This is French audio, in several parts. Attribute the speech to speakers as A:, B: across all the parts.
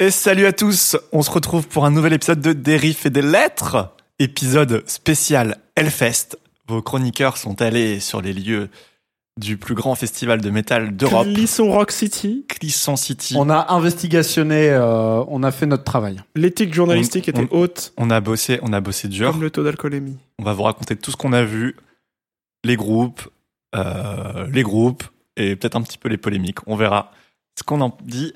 A: Et salut à tous, on se retrouve pour un nouvel épisode de Dérif et des lettres, épisode spécial Hellfest. Vos chroniqueurs sont allés sur les lieux du plus grand festival de métal d'Europe,
B: Clisson Rock City,
A: Clisson City. On,
C: On a investigationné, euh, on a fait notre travail.
B: l'éthique journalistique
A: On-
B: était haute,
A: a bossé, on a bossé dur.
B: comme le taux d'alcoolémie.
A: On va vous raconter tout ce qu'on a vu, les groupes, euh, les groupes et peut-être un petit peu les polémiques. On verra ce qu'on en dit.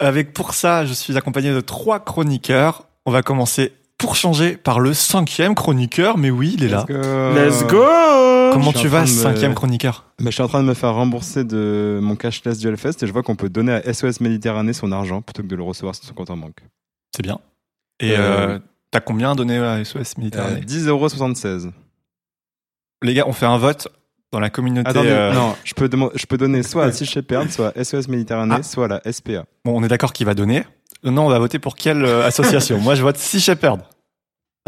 A: Avec pour ça, je suis accompagné de trois chroniqueurs. On va commencer pour changer par le cinquième chroniqueur, mais oui, il est là.
B: Let's go
A: Euh,
B: Oh,
A: Comment
D: Je
A: tu
D: suis en
A: vas,
D: train de me-
A: cinquième chroniqueur
D: euh, Mais je suis en train de me faire rembourser de mon cashless du Hellfest et je vois qu'on peut donner à SOS Méditerranée son argent plutôt que de le recevoir sur son compte en banque.
A: C'est bien. Et
D: Euh,
A: euh, t'as combien donné à SOS
D: Euh,
A: Méditerranée
D: 10,76€.
A: Les gars, on fait un vote dans la communauté.
D: Attendez,
A: euh,
D: non, je peux, demo- je peux donner soit à Sea Shepherd, soit à SOS Méditerranée,
A: Ah.
D: soit à la SPA.
A: Bon, on est d'accord qui va donner. Euh, Non, on va voter pour quelle euh, association Moi, je vote Sea Shepherd.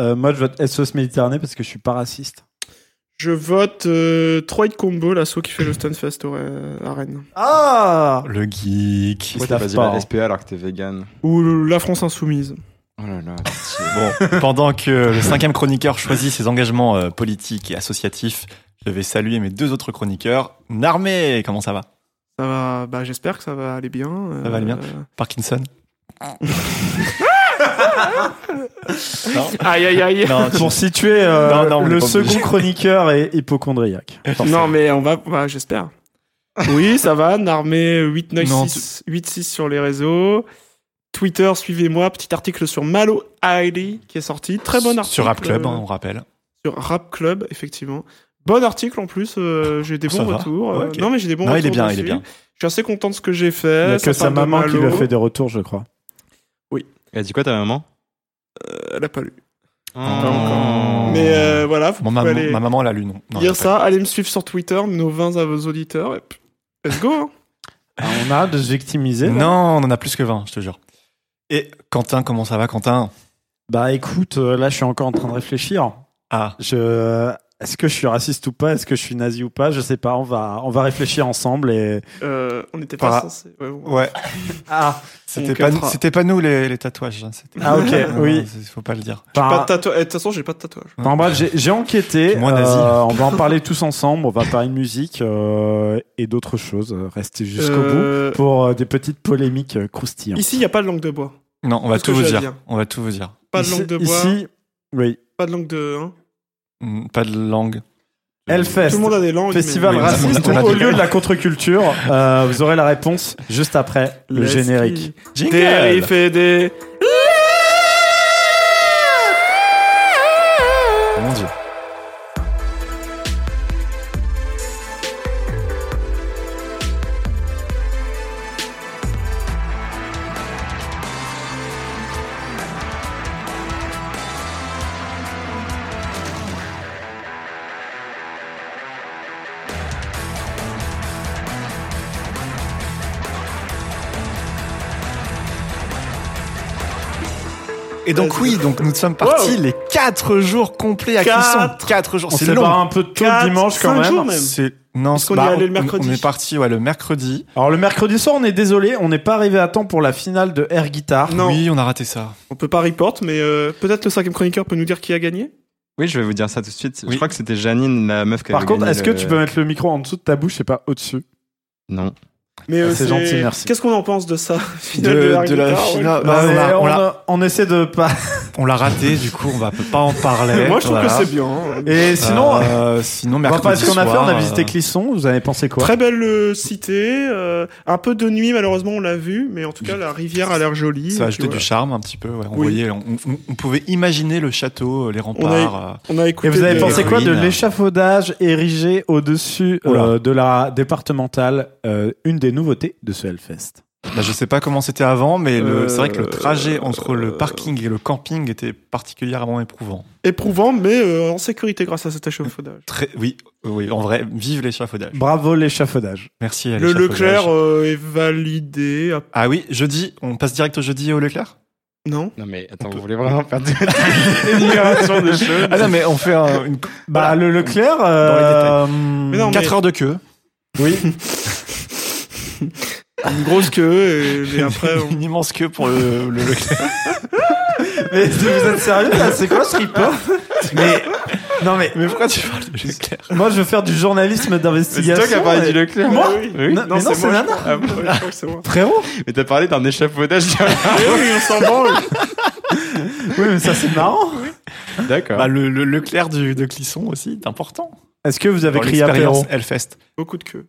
C: Euh, moi, je vote SOS Méditerranée parce que je suis pas raciste.
B: Je vote euh, Troy Combo, l'assaut qui fait le Stunfest au- euh, à Rennes.
C: Ah
A: Le geek.
D: Pourquoi
C: Ils
D: t'as
C: savent
D: pas dit
C: pas,
D: la
C: hein.
D: SPA alors que t'es vegan
B: Ou le- la France Insoumise.
D: Oh là là.
A: Bon, pendant que le cinquième chroniqueur choisit ses engagements euh, politiques et associatifs, je vais saluer mes deux autres chroniqueurs. Narmé, comment ça va
B: Ça va, bah j'espère que ça va aller bien.
A: Ça va aller bien.
B: euh,
A: Parkinson Non
B: Aïe aïe aïe.
A: Non, tu-
C: Pour situer euh,
A: Non, non, on est
C: le
A: pas
C: second
A: obligé.
C: chroniqueur est hypochondriaque.
B: Non, mais on va, bah, j'espère. Oui, ça va, Narmé 896 86 sur les réseaux. Twitter, suivez-moi, petit article sur Malo Hailey qui est sorti, très bon article.
A: Sur Rap Club,
B: euh,
A: hein, on rappelle.
B: sur Rap Club, effectivement. Bon article en plus, euh, j'ai des
A: Ça
B: bons
A: va.
B: retours.
A: Ouais,
B: euh,
A: ok.
B: Non mais j'ai des bons
A: Non, il
B: retours.
A: est bien, il est
B: dessus.
A: bien.
B: Je suis assez content de ce que j'ai
C: Il
B: fait.
A: Euh,
C: n'y a
B: ça
C: que sa
B: parle de
C: maman qui lui a
B: Malo.
C: fait des retours, je crois.
D: Elle dit quoi ta maman
B: Elle a pas lu.
A: Pas encore.
B: Mais euh, voilà, vous
A: Mon
B: pouvez
A: maman,
B: aller
A: ma maman, elle a lu, non. Non,
B: lire
A: elle a pas
B: ça, allez me suivre sur Twitter, nos 20 à vos auditeurs. et puis, Let's go. hein.
C: Ah, on a hâte de se victimiser.
A: lu.
C: là.
A: Non, on en a plus que 20, je te jure. Et Quentin, comment ça va, Quentin
C: Bah écoute, euh, là, je suis encore en train de réfléchir.
A: Ah,
C: Je... Est-ce que je suis raciste ou pas Est-ce que je suis nazi ou pas Je sais pas. On va, on va réfléchir ensemble et.
B: Euh, on n'était pas
A: Par-
B: censé. ouais, bon.
A: ouais.
C: Ah,
A: C'était
B: Donc,
A: pas,
B: on fera-
A: c'était pas nous les, les tatouages. hein, c'était-
C: Ah, ok,
A: Non, non,
C: oui.
A: c'est- faut pas le dire.
B: Pas
C: par-
B: de tatouage. Eh, De toute façon, j'ai pas de tatouage.
C: Enfin bref, j'ai- j'ai enquêté.
A: T'es moins nazi.
C: Euh, on va en parler tous ensemble. On va parler de musique euh, et d'autres choses. Euh, Restez jusqu'au bout
B: Euh,
C: pour euh, des petites polémiques euh, croustillantes.
B: Ici, il n'y a pas de langue de bois.
A: Non, on va
B: Parce
A: tout
B: que
A: vous
B: je
A: dire.
B: la viens.
A: On va tout vous dire.
B: Pas de
C: Ici-
B: langue de bois.
C: Ici, oui.
B: Pas de langue de. hein.
A: Hmm, Pas de langue.
C: Hellfest,
B: Tout le monde a des langues.
C: festival
A: mais-
C: raciste
A: on a- on a-
C: au lieu de la contre-culture. Euh, vous aurez la réponse juste après le générique.
B: Des fait des.
C: Oh
A: Mon dieu. Et donc oui, donc nous sommes partis
B: Wow.
A: les 4 jours complets à
B: Quatre.
A: Clisson. 4 jours,
C: On
A: c'est
C: s'est
A: long.
C: barré un peu tôt
B: Quatre,
C: le dimanche quand
B: cinq
C: même.
B: jours, même.
A: C'est non,
B: Parce qu'on y est allé le
A: on-
B: mercredi.
A: On est parti ouais le mercredi.
C: Alors le mercredi soir, on est désolé, on n'est pas arrivé à temps pour la finale de Air Guitar.
B: Non.
A: Oui, on a raté ça.
B: On peut pas report, mais euh, peut-être le cinquième chroniqueur peut nous dire qui a gagné.
D: Oui, je vais vous dire ça tout de suite.
A: Oui.
D: Je crois que c'était Janine, la meuf qui
C: Par
D: avait
C: contre,
D: gagné
C: est-ce que
D: le-
C: tu
A: euh,
C: peux mettre le micro en dessous de ta bouche et pas au-dessus
D: Non.
B: Mais euh,
C: C'est gentil, merci.
B: Qu'est-ce qu'on en pense de ça finale
A: De-
B: de, Harry
A: de la
B: Potter, ouais.
A: finale.
C: Bah,
A: Ah, on
C: mais
A: l'a- on
C: on,
A: l'a-
C: a- on essaie de pas.
A: On l'a raté, du coup on va peut pas en parler.
B: Moi, je trouve
A: Voilà.
B: que c'est bien. hein.
C: Et sinon,
A: Euh, sinon
C: On va
A: mercredi
C: parler de ce qu'on a fait, on
A: soir,
C: a
A: euh,
C: visité Clisson, vous avez pensé quoi
B: Très belle euh, cité, euh, un peu de nuit malheureusement on l'a vu, mais en tout cas la rivière a l'air jolie.
A: Ça a
B: Et
A: ajouté
B: puis
A: du
B: voilà.
A: charme un petit peu. ouais. On
B: Oui.
A: voyait, on, on- on pouvait imaginer le château, euh, les remparts.
B: On a écouté.
C: Et vous avez
B: des-
C: pensé quoi de
A: ruines.
C: l'échafaudage érigé au-dessus euh,
A: Oula.
C: de la départementale, euh, une des nouveautés de ce Hellfest
A: euh. Bah, je sais pas comment c'était avant, mais le- c'est vrai que le
B: Euh,
A: trajet entre le
B: euh,
A: parking et le camping était particulièrement éprouvant.
B: éprouvant, mais euh, en sécurité grâce à cet échafaudage.
A: Très, oui, euh, oui, en vrai, vive l'échafaudage.
C: Bravo l'échafaudage.
A: Merci. à
B: Le
A: l'échafaudage.
B: Leclerc euh, est validé. à-
A: Ah oui, jeudi, on passe direct au jeudi au Leclerc.
B: Non
D: Non, mais attends, vous voulez vraiment faire de-
A: Ah non, mais on fait un- une
C: Bah
A: Voilà.
C: le Leclerc,
A: Dans les
C: euh,
A: hum, détails.
B: Mais non, mais-
A: 4 heures de queue.
C: oui,
B: Une grosse queue, et, mais après, on-
A: Une immense queue pour le, le Leclerc.
C: Mais vous êtes sérieux là C'est quoi ce report Mais non mais
A: Mais pourquoi tu parles de Leclerc
C: moi je veux faire du journalisme
D: C'est
C: d'investigation.
D: toi qui as parlé
C: et-
D: du Leclerc.
C: Moi
B: oui.
D: Oui.
C: Non, mais non, c'est
B: moi, je
C: Nana.
B: crois. Ah, moi, je crois que c'est moi.
C: Frérot
D: Mais t'as parlé d'un échafaudage.
B: Eh oui, on s'en branle.
C: Oui mais ça c'est marrant.
D: D'accord.
A: Bah, le, le Leclerc du, de Clisson aussi, c'est important.
C: Est-ce que vous avez
A: Dans
C: crié apéro
A: l'expérience Hellfest.
B: Beaucoup de queue.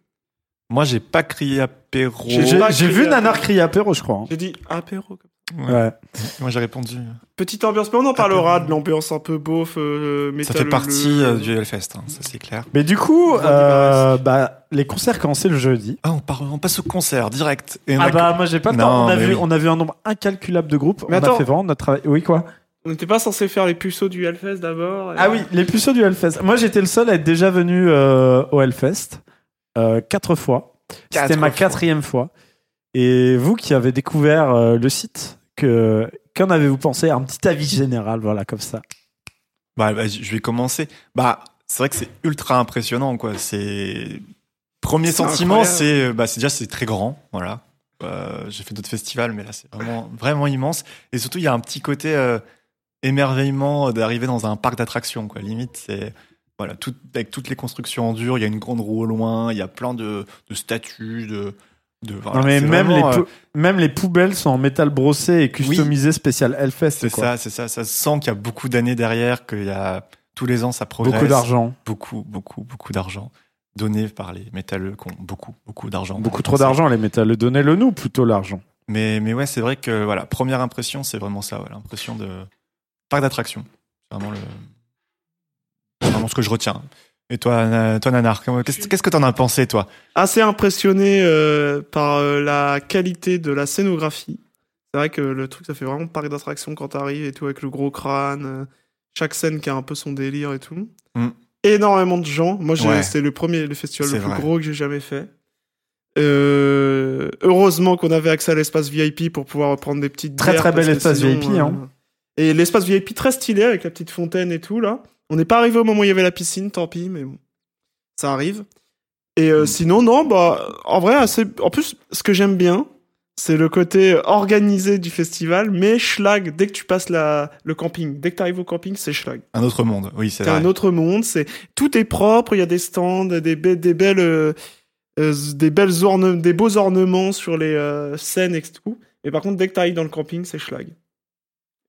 A: Moi, j'ai pas crié apéro.
B: J'ai-
C: J'ai
B: pas
C: j'ai
B: crié
C: vu Nana
B: apéro.
C: crier apéro je crois. hein.
B: J'ai dit apéro.
C: Ouais.
A: Moi, j'ai répondu.
B: Petite ambiance, mais on en parlera de l'ambiance un peu beauf, euh,
A: Ça
B: métal,
A: fait
B: le-
A: partie
B: le-
A: euh, du Hellfest, hein, ça c'est clair.
C: Mais du coup,
B: On va
C: euh, bah, les concerts commençaient le jeudi.
A: Ah, on, part- on passe au concert direct. Et on
C: Ah
A: a-
C: bah moi j'ai pas le
A: Non,
C: temps. On a,
A: mais
C: vu,
A: oui.
C: on a vu un nombre incalculable de groupes.
B: Mais
C: on
B: attends.
C: a fait vraiment notre travail. Oui quoi
B: On n'était pas censé faire les puceaux du Hellfest d'abord. et-
C: Ah oui, les puceaux du Hellfest. Moi, j'étais le seul à être déjà venu euh, au Hellfest euh, quatre fois.
A: Quatre
C: C'était ma
A: fois.
C: quatrième fois. Et vous qui avez découvert euh, le site, que qu'en avez-vous pensé Un petit avis général, voilà, comme ça.
A: Bah, bah, je vais commencer. Bah, c'est vrai que c'est ultra impressionnant, quoi. C'est premier
B: C'est
A: sentiment,
B: incroyable.
A: c'est euh, bah, c'est déjà c'est très grand, voilà. Euh, J'ai fait d'autres festivals, mais là c'est vraiment vraiment immense. Et surtout, il y a un petit côté euh, émerveillement d'arriver dans un parc d'attractions, quoi. Limite, c'est voilà, tout, avec toutes les constructions en dur, il y a une grande roue au loin, il y a plein de, de statues, de, de voilà,
C: non, mais
A: c'est
C: même les,
A: vraiment, euh,
C: pou- même les poubelles sont en métal brossé et customisé spécial Hellfest.
A: c'est
C: quoi.
A: ça, c'est ça, ça se sent qu'il y a beaucoup d'années derrière, qu'il y a tous les ans ça progresse.
C: Beaucoup d'argent.
A: beaucoup, beaucoup, beaucoup d'argent donné par les métalleux qui ont beaucoup, beaucoup d'argent.
C: Beaucoup trop d'argent, les métalleux. Donnez-le nous plutôt, l'argent.
A: Mais, mais ouais, c'est vrai que voilà, première impression, c'est vraiment ça, ouais, l'impression de parc d'attraction. C'est vraiment le, c'est vraiment ce que je retiens. Et toi, Na- toi Nanar, comment- qu'est-ce qu'est-ce que t'en as pensé, toi
B: assez impressionné euh, par euh, la qualité de la scénographie. C'est vrai que le truc, ça fait vraiment parc d'attraction quand t'arrives et tout, avec le gros crâne, euh, chaque scène qui a un peu son délire et tout.
A: Mm.
B: Énormément de gens. Moi, j'ai-
A: Ouais.
B: c'était le premier, le festival le
A: C'est
B: plus
A: vrai.
B: gros que j'ai jamais fait. Euh, heureusement qu'on avait accès à l'espace VIP pour pouvoir prendre des petites
C: Très,
B: bières,
C: très bel
B: parce que
C: espace
B: sinon,
C: VIP, hein.
B: euh, Et l'espace VIP très stylé avec la petite fontaine et tout là. On n'est pas arrivé au moment où il y avait la piscine, tant pis, mais bon, ça arrive. Et
C: Mm.
B: euh, sinon, non, bah, en vrai, assez... en plus, ce que j'aime bien, c'est le côté organisé du festival, mais schlag, dès que tu passes la... le camping, dès que tu arrives au camping, c'est schlag.
A: Un autre monde, oui, c'est
B: C'est
A: vrai.
B: un autre monde, c'est tout est propre, il y a des stands, des, be- des belles, euh, euh, des belles orne- des beaux ornements sur les euh, scènes et tout. Mais par contre, dès que tu arrives dans le camping, c'est schlag.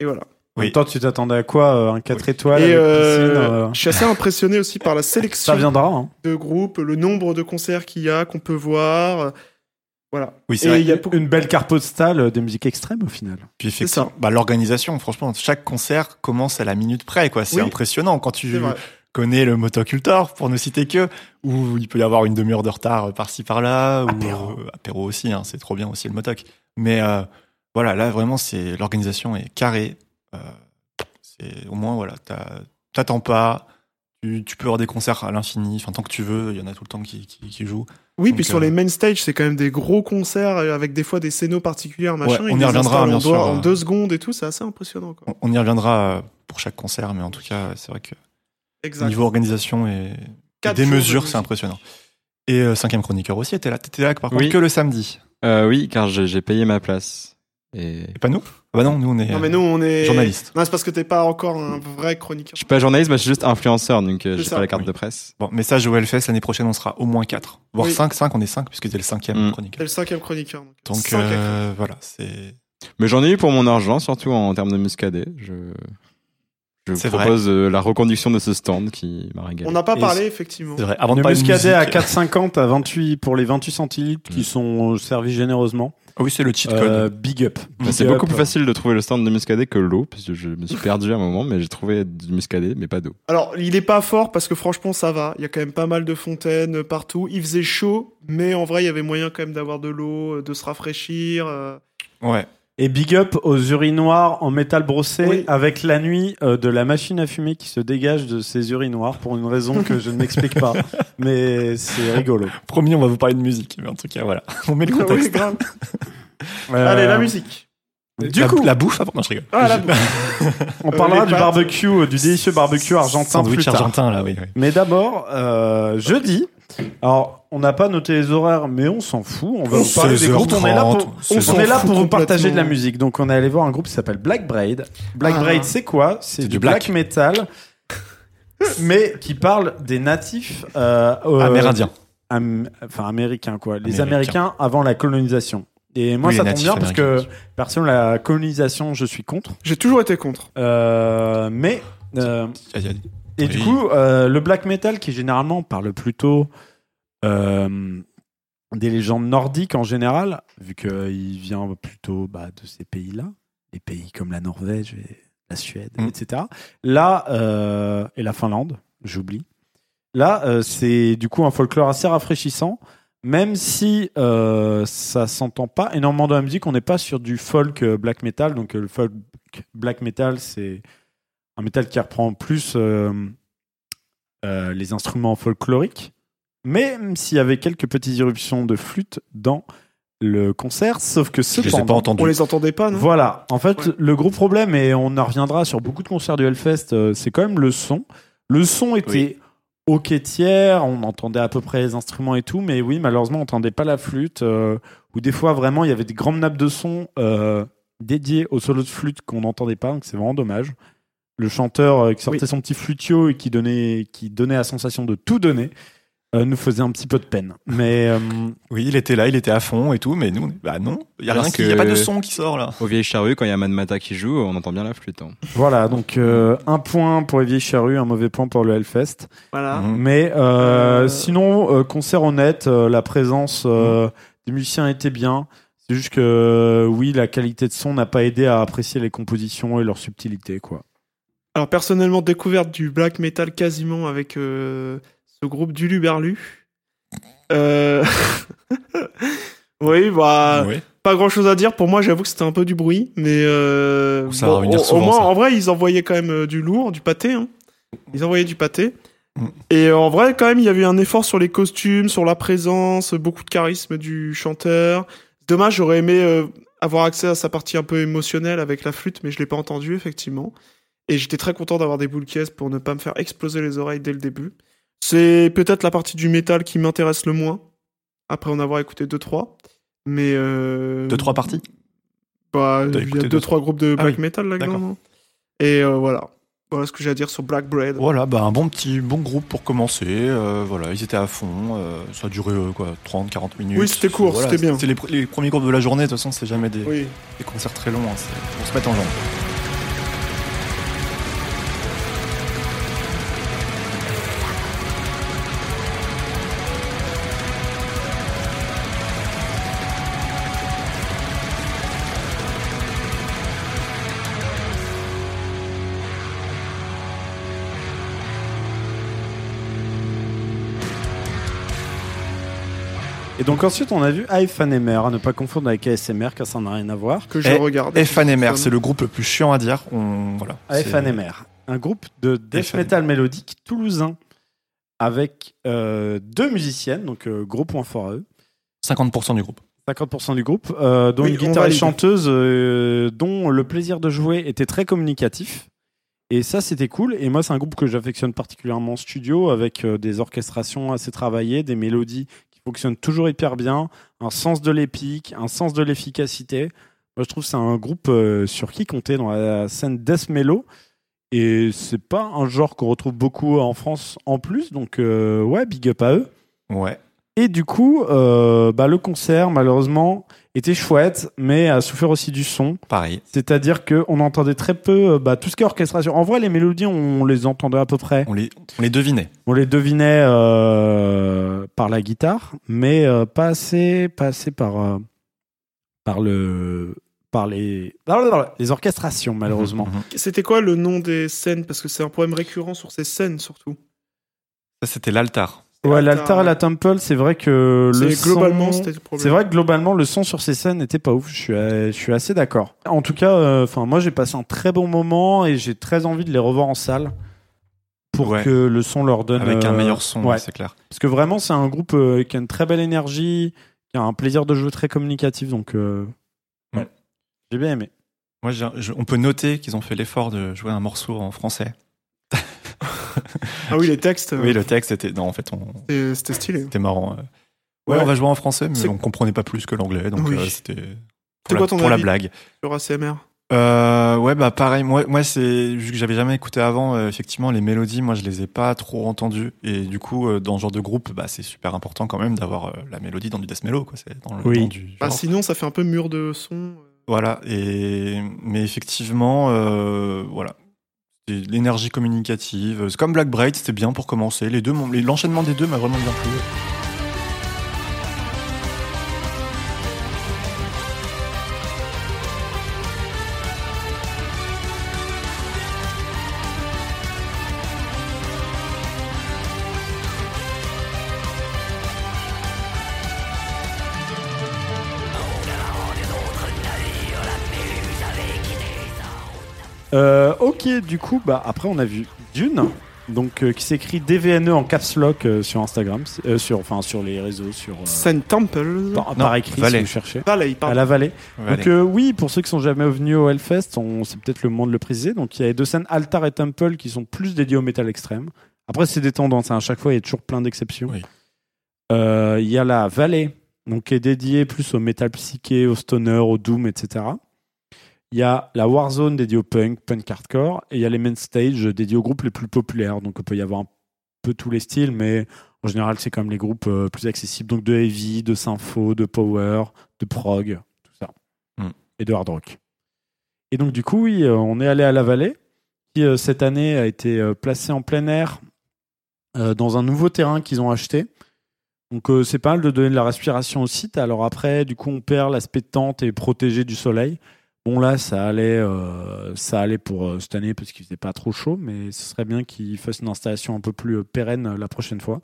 B: Et voilà.
C: En
A: Oui.
C: même temps, tu t'attendais à quoi euh, Un 4 étoiles
B: et
C: avec
B: euh,
C: piscine, euh,
B: je suis assez impressionné aussi par la sélection
C: Ça viendra. hein.
B: de groupes, le nombre de concerts qu'il y a, qu'on peut voir. Voilà.
A: Oui, c'est
B: Et
A: vrai.
B: il y a beaucoup-
C: Une belle carte postale euh, de musique extrême au final.
A: Puis
B: C'est
A: effectivement,
B: ça.
A: bah, l'organisation, franchement, chaque concert commence à la minute près, quoi. C'est
B: Oui.
A: impressionnant quand tu
B: C'est vrai.
A: connais le motocultor, pour ne citer que, où il peut y avoir une demi-heure de retard par-ci par-là, ou
C: Apéro.
A: euh, apéro aussi, hein, c'est trop bien aussi le motoc. Mais euh, voilà, là vraiment, c'est l'organisation est carrée. Euh, c'est au moins voilà, t'as- t'attends pas, tu, tu peux avoir des concerts à l'infini, enfin tant que tu veux, il y en a tout le temps qui, qui, qui jouent.
B: Oui,
A: Donc,
B: puis sur
A: euh,
B: les main stage, c'est quand même des gros concerts euh, avec des fois des scénos particulières, machin.
A: on
B: Ils
A: y
B: les
A: reviendra,
B: installent en
A: bien
B: deux-
A: sûr. hein.
B: En deux secondes et tout, c'est assez impressionnant. Quoi.
A: On, on y reviendra euh, pour chaque concert, mais en tout cas, c'est vrai que
B: Exact.
A: niveau organisation et, et
B: Quatre
A: des
B: jours de
A: mesures, c'est
B: musique.
A: impressionnant. Et euh, cinquième chroniqueur aussi était là, t'étais là par contre
D: Oui.
A: que le samedi.
D: Euh, oui, car j'ai j'ai payé ma place. Et
A: Et pas nous Ah bah non, nous on est
B: Non,
A: euh,
B: mais nous, on est.
A: journalistes.
B: Non, c'est parce que t'es pas encore un vrai chroniqueur.
D: je suis pas journaliste, moi je suis juste influenceur, donc euh,
B: C'est
D: j'ai
B: ça.
D: pas la carte
A: Oui.
D: de presse.
A: Bon, message au Hellfest, l'année prochaine, on sera au moins 4, voire
B: Oui.
A: 5. 5, on est 5, puisque c'est le cinquième
D: Mm.
A: chronique.
B: T'es le cinquième chroniqueur. Donc,
A: Donc
B: cinq à-
A: euh, voilà, c'est.
D: Mais j'en ai eu pour mon argent, surtout en termes de muscadet. Je, je vous
A: C'est vrai.
D: propose euh, la reconduction de ce stand qui m'a régalé.
B: On n'a pas
A: et
B: parlé, effectivement.
A: c'est vrai. Avant de
C: Le
A: parler de
C: muscadet à
A: musique-
C: 4,50 à 28 pour les 28 centilitres qui
D: Mm.
C: sont euh, servis généreusement.
A: Ah oui, c'est le cheat code.
C: Euh, big up.
D: Bah, c'est
C: Big
D: beaucoup
C: up.
D: plus facile de trouver le stand de muscadet que l'eau, parce que je me suis perdu à un moment, mais j'ai trouvé du muscadet, mais pas d'eau.
B: Alors, il est pas fort parce que franchement, ça va. Il y a quand même pas mal de fontaines euh, partout. Il faisait chaud, mais en vrai, il y avait moyen quand même d'avoir de l'eau, euh, de se rafraîchir. euh.
A: Ouais.
C: Et big up aux urinoirs en métal brossé
B: Oui.
C: avec la nuit euh, de la machine à fumer qui se dégage de ces urinoirs pour une raison que je ne m'explique pas. Mais c'est rigolo.
A: Promis, on va vous parler de musique. Mais en tout cas, voilà. On met le
C: Ah
B: Oui,
A: contexte.
B: grave. Allez,
C: Euh,
B: la musique.
C: Du
A: la,
C: coup-
A: La bouffe avant. Non, je rigole.
B: Ah, la
C: On
B: Euh,
C: parlera
B: les
C: du
B: pâtes.
C: barbecue, euh, du délicieux barbecue argentin
A: Sandwich
C: plus tard.
A: argentin, là, oui. oui.
C: Mais d'abord, euh, jeudi, Alors, on n'a pas noté les horaires, mais on s'en fout. On va vous parler des
A: 16h30,
C: groupes. On est là pour,
A: on
C: on est là
B: fout
C: pour vous partager
B: complètement.
C: de la musique. Donc, on est allé voir un groupe qui s'appelle Black Braid. Black
B: Ah.
C: Braid, c'est quoi C'est du,
A: du
C: black.
A: black.
C: metal, mais qui parle des natifs euh, euh,
A: Amérindien.
C: am- enfin américains quoi, les
A: Américains.
C: américains avant la colonisation. Et moi
A: Oui,
C: ça
A: les
C: tombe bien
A: natifs
C: parce que perso la colonisation je suis contre,
B: J'ai toujours été contre.
C: Euh, mais euh,
A: Aïe, aïe.
C: et
A: Oui.
C: du coup euh, le black metal qui généralement parle plutôt euh, des légendes nordiques en général, vu qu'il vient plutôt bah, de ces pays-là, des pays comme la Norvège et la Suède,
A: Mm.
C: etc. Là, euh, et la Finlande, j'oublie. Là, euh, c'est du coup un folklore assez rafraîchissant, même si euh, ça s'entend pas énormément dans la musique. On n'est pas sur du folk euh, black metal, donc euh, le folk black metal, c'est un métal qui reprend plus euh, euh, les instruments folkloriques, même s'il y avait quelques petites irruptions de flûte dans le concert, sauf que
A: Je les ai
C: cependant,
A: pas entendus.
B: On les entendait pas, non
C: voilà, en fait,
B: Ouais.
C: le gros problème, et on en reviendra sur beaucoup de concerts du Hellfest, euh, c'est quand même le son. Le son était ok tiers, on entendait à peu près les instruments et tout, mais oui, malheureusement, on entendait pas la flûte, euh, ou des fois, vraiment, il y avait des grandes nappes de son euh, dédiées au solo de flûte qu'on n'entendait pas, donc c'est vraiment dommage. Le chanteur euh, qui sortait son petit flutio et qui donnait, qui donnait la sensation de tout donner, euh, nous faisait un petit peu de peine. Mais euh,
A: Oui, il était là, il était à fond et tout, mais nous, on est- bah non, il n'y a,
D: Parce
A: rien qui- il y
D: que-
A: a pas de son qui sort là.
D: Au vieil charrue, quand il y a Manmata qui joue, on entend bien la flûte. hein.
C: voilà, donc euh, un point pour Évier Charru, un mauvais point pour le Hellfest. Ah.
B: Voilà.
A: Mhm.
C: Mais euh,
B: Euh,
C: sinon, euh, concert honnête, euh, la présence euh, des musiciens était bien. C'est juste que euh, oui, la qualité de son n'a pas aidé à apprécier les compositions et leur subtilité, quoi.
B: Alors personnellement, découverte du black metal quasiment avec euh, ce groupe du Luberlu. Euh... oui,
C: Ah.
B: bah,
A: Ouais.
B: pas grand chose à dire. Pour moi, j'avoue que c'était un peu du bruit, mais euh,
A: Ça va revenir
B: au,
A: souvent,
B: au moins,
A: ça.
B: en vrai, ils envoyaient quand même euh, du lourd, du pâté. hein. Ils envoyaient du pâté.
A: Mm.
B: Et euh, en vrai, quand même, il y avait un effort sur les costumes, sur la présence, beaucoup de charisme du chanteur. Dommage, j'aurais aimé euh, avoir accès à sa partie un peu émotionnelle avec la flûte, mais je l'ai pas entendu effectivement. Et j'étais très content d'avoir des boules caisses pour ne pas me faire exploser les oreilles dès le début. C'est peut-être la partie du métal qui m'intéresse le moins, après en avoir écouté deux trois. Mais euh,
A: Deux, trois parties. T'as
B: bah, il y a
A: écouté
B: deux,
A: deux,
B: trois groupes de
A: Ah
B: black
A: oui,
B: metal là,
A: d'accord.
B: dedans Et euh, voilà. Voilà ce que j'ai à dire sur Black Bread.
A: Voilà, bah un bon petit bon groupe pour commencer. euh, voilà, ils étaient à fond. euh, ça a duré euh, quoi, 30, 40 minutes.
B: Oui, c'était court,
A: Voilà,
B: c'était bien.
A: C'est les, pr- les premiers groupes de la journée, de toute façon, c'est jamais des,
B: Oui.
A: des concerts très longs. hein, c'est- on se met en jambe.
C: Et donc ensuite, on a vu AFNMR, à ne pas confondre avec ASMR, car ça n'a rien à voir.
B: Que je
A: Eh,
B: regarde.
A: FNMR, c'est le groupe le plus chiant à dire. On, voilà,
C: Ah,
A: c'est-
C: AFNMR, un groupe de death
A: AFNMR.
C: metal mélodique toulousain, avec euh, deux musiciennes, donc euh, gros point fort à eux.
A: 50% du groupe.
C: 50% du groupe, euh, dont
B: Oui,
C: une
B: on
C: guitare et
B: valide.
C: chanteuse euh, dont le plaisir de jouer était très communicatif. Et ça, c'était cool. Et moi, c'est un groupe que j'affectionne particulièrement en studio, avec euh, des orchestrations assez travaillées, des mélodies qui fonctionnent toujours hyper bien, un sens de l'épique, un sens de l'efficacité. Moi, je trouve que c'est un groupe euh, sur qui compter dans la scène death mellow. Et c'est pas un genre qu'on retrouve beaucoup en France en plus. Donc, euh, ouais, big up à eux.
A: Ouais.
C: Et du coup, euh, bah, le concert, malheureusement, était chouette, mais a souffert aussi du son.
A: Pareil.
C: C'est-à-dire qu'on entendait très peu euh, bah, tout ce qui est orchestration. En vrai, les mélodies, on les entendait à peu près.
A: On les, on les devinait.
C: On les devinait euh, par la guitare, mais euh, pas assez, pas assez par, euh, par, le, par les, les orchestrations, malheureusement.
A: Mhm, mhm.
B: C'était quoi le nom des scènes Parce que c'est un problème récurrent sur ces scènes surtout.
A: Ça, c'était l'altar.
C: Ouais,
B: L'altar,
C: l'altar et la temple, c'est vrai que le
B: Mhm. C'est globalement,
C: son-
B: c'était le problème.
C: C'est vrai que globalement, le son sur ces scènes n'était pas ouf. Je suis, euh, je suis assez d'accord. En tout cas, euh, enfin, moi, j'ai passé un très bon moment et j'ai très envie de les revoir en salle pour
A: Ouais.
C: que le son leur donne
A: Avec un
C: euh,
A: meilleur son,
C: ouais.
A: c'est clair.
C: Parce que vraiment, c'est un groupe euh, qui a une très belle énergie, qui a un plaisir de jeu très communicatif. Donc, euh,
A: Mm.
C: ouais. j'ai bien aimé.
A: Moi, j'ai- je- on peut noter qu'ils ont fait l'effort de jouer un morceau en français.
B: Ah oui, les textes,
A: Oui, le texte était. Non, en fait, on...
B: c'est- c'était stylé. hein.
A: c'était marrant. euh. Ouais,
B: Ouais.
A: on va jouer en français, mais
B: C'est-
A: on comprenait pas plus que l'anglais, donc
B: Oui.
A: euh, c'était.
B: C'est
A: Pour, la,
B: quoi ton
A: pour la
B: avis
A: blague.
B: Sur ACMR.
A: Euh, ouais, bah pareil. Moi, moi c'est vu que j'avais jamais écouté avant. euh, effectivement, les mélodies, moi, je les ai pas trop entendues. Et du coup, euh, dans ce genre de groupe, bah, c'est super important quand même d'avoir euh, la mélodie dans du death mellow, quoi. Ah, C'est dans le
C: Oui.
A: dans du
B: Bah,
A: genre.
B: sinon, ça fait un peu mur de son.
A: Voilà. Et mais effectivement, euh, voilà. C'est de L'énergie communicative. C'est comme Black Braid, c'était bien pour commencer. Les deux, m'ont- les- l'enchaînement des deux m'a vraiment bien plu.
C: Euh, ok, du coup, bah, après, on a vu Dune, donc, euh, qui s'écrit DVNE en caps lock euh, sur Instagram, c'est- euh, sur, enfin, sur les réseaux, sur, euh,
B: Saint Temple.
C: par,
A: Non,
C: par écrit, si
A: Valais.
C: vous cherchez.
B: Valley,
C: À
B: pardon.
C: la vallée.
A: Voilà.
C: Donc euh, oui, pour ceux qui sont jamais venus au Hellfest, on, c'est peut-être le moment de le préciser. Donc il y a les deux scènes Altar et Temple qui sont plus dédiées au métal extrême. Après c'est des tendances, hein. à chaque fois il y a toujours plein d'exceptions.
A: Oui.
C: Euh, Il y a la Vallée, donc qui est dédiée plus au métal psyché, au stoner, au doom, etc. Il y a la Warzone dédiée au punk, punk hardcore, et il y a les main stage dédiés aux groupes les plus populaires. Donc il peut y avoir un peu tous les styles, mais en général c'est quand même les groupes euh, plus accessibles, donc de heavy, de sympho, de power, de prog, tout ça et de hard rock. Et donc du coup, oui, euh, on est allé à la vallée, qui euh, cette année a été euh, placée en plein air euh, dans un nouveau terrain qu'ils ont acheté. Donc euh, c'est pas mal de donner de la respiration au site. Alors après, du coup, on perd l'aspect tente et protégé du soleil. Bon là, ça allait, euh, ça allait pour euh, cette année parce qu'il faisait pas trop chaud, mais ce serait bien qu'ils fassent une installation un peu plus euh, pérenne euh, la prochaine fois.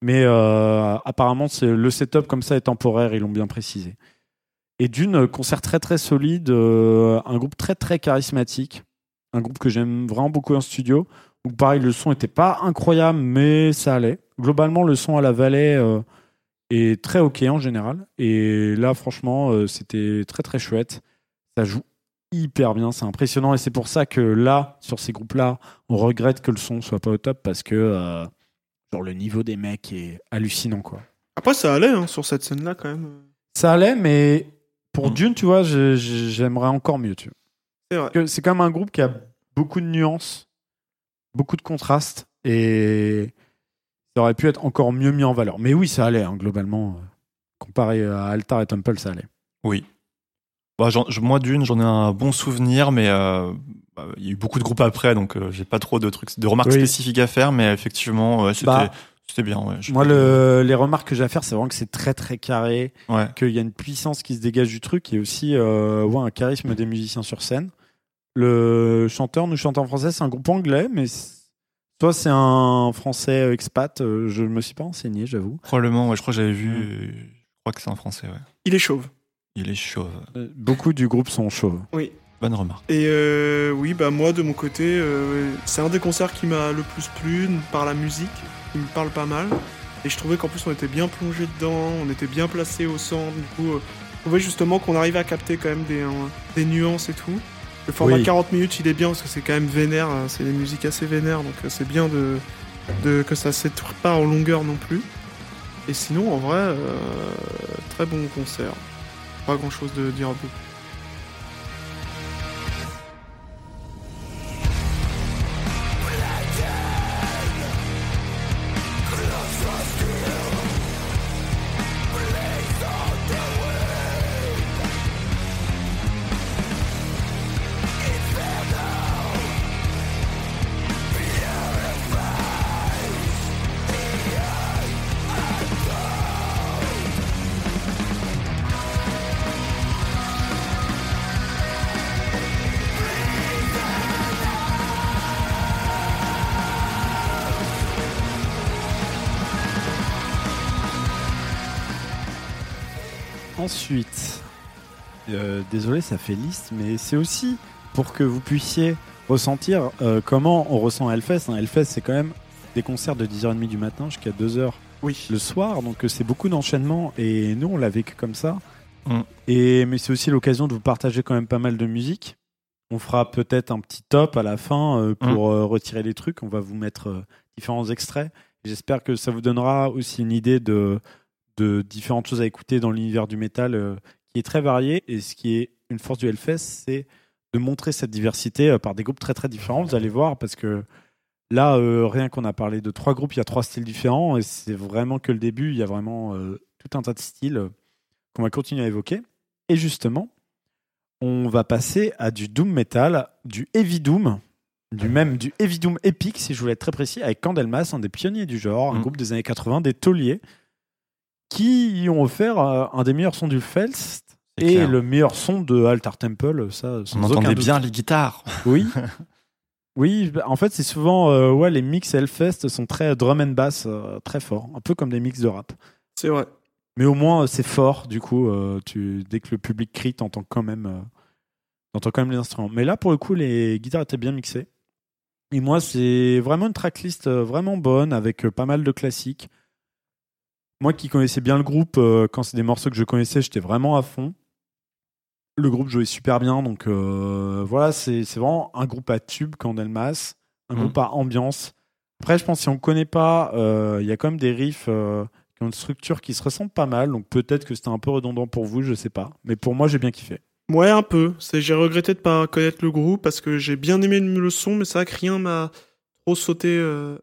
C: Mais euh, apparemment, c'est le setup comme ça est temporaire, ils l'ont bien précisé. Et d'une, euh, concert très très solide, euh, un groupe très très charismatique, un groupe que j'aime vraiment beaucoup en studio. Donc pareil, le son n'était pas incroyable, mais ça allait. Globalement, le son à la vallée euh, est très ok en général. Et là, franchement, euh, c'était très très chouette. Ça joue hyper bien, c'est impressionnant. Et c'est pour ça que là, sur ces groupes-là, on regrette que le son soit pas au top parce que euh, genre, le niveau des mecs est hallucinant quoi.
B: Après, ça allait hein, sur cette scène-là quand même.
C: Ça allait, mais pour
A: Mm.
C: Dune, tu vois, je- je- j'aimerais encore mieux. Tu vois.
B: C'est vrai.
C: Parce que c'est quand même un groupe qui a beaucoup de nuances, beaucoup de contrastes, et ça aurait pu être encore mieux mis en valeur. Mais oui, ça allait, hein, globalement. euh, Comparé à Altar et Temple, ça allait.
A: Oui. Bah, j'en- je- moi, d'une, j'en ai un bon souvenir, mais euh, bah, il y a eu beaucoup de groupes après, donc euh, j'ai pas trop de trucs, de remarques
C: Oui.
A: spécifiques à faire, mais effectivement, ouais, c'était
C: Bah,
A: c'était bien. ouais. Je-
C: Moi, le- les remarques que j'ai à faire, c'est vraiment que c'est très très carré,
A: Ouais.
C: qu'il y a une puissance qui se dégage du truc, et aussi euh, ouais, un charisme des musiciens sur scène. Le chanteur nous chante en français, c'est un groupe anglais, mais c- toi, c'est un français expat, euh, je me suis pas renseigné, j'avoue.
A: Probablement, ouais, je crois que j'avais
C: Mm.
A: vu. euh, Je crois que c'est un français, ouais.
B: Il est chauve.
A: Il est chauve.
C: Euh, Beaucoup du groupe sont chauves.
B: Oui.
A: Bonne remarque.
B: Et euh, oui, bah moi de mon côté, euh, c'est un des concerts qui m'a le plus plu par la musique, qui me parle pas mal. Et je trouvais qu'en plus on était bien plongé dedans, on était bien placé au centre. Du coup, euh, je trouvais justement qu'on arrivait à capter quand même des, euh, des nuances et tout. Le format
C: Oui.
B: 40 minutes, il est bien parce que c'est quand même vénère, euh, c'est des musiques assez vénères, donc euh, c'est bien de, de que ça s'étire pas en longueur non plus. Et sinon, en vrai, euh, très bon concert. Pas grand chose de dire un peu.
C: Ensuite, euh, désolé, ça fait liste, mais c'est aussi pour que vous puissiez ressentir euh, comment on ressent Hellfest. hein. Hellfest, c'est quand même des concerts de 10h30 du matin jusqu'à 2h
B: Oui.
C: le soir, donc euh, c'est beaucoup d'enchaînement et nous on l'a vécu comme ça.
A: Mm.
C: Et mais c'est aussi l'occasion de vous partager quand même pas mal de musique. On fera peut-être un petit top à la fin euh, pour euh, retirer les trucs. On va vous mettre euh, différents extraits. J'espère que ça vous donnera aussi une idée de, de différentes choses à écouter dans l'univers du métal euh, qui est très varié. Et ce qui est une force du Hellfest, c'est de montrer cette diversité euh, par des groupes très très différents. Vous allez voir parce que là, euh, rien qu'on a parlé de trois groupes, il y a trois styles différents et c'est vraiment que le début. Il y a vraiment euh, tout un tas de styles euh, qu'on va continuer à évoquer. Et justement, on va passer à du doom metal, du heavy doom, du même du heavy doom épique, si je voulais être très précis, avec Candelmas, un des pionniers du genre, un
A: Mhm.
C: groupe des années 80, des tauliers, qui y ont offert euh, un des meilleurs sons du Felst.
A: C'est
C: Et
A: clair.
C: le meilleur son de Altar Temple, ça, sans
A: On
C: aucun
A: entendait
C: doute.
A: bien les guitares.
C: Oui. Oui, bah, en fait, c'est souvent. euh, ouais, les mix Hellfest sont très drum and bass, euh, très fort. Un peu comme des mix de rap.
B: C'est vrai.
C: Mais au moins, euh, c'est fort, du coup. euh, tu, dès que le public crie, t'entends quand même. euh, t'entends quand même les instruments. Mais là, pour le coup, les guitares étaient bien mixées. Et moi, c'est vraiment une tracklist euh, vraiment bonne, avec euh, pas mal de classiques. Moi qui connaissais bien le groupe, euh, quand c'est des morceaux que je connaissais, j'étais vraiment à fond. Le groupe jouait super bien, donc euh, voilà, c'est c'est vraiment un groupe à tube, Candelmas, un
A: Mhm.
C: groupe à ambiance. Après, je pense que si on ne connaît pas, euh, il y a quand même des riffs euh, qui ont une structure qui se ressemble pas mal, donc peut-être que c'était un peu redondant pour vous, je sais pas. Mais pour moi, j'ai bien kiffé.
B: Ouais, un peu. C'est, j'ai regretté de pas connaître le groupe parce que j'ai bien aimé le le son, mais c'est vrai que rien m'a trop sauté. euh,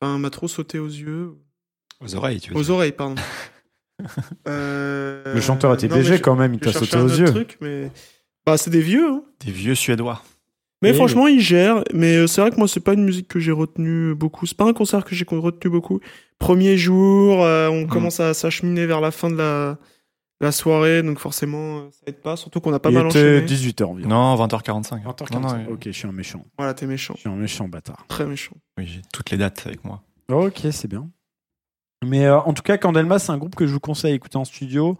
B: Enfin, m'a trop sauté aux yeux.
D: Aux oreilles, tu
B: Aux oreilles, pardon. Euh,
C: Le chanteur était
B: non, mais
C: DG
B: je-
C: quand même, il
B: je
C: t'a
B: cherchais
C: sauté
B: un
C: aux
B: autre
C: yeux.
B: truc, mais... Bah, c'est des vieux, hein.
A: Des vieux suédois.
B: Mais
C: Et-
B: franchement, ils gèrent. Mais euh, c'est vrai que moi, c'est pas une musique que j'ai retenue beaucoup. C'est pas un concert que j'ai con- retenu beaucoup. Premier jour, euh,
C: Mm.
B: on commence à s'acheminer vers la fin de la, la soirée, donc forcément, euh, ça aide pas. Surtout qu'on a pas
C: il
B: mal
C: était
B: enchaîné.
C: 18h environ.
A: Non, 20h45. Non, non,
C: ok, je suis un méchant.
B: Voilà, t'es méchant,
C: Je suis un méchant bâtard.
B: très méchant.
A: oui, j'ai toutes les dates avec moi.
C: Ok, c'est bien. Mais euh, en tout cas, Candelmas, c'est un groupe que je vous conseille à écouter en studio.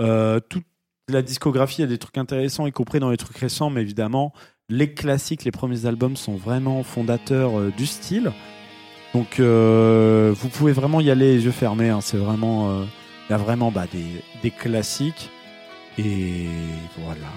C: Euh, toute la discographie, il y a des trucs intéressants, y compris dans les trucs récents, mais évidemment, les classiques, les premiers albums sont vraiment fondateurs euh, du style. Donc, euh, vous pouvez vraiment y aller les yeux fermés. hein. C'est vraiment, euh, il y a vraiment bah, des, des classiques. Et voilà.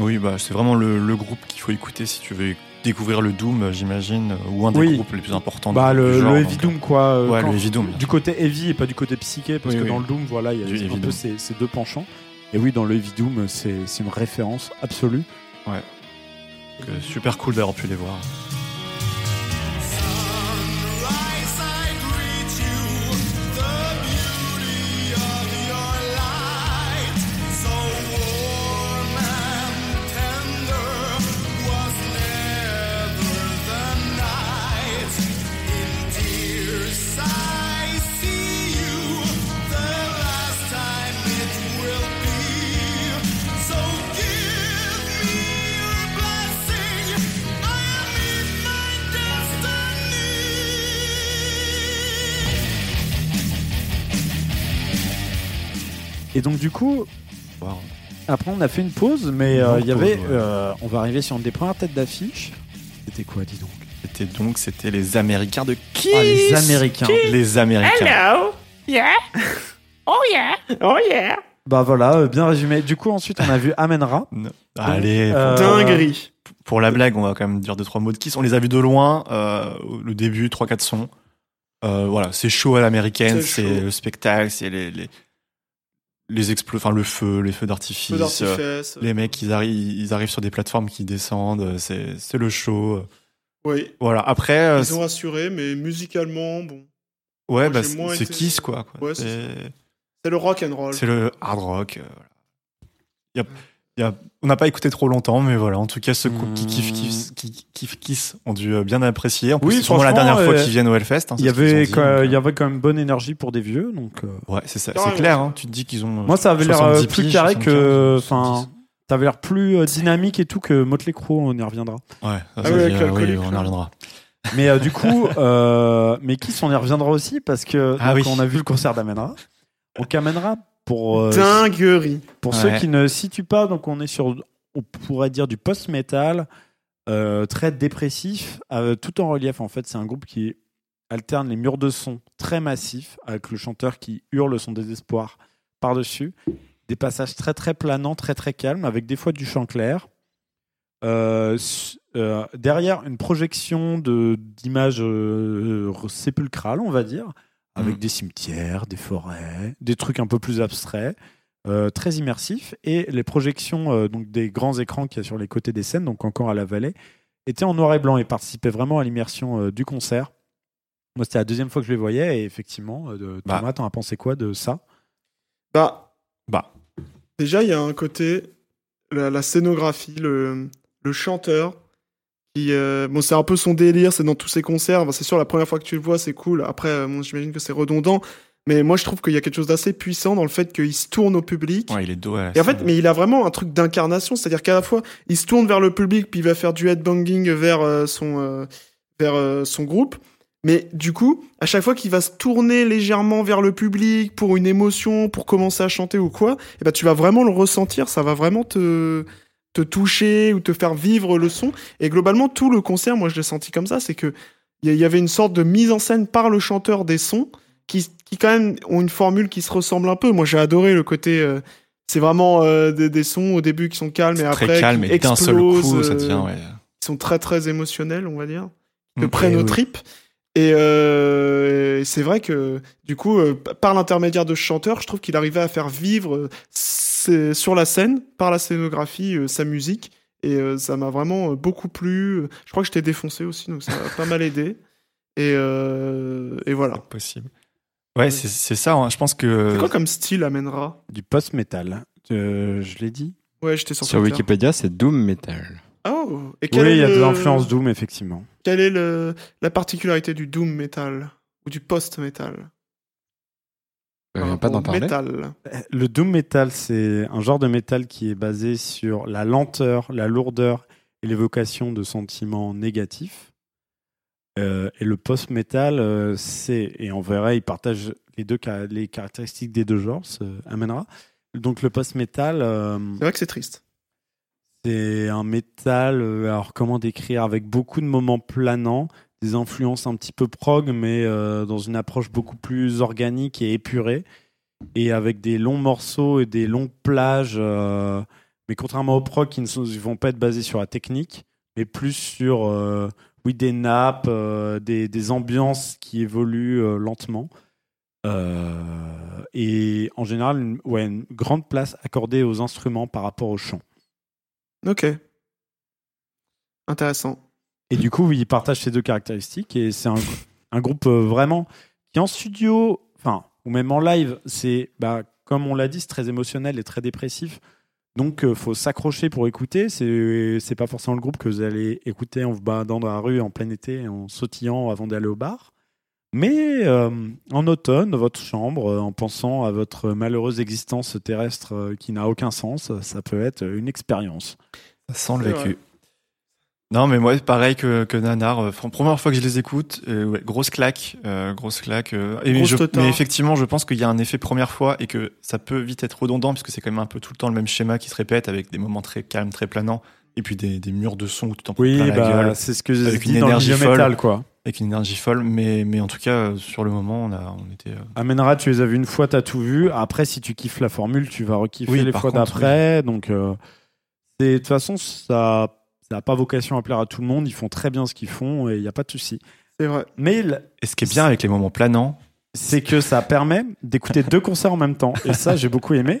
A: Oui, bah, c'est vraiment le, le groupe qu'il faut écouter si tu veux découvrir le Doom, j'imagine, euh, ou un des
C: Oui.
A: groupes les plus importants
C: Bah,
A: du, du
C: le,
A: genre.
C: le Heavy
A: donc,
C: Doom, quoi. euh,
A: Ouais,
C: quand-
A: le Heavy Doom.
C: du côté heavy et pas du côté psyché parce
A: Oui,
C: que
A: oui.
C: dans le Doom voilà il
A: Du
C: y a
A: heavy
C: un peu
A: doom.
C: ces, ces deux penchants et oui dans le heavy Doom c'est c'est une référence absolue
A: euh, Super cool d'avoir pu les voir.
C: et donc du coup
A: Wow.
C: après on a fait une pause mais euh,
A: Longue
C: il y avait
A: pause, ouais.
C: euh, on va arriver sur une des premières têtes d'affiche c'était quoi dis donc
A: C'était donc c'était les Américains de qui
C: Ah, les Américains
A: Les Américains.
B: Hello! Yeah! Oh yeah! Oh yeah!
C: bah voilà euh, bien résumé du coup ensuite on a vu Amenra
A: Allez,
C: Euh,
B: Dinguerie!
A: pour la blague, on va quand même dire deux trois mots de Kiss. On les a vus de loin, euh, le début, trois quatre sons. Euh, voilà, c'est chaud à l'américaine,
B: C'est
A: c'est
B: chaud.
A: le spectacle, c'est les les les explo- enfin le feu, les feux
B: Feu
A: d'artifice. euh,
B: d'artifice.
A: Les mecs, ils arrivent, ils arrivent sur des plateformes qui descendent, euh, c'est c'est le show. euh.
B: Oui.
A: Voilà. Après, euh,
B: Ils ont assuré, mais musicalement, bon.
A: c'est- ouais, bah,
B: j'ai moins
A: c'est c'est
B: été-
A: Kiss quoi. quoi.
B: Ouais, c'est
A: c'est
B: C'est le rock and roll.
A: c'est le hard rock. euh, voilà. Y a- y a- on n'a pas écouté trop longtemps, mais voilà. En tout cas, ceux qui
C: Hmm.
A: kiffent Kiss, qui kiffent Kiss ont dû euh, bien apprécier. En
C: Oui,
A: plus, c'est sûrement la
C: franchement,
A: dernière fois
C: euh,
A: qu'ils viennent au Hellfest. hein,
C: il
A: c'est
C: y
A: ce qu'ils ont
C: avait
A: dit,
C: quand-
A: donc, euh,
C: il y avait quand même bonne énergie pour des vieux donc euh,
A: Ouais, c'est ça. C'est
B: Carrément.
A: clair. hein, tu te dis qu'ils ont. euh,
C: moi ça avait l'air euh,
A: 70
C: plus
A: piges,
C: carré
A: 75,
C: que enfin
A: 70.
C: t'avais l'air plus euh, dynamique et tout que Motley Crue on y reviendra
A: Ouais. ça,
C: Ah
A: ça,
B: oui, avec
A: euh,
B: l'alcoolique,
A: oui, on
B: là.
A: en reviendra.
C: Mais euh, du coup, euh, mais Kiss, on y reviendra aussi parce que
A: Ah
C: donc,
A: oui.
C: on a vu le concert d'Amenra. Donc Amenra, pour, euh,
B: Dinguerie!
C: pour
A: Ouais.
C: ceux qui ne situent pas, donc on est sur, on pourrait dire du post-metal, euh, très dépressif, euh, tout en relief. En fait, c'est un groupe qui alterne les murs de son très massifs avec le chanteur qui hurle son désespoir par-dessus, des passages très très planants, très très calmes, avec des fois du chant clair. euh, s- euh, derrière une projection de- d'images euh, sépulcrales, on va dire, avec
A: Mhm.
C: des cimetières, des forêts, des trucs un peu plus abstraits, euh, très immersifs. Et les projections euh, donc des grands écrans qu'il y a sur les côtés des scènes, donc encore à la vallée, étaient en noir et blanc et participaient vraiment à l'immersion euh, du concert. Moi, c'était la deuxième fois que je les voyais et effectivement, euh, de-
A: Bah.
C: Thomas, t'en as pensé quoi de ça
B: Bah.
A: Bah.
B: Déjà, il y a un côté, la, la scénographie, le, le chanteur, qui, euh, bon, c'est un peu son délire, c'est dans tous ses concerts. Enfin, c'est sûr, la première fois que tu le vois, c'est cool. Après, euh, bon, j'imagine que c'est redondant. Mais moi, je trouve qu'il y a quelque chose d'assez puissant dans le fait qu'il se tourne au public.
A: Ouais, il est dos à la
B: Et en fait,
A: scène.
B: mais il a vraiment un truc d'incarnation, c'est-à-dire qu'à la fois, il se tourne vers le public, puis il va faire du headbanging vers euh, son, euh, vers euh, son groupe. Mais du coup, à chaque fois qu'il va se tourner légèrement vers le public pour une émotion, pour commencer à chanter ou quoi, eh ben tu vas vraiment le ressentir, ça va vraiment te te toucher ou te faire vivre le son. Et globalement, tout le concert, moi je l'ai senti comme ça, c'est que il y- y avait une sorte de mise en scène par le chanteur des sons qui, qui quand même ont une formule qui se ressemble un peu. Moi j'ai adoré le côté, euh, c'est vraiment euh, des, des sons au début qui sont calmes et après
A: très calme
B: qui
A: et d'un seul
B: explosent,
A: coup, ça
B: euh,
A: devient. Ouais.
B: qui sont très très émotionnels, on va dire, que
A: Mm.
B: prennent
C: Eh
B: aux
C: oui.
B: tripes. Et euh, c'est vrai que du coup, euh, p- par l'intermédiaire de ce chanteur, je trouve qu'il arrivait à faire vivre euh, ses- sur la scène, par la scénographie, euh, sa musique. Et euh, ça m'a vraiment euh, beaucoup plu. Je crois que j'étais défoncé aussi, donc ça m'a pas mal aidé. Et, euh, et voilà.
A: possible. Ouais, c'est c'est ça. hein. Je pense que.
B: C'est quoi comme style amènera
C: Du post-metal, Euh, je l'ai dit.
B: Ouais, j'étais sur,
D: Sur
B: Twitter.
D: Wikipédia, c'est Doom Metal.
B: Oh, et quel
C: Oui,
B: est
C: il y a
B: le-
C: des influences Doom, effectivement.
B: Quelle est le- la particularité du doom metal ou du post metal
C: Euh,
D: On
B: Par
D: vient Euh, pas
B: rapport
D: d'en
B: au
D: parler.
B: métal.
C: Le doom metal, c'est un genre de métal qui est basé sur la lenteur, la lourdeur et l'évocation de sentiments négatifs. Euh, et le post-metal, euh, c'est, et on verra, il partage les deux ca- les caractéristiques des deux genres, ce Amènera. Donc le post-metal, euh,
B: C'est vrai que c'est triste.
C: c'est un métal, euh, alors comment décrire, avec beaucoup de moments planants, des influences un petit peu prog, mais euh, dans une approche beaucoup plus organique et épurée, et avec des longs morceaux et des longues plages, euh, mais contrairement aux prog qui ne sont- vont pas être basés sur la technique, mais plus sur euh, oui, des nappes, euh, des, des ambiances qui évoluent euh, lentement. Euh, et en général, une, ouais, une grande place accordée aux instruments par rapport au chant.
B: Ok. Intéressant.
C: Et du coup, oui, il partage ces deux caractéristiques. Et c'est un, un groupe euh, vraiment qui, en studio, enfin, ou même en live, c'est, bah, comme on l'a dit, c'est très émotionnel et très dépressif. Donc, euh, faut s'accrocher pour écouter. C'est c'est pas forcément le groupe que vous allez écouter en vous baladant dans la rue en plein été, en sautillant avant d'aller au bar. Mais euh, en automne, dans votre chambre, euh, en pensant à votre malheureuse existence terrestre euh, qui n'a aucun sens, ça peut être une expérience.
A: Ça sent le
B: C'est
A: vécu.
B: vrai.
A: Non, mais moi, pareil que, que Nanar, euh, fr- première fois que je les écoute, euh, ouais, grosse claque, euh, grosse claque. euh, et
B: Grosse
A: je-
B: totale.
A: mais effectivement, je pense qu'il y a un effet première fois et que ça peut vite être redondant puisque c'est quand même un peu tout le temps le même schéma qui se répète avec des moments très calmes, très planants et puis des, des murs de son où tu t'en prends plein
C: Oui,
A: la gueule
C: bah, c'est ce que j'ai
A: Avec une
C: dit dans le
A: énergie
C: milieu
A: folle.
C: métal, quoi.
A: avec une énergie folle. Mais, mais en tout cas, euh, sur le moment, on, a, on était. euh,
C: Amènera, tu les as vus une fois, t'as tout vu. Après, si tu kiffes la formule, tu vas rekiffer
A: Oui,
C: les
A: par
C: fois
A: contre,
C: d'après. Donc, euh, c'est- de toute façon, ça n'a pas vocation à plaire à tout le monde. Ils font très bien ce qu'ils font et il n'y a pas de souci.
B: C'est vrai.
C: Mais il-
A: Et ce qui est bien avec les moments planants,
C: c'est que ça permet d'écouter deux concerts en même temps. Et ça, j'ai beaucoup aimé.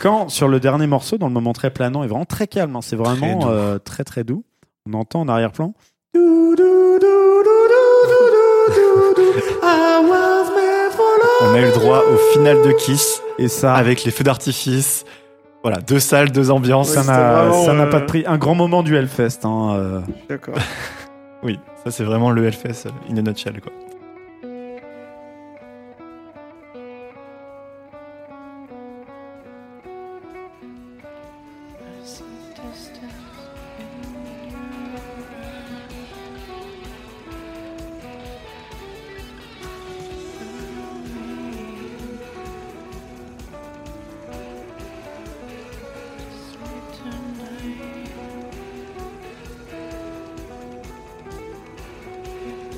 C: Quand, sur le dernier morceau, dans le moment très planant et vraiment très calme, hein, c'est vraiment
A: doux.
C: euh, très, très doux. On entend en arrière-plan. Dou, dou, dou, dou, dou, dou, dou, dou. I was made for love.
A: on a eu le droit au final de Kiss
C: Et
B: Ah.
C: ça,
A: avec les feux d'artifice. Voilà, deux salles, deux ambiances.
B: Ouais,
C: ça
B: c'était
C: n'a
B: vraiment,
C: ça n'a
B: euh,
C: pas de prix. Un grand moment du Hellfest. hein, euh.
B: D'accord.
A: Oui, ça c'est vraiment le Hellfest euh, in a nutshell quoi.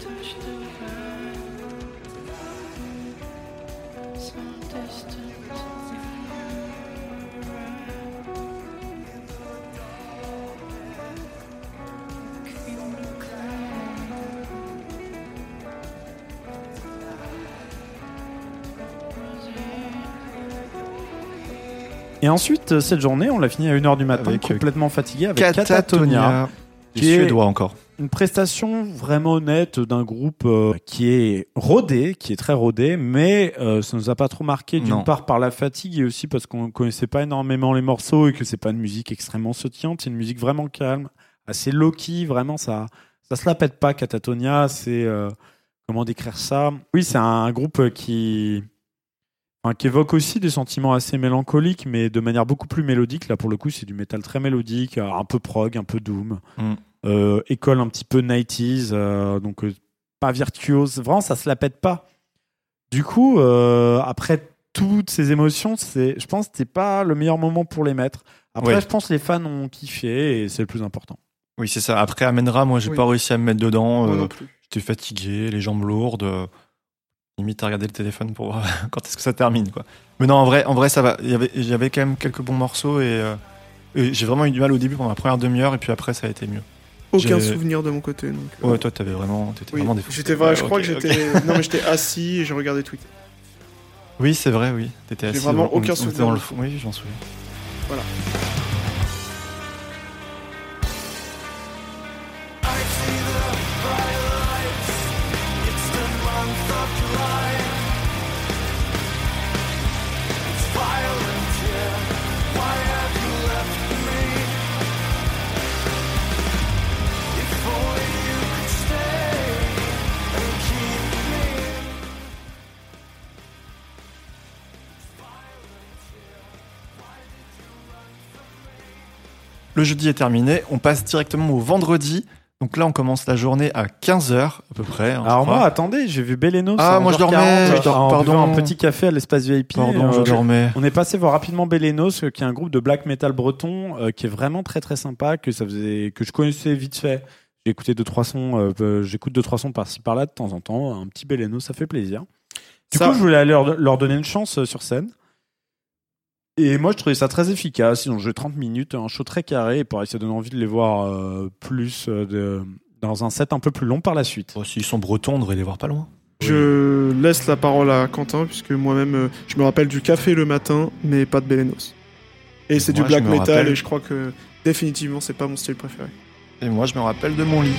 E: Touch the fire.
C: Et ensuite, euh, cette journée, on l'a fini à 1h du matin,
A: Avec, euh,
C: complètement fatigué, avec Catatonia.
A: Catatonia. Les
C: qui est-
A: Suédois encore.
C: une prestation vraiment honnête d'un groupe euh, qui est rodé, qui est très rodé, mais euh, ça nous a pas trop marqué d'une
A: Non.
C: part par la fatigue et aussi parce qu'on connaissait pas énormément les morceaux et que c'est pas une musique extrêmement sautillante, c'est une musique vraiment calme, assez low-key, vraiment ça ça se la pète pas Catatonia, c'est euh, comment décrire ça Oui, c'est un groupe qui enfin, qui évoque aussi des sentiments assez mélancoliques, mais de manière beaucoup plus mélodique. Là, pour le coup, c'est du métal très mélodique, euh, un peu prog, un peu doom,
A: Mm.
C: Euh, école un petit peu 90s, euh, donc euh, pas virtuose. Vraiment, ça se la pète pas. Du coup, euh, après toutes ces émotions, c'est, je pense, que c'était pas le meilleur moment pour les mettre. Après,
A: Ouais.
C: je pense que les fans ont kiffé et c'est le plus important.
A: Oui, c'est ça. Après, Amenra, moi, j'ai
B: Oui.
A: pas réussi à me mettre dedans.
B: Moi
A: euh,
B: non plus.
A: J'étais fatigué, les jambes lourdes. euh, Limite à regarder le téléphone pour voir quand est-ce que ça termine. Quoi. Mais non, en vrai, en vrai ça va. Il y avait, il y avait quand même quelques bons morceaux et, euh, et j'ai vraiment eu du mal au début pendant la première demi-heure et puis après ça a été mieux.
B: Aucun
A: j'ai-
B: souvenir de mon côté. donc, euh,
A: Ouais, toi, t'avais vraiment, t'étais
B: oui.
A: vraiment défoncé.
B: J'étais vrai,
A: Ouais,
B: je crois
A: ok,
B: que
A: ok.
B: j'étais. non, mais j'étais assis et j'ai regardé Twitter.
A: Oui, c'est vrai, oui. T'étais
B: J'ai
A: assis
B: vraiment
A: dans- on-
B: aucun
A: on était
B: souvenir.
A: dans le fond. Oui, j'en souviens. Le jeudi est terminé, on passe directement au vendredi. Donc là, on commence la journée à 15h à peu près. hein, je
C: Alors
A: crois.
C: moi, attendez, j'ai vu Beleno.
A: Ah, moi, je dormais, je dors-
C: pardon.
A: pardon.
C: un petit café à l'espace VIP.
A: Pardon, je
C: euh,
A: dormais.
C: On est passé voir rapidement Belenos, euh, qui est un groupe de black metal breton, euh, qui est vraiment très très sympa, que ça faisait, que je connaissais vite fait. J'ai écouté deux trois sons, euh, euh, j'écoute deux trois sons par-ci par-là de temps en temps. Un petit Belenos, ça fait plaisir. Du
B: Ça-
C: coup, je voulais aller leur, leur donner une chance euh, sur scène. Et moi, je trouvais ça très efficace. Ils ont joué 30 minutes, un show très carré, et pareil, ça donne envie de les voir euh, plus euh, de- dans un set un peu plus long par la suite.
A: Bon, Oh, S'ils sont bretons, on devrait les voir pas loin.
B: Je laisse la parole à Quentin, puisque moi-même, euh, je me rappelle du café le matin, mais pas de Belenos. Et c'est du
A: Moi, je
B: black
A: me
B: metal,
A: rappelle-
B: et je crois que définitivement, c'est pas mon style préféré.
A: Et moi, je me rappelle de mon lit.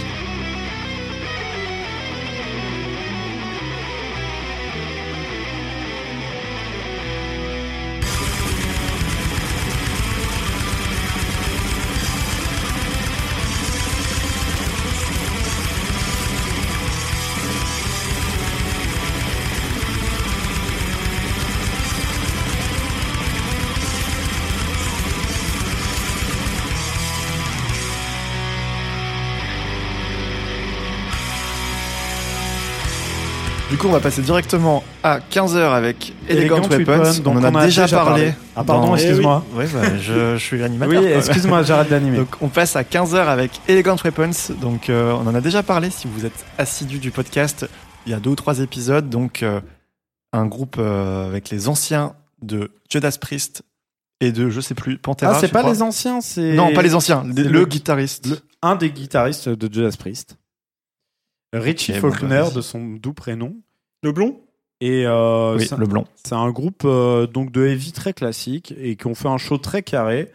A: Du coup, on va passer directement à 15h avec Elegant, Weapons.
C: donc
A: on en a, déjà parlé.
C: Ah pardon,
A: dans-
C: excuse-moi.
A: Oui, bah, je, je suis
C: Oui,
A: animateur. quoi.
C: excuse-moi, j'arrête d'animer.
A: Donc, on passe à 15h avec Elegant Weapons. Donc, euh, on en a déjà parlé si vous êtes assidu du podcast. Il y a deux ou trois épisodes. Donc, euh, un groupe euh, avec les anciens de Judas Priest et de, je sais plus, Pantera.
C: Ah, c'est
A: je
C: pas
A: crois.
C: les anciens, c'est.
A: Non, pas les anciens. Le,
C: C'est
A: le
C: le-
A: guitariste.
C: le- Un des guitaristes de Judas Priest. Richie
A: Eh bon, bah,
C: Faulkner,
A: vas-y.
C: de son doux prénom.
B: Le blond
C: Et euh,
A: Oui,
C: c'est
A: le blond.
C: c'est un groupe euh, donc de heavy très classique et qui ont fait un show très carré,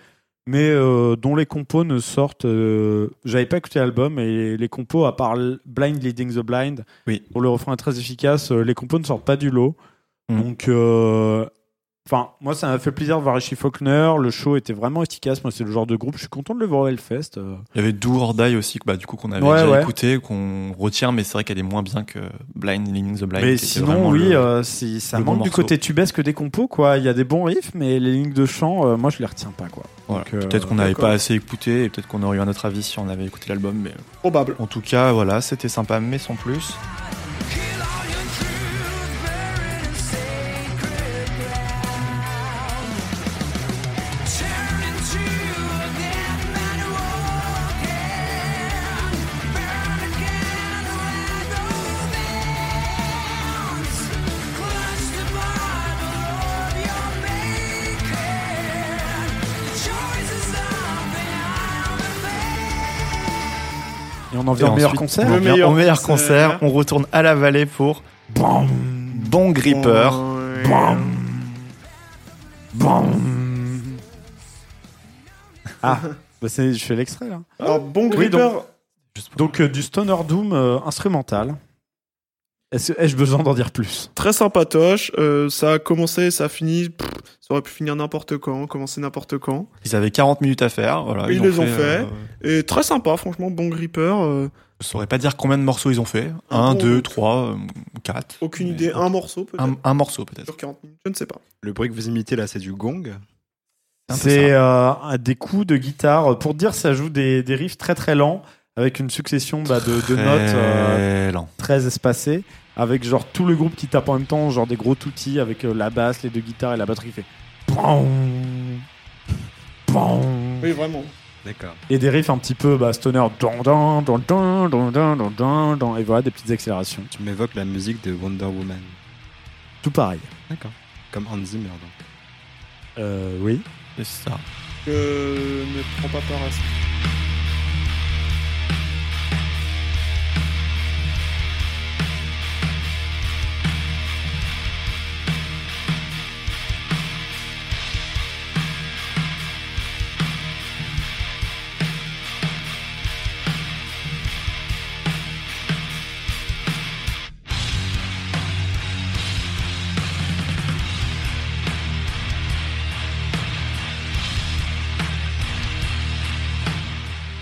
C: mais euh, dont les compos ne sortent. euh, J'avais pas écouté l'album et les compos, à part l- Blind Leading the Blind,
A: Oui.
C: dont le refrain est très efficace, euh, les compos ne sortent pas du lot.
A: Mm.
C: Donc, euh, enfin, moi ça m'a fait plaisir de voir Richie Faulkner. Le show était vraiment efficace. Moi, c'est le genre de groupe. Je suis content de le voir au Hellfest. euh.
A: Il y avait Do or Die aussi, que, bah, du coup, qu'on avait
C: Ouais,
A: déjà
C: ouais.
A: écouté, qu'on retient, mais c'est vrai qu'elle est moins bien que Blind Leading the Blind.
C: Mais
A: qui était
C: sinon,
A: vraiment
C: oui,
A: le-
C: euh, si- ça
A: le bon
C: manque du
A: morceau.
C: côté tubesque des compos, quoi. Il y a des bons riffs, mais les lignes de chant, euh, moi, je les retiens pas, quoi.
A: voilà.
C: donc, euh,
A: Peut-être qu'on n'avait
B: d'accord.
A: pas assez écouté, et peut-être qu'on aurait eu un autre avis si on avait écouté l'album, mais
B: Probable.
A: en tout cas, voilà, c'était sympa, mais sans plus.
C: Et on en vient
A: Et
C: au meilleur
A: ensuite,
C: concert.
A: on
B: Le
A: revient au
B: meilleur
A: meilleur
B: concert.
A: concert, on retourne à la vallée pour
C: Bam,
A: Bon Gripper.
B: Oh, ouais.
C: bam, bam. Ah, bah, c'est- je fais l'extrait là.
A: Ah,
B: Alors, Ah, bon
C: Oui,
B: gripper.
C: Donc euh, du Stoner Doom euh, instrumental. Est-ce- Ai-je besoin d'en dire plus
B: Très sympatoche. euh, ça a commencé, ça a fini. pff, ça aurait pu finir n'importe quand, commencer n'importe quand.
A: Ils avaient 40 minutes à faire. Voilà,
B: Ils les ont fait.
A: euh,
B: Et très sympa, franchement, bon gripper. euh,
A: je saurais pas dire combien de morceaux ils ont fait.
B: Un
A: Un,
B: bon-
A: deux, trois, euh, quatre.
B: aucune
A: Mais-
B: idée, un morceau peut-être.
A: Un, un morceau peut-être.
B: Sur 40 minutes, je ne sais pas.
D: Le bruit que vous imitez là, c'est du gong.
A: Un peu
C: C'est
A: ça.
C: euh, un- des coups de guitare. Euh, Pour te dire, ça joue des, des riffs très très lents avec une succession bah, de, de
A: Très
C: notes euh,
A: lent.
C: très espacées. Avec genre tout le groupe qui tape en même temps, genre des gros toutis avec euh, la basse, les deux guitares et la batterie qui fait. Poum, poum.
B: Oui, vraiment.
D: D'accord.
C: Et des riffs un petit peu bah, stoner. Dun, dun, dun, dun, dun, dun, dun, dun, dun. Et voilà des petites accélérations.
D: Tu m'évoques la musique de Wonder Woman.
C: Tout pareil.
D: D'accord. Comme Hans Zimmer, donc.
C: Euh, oui.
A: C'est ça.
B: Je ne prends pas part à ça.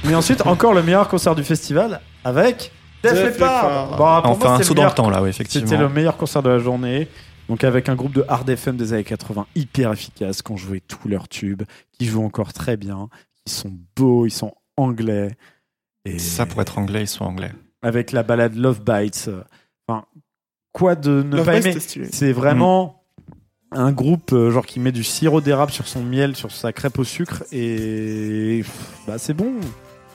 C: Mais ensuite, encore le meilleur concert du festival avec Def
B: Def
C: Leppard.
B: Leppard.
C: Bon, pour
A: Enfin,
C: moi,
A: un
C: c'est
A: saut
C: le
A: dans le
C: meilleur-
A: temps là, oui,
C: C'était le
A: effectivement.
C: meilleur concert de la journée. Donc avec un groupe de hard FM des années 80 hyper efficace, qui ont joué tous leurs tubes, qui jouent encore très bien, qui sont beaux, ils sont anglais. Et
A: Ça pour être anglais, ils sont anglais.
C: avec la balade Love Bites. euh, Enfin, quoi de ne
B: Love
C: pas
B: Bites,
C: aimer
B: c'était stylé.
C: C'est vraiment un groupe euh, genre qui met du sirop d'érable sur son miel, sur sa crêpe au sucre et pff, bah c'est bon,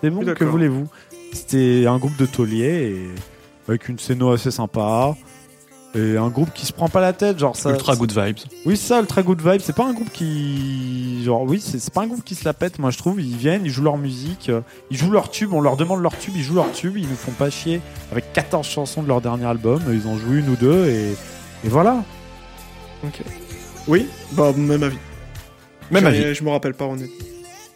C: c'est bon.
B: Oui,
C: Que
B: d'accord.
C: voulez-vous C'était un groupe de tauliers et avec une scéno assez sympa et un groupe qui se prend pas la tête, genre ça.
A: Ultra good vibes.
C: Oui, c'est ça, ultra good vibe. C'est pas un groupe qui, genre, oui, c'est c'est pas un groupe qui se la pète. Moi, je trouve, ils viennent, ils jouent leur musique, euh, ils jouent leur tube. On leur demande leur tube, ils jouent leur tube. Ils nous font pas chier avec 14 chansons de leur dernier album. Ils en jouent une ou deux et, et voilà.
B: Oui, bah, même avis.
A: Même
B: Je-
A: avis.
B: Je me rappelle pas, honnêtement.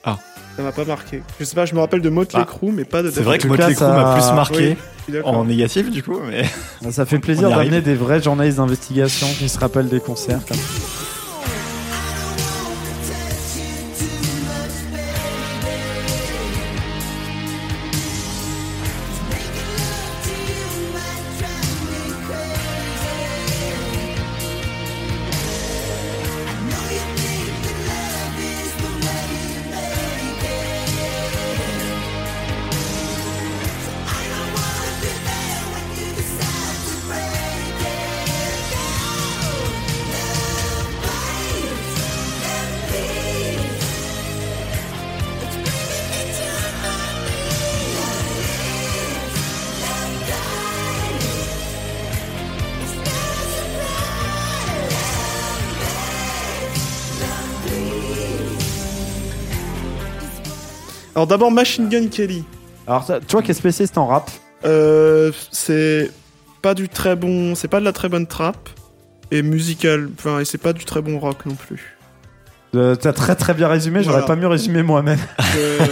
A: Ah.
B: Ça m'a pas marqué. Je sais pas, je me rappelle de Motley
A: Ah.
B: Crue, mais pas de
A: C'est vrai
C: En
A: que
C: tout
A: Motley
C: cas,
A: Crue
C: ça-
A: m'a plus
B: Oui,
A: marqué
B: je suis d'accord.
A: en négatif du coup, mais
C: Ah, Ça fait plaisir
A: On y arrive.
C: d'amener des vrais journalistes d'investigation qui se rappellent des concerts. comme ça.
B: Alors d'abord Machine Gun Kelly.
C: Alors, ça- toi qui es spécialiste en rap,
B: Euh, c'est pas du très bon, c'est pas de la très bonne trap et musical, enfin et c'est pas du très bon rock non plus.
C: euh, t'as très très bien résumé. J'aurais
B: Voilà.
C: pas mieux résumé moi-même.
B: Euh,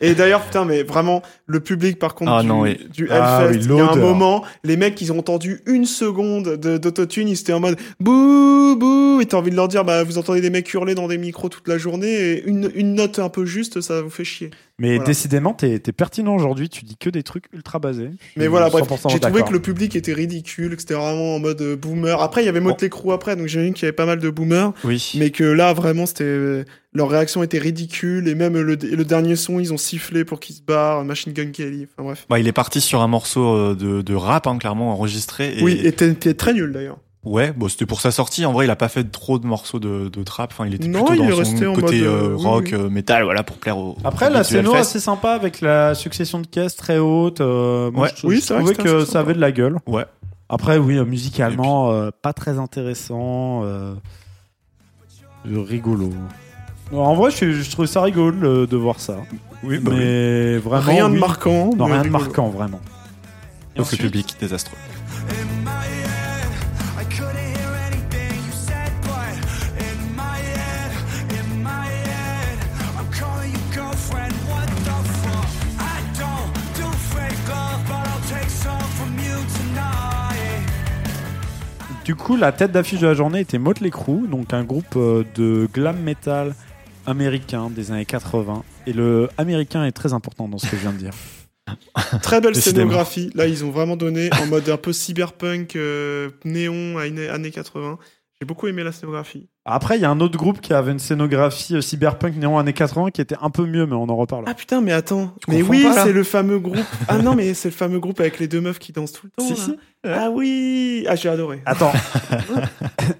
B: et d'ailleurs putain mais vraiment le public par contre
A: Ah
B: du,
A: non, oui.
B: du
C: Ah
B: Hellfest,
C: oui,
B: il y a un
C: l'odeur.
B: moment les mecs ils ont entendu une seconde de- d'autotune ils étaient en mode bouh bouh et t'as envie de leur dire bah vous entendez des mecs hurler dans des micros toute la journée et une, une note un peu juste ça vous fait chier.
C: Mais
B: Voilà.
C: décidément, t'es t'es pertinent aujourd'hui. Tu dis que des trucs ultra basés. Je
B: Mais
C: suis
B: voilà, bref,
C: 100%
B: j'ai trouvé
C: d'accord.
B: que le public était ridicule, que c'était vraiment en mode euh, boomer. Après, il y avait Motley Crue après, donc j'imagine qu'il y avait pas mal de boomers,
A: oui.
B: mais que là, vraiment, c'était euh, leur réaction était ridicule, et même le, le dernier son, ils ont sifflé pour qu'ils se barrent, Machine Gun Kelly, enfin bref.
A: Bah, il est parti sur un morceau euh, de, de rap, hein, clairement enregistré. Et,
B: Oui, et t'es très nul d'ailleurs.
A: ouais, bon, c'était pour sa sortie. En vrai, il a pas fait trop de morceaux de, de trap. Enfin, il était
B: Non,
A: plutôt
B: il
A: dans
B: est
A: son
B: resté en
A: côté
B: mode,
A: euh,
B: euh, oui,
A: rock,
B: oui.
A: euh, métal, voilà, pour plaire au.
C: Après,
A: au
C: la
A: public du
C: scéno
A: Hellfest.
C: assez sympa avec la succession de caisses très haute. Euh, moi,
A: Ouais.
C: je,
B: Oui,
C: je
B: c'est vrai
C: trouvais
B: que
C: que,
B: c'était assez
C: ça avait de la gueule.
A: Ouais.
C: Après, oui, euh, musicalement, euh, pas très intéressant. euh, euh, rigolo. Non, En vrai, je, je trouve ça rigolo euh, de voir ça.
A: Oui, bah, oui.
C: mais vraiment.
B: Rien de
C: oui.
B: marquant.
C: Non,
B: mais
C: rien de
B: rigolo.
C: marquant, vraiment.
A: Sauf le public désastreux.
E: in my head. I couldn't hear anything you said, but in my head, in my head, I'm calling you ghost.
C: Du coup, la tête d'affiche de la journée était Motley Crue, donc un groupe euh, de glam metal américain des années 80. Et le américain est très important dans ce que je viens de dire.
B: Très belle
A: Décidément.
B: scénographie. Là, ils ont vraiment donné en mode un peu cyberpunk, euh, néon, années années 80. J'ai beaucoup aimé la scénographie.
C: Après, il y a un autre groupe qui avait une scénographie euh, cyberpunk néon années 80 qui était un peu mieux, mais on en reparle.
B: Ah putain, mais attends. mais
A: confonds
B: oui,
A: pas, là
B: c'est le fameux groupe. Ah non, mais c'est le fameux groupe avec les deux meufs qui dansent tout le temps.
A: Si,
B: là.
A: si.
B: Ah oui. Ah, j'ai adoré.
C: Attends,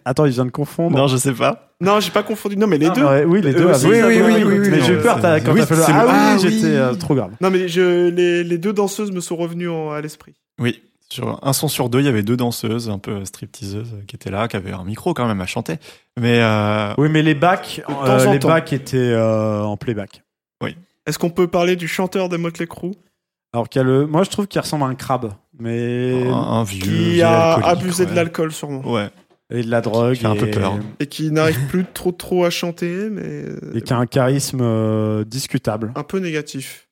C: attends, il vient de confondre.
A: Non, je sais pas.
B: Non, j'ai pas confondu. Non, mais les
C: Ah,
B: deux.
C: ouais, oui, les deux.
B: Euh,
C: avaient-
B: oui, oui, oui, oui, oui,
C: Mais
B: non,
C: j'ai eu peur
A: c'est-
C: t'as- quand
A: oui,
C: t'as fait le.
A: c'est le-
C: Ah oui,
A: Ah oui.
C: j'étais euh, trop grave.
B: Non, mais je, les, les deux danseuses me sont revenues en- à l'esprit.
A: Oui, sur un son sur deux, il y avait deux danseuses, un peu stripteaseuses, euh, qui étaient là, qui avaient un micro quand même à chanter. Mais euh,
C: Oui, mais les bacs,
B: De temps
C: euh,
B: en
C: les
B: temps.
C: bacs étaient euh, en playback.
B: Est-ce qu'on peut parler du chanteur de Motley Crue
C: Alors qu'il y a le, moi je trouve qu'il ressemble à un crabe, mais
A: un, un vieux.
B: qui
A: vieil
B: a
A: alcoolique,
B: abusé
A: ouais.
B: de l'alcool sûrement
A: Ouais.
C: et de la drogue,
A: fait un peu
C: et-
A: peur.
B: et qui n'arrive plus trop trop à chanter, mais euh,
C: et qui a un charisme euh, discutable.
B: un peu négatif.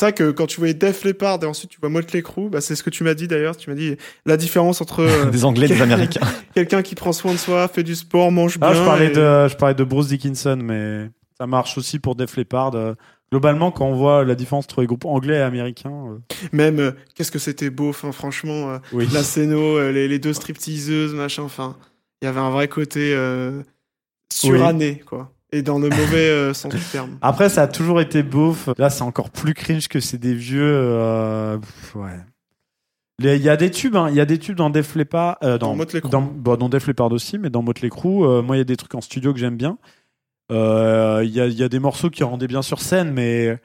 B: C'est vrai que quand tu voyais Def Leppard et ensuite tu vois Motley Crue, bah c'est ce que tu m'as dit d'ailleurs. Tu m'as dit la différence entre euh,
A: Des Anglais, des Américains.
B: quelqu'un qui prend soin de soi, fait du sport, mange bien.
C: Ah, je parlais
B: et-
C: de, je parlais de Bruce Dickinson, mais ça marche aussi pour Def Leppard. Euh, Globalement, quand on voit la différence entre les groupes anglais et américains, euh,
B: Même euh, qu'est-ce que c'était beau, enfin franchement, euh,
C: oui.
B: la scéno, euh, les, les deux stripteaseuses, machin, enfin, il y avait un vrai côté euh, suranné quoi, et dans le mauvais euh, sens du terme.
C: Après, ça a toujours été beauf. Là, c'est encore plus cringe que c'est des vieux. euh, pff, ouais. Les- Il y a des tubes, hein. il y a des tubes dans Def Leppard, euh, dans,
B: Dans Motley Crue.
C: dans, bah, dans Def Leppard aussi, mais dans Motley Crue, euh, moi, il y a des trucs en studio que j'aime bien. Euh, Il y, a, il y a des morceaux qui rendaient bien sur scène, mais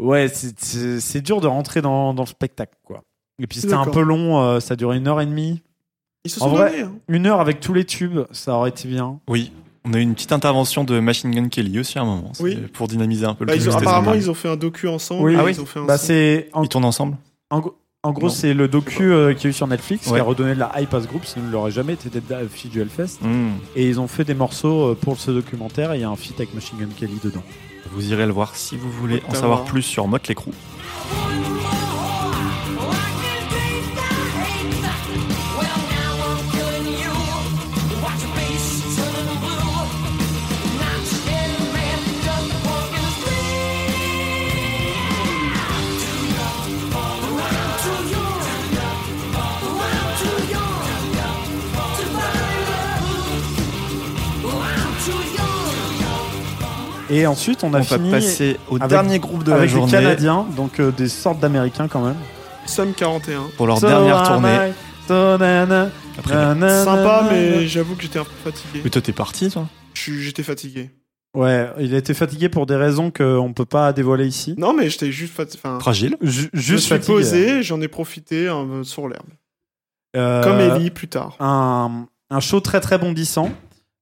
C: ouais, c'est- c'est c'est dur de rentrer dans, dans le spectacle, quoi. Et puis c'était un
B: D'accord.
C: peu long, euh, ça durait une heure et demie,
B: Ils se
C: En
B: sont
C: vrai-
B: donnés, hein.
C: une heure avec tous les tubes, ça aurait été bien.
A: Oui. On a eu une petite intervention de Machine Gun Kelly aussi à un moment.
B: Oui.
A: c'était Pour dynamiser un peu le
B: Bah, ils ont-
A: truc, c'était
B: apparemment,
A: sympa.
B: ils ont fait un docu ensemble.
C: Oui.
B: et
C: Ah
B: ils
C: oui.
B: ont fait un
C: Bah,
B: son.
C: c'est en-
A: Ils tournent ensemble
C: En, gros- en gros,
A: Non.
C: c'est le docu euh, qu'il y a eu sur Netflix qui
A: Ouais.
C: a redonné de la hype à ce groupe, sinon il n'aurait jamais été tête d'affiche du Hellfest.
A: Hmm.
C: Et ils ont fait des morceaux euh, pour ce documentaire et il y a un feat avec Machine Gun Kelly dedans.
A: Vous irez le voir si vous voulez en
B: Putain.
A: savoir plus sur Motley Crue.
C: Et ensuite, on a
A: On va
C: fini
A: passer au
C: avec-
A: dernier groupe de la
C: avec des
A: journée
C: Canadiens, donc euh, des sortes d'américains quand même.
B: Somme 41.
A: pour leur
C: So
A: dernière
C: am
A: tournée.
C: I, so na na,
A: Après,
C: na na
B: Sympa,
C: na
B: mais j'avoue que j'étais un peu fatigué.
A: mais toi t'es parti toi
B: Je suis- J'étais fatigué.
C: na. Ouais, il a été fatigué pour des raisons qu'on ne peut pas dévoiler ici.
B: Non, mais j'étais juste fatigué. Enfin,
A: Fragile.
C: Ju-
B: je me
C: juste
B: suis
C: fatigué.
B: posé, j'en ai profité euh, sur l'herbe.
C: Euh,
B: Comme Ellie plus tard.
C: un, un show très très bondissant.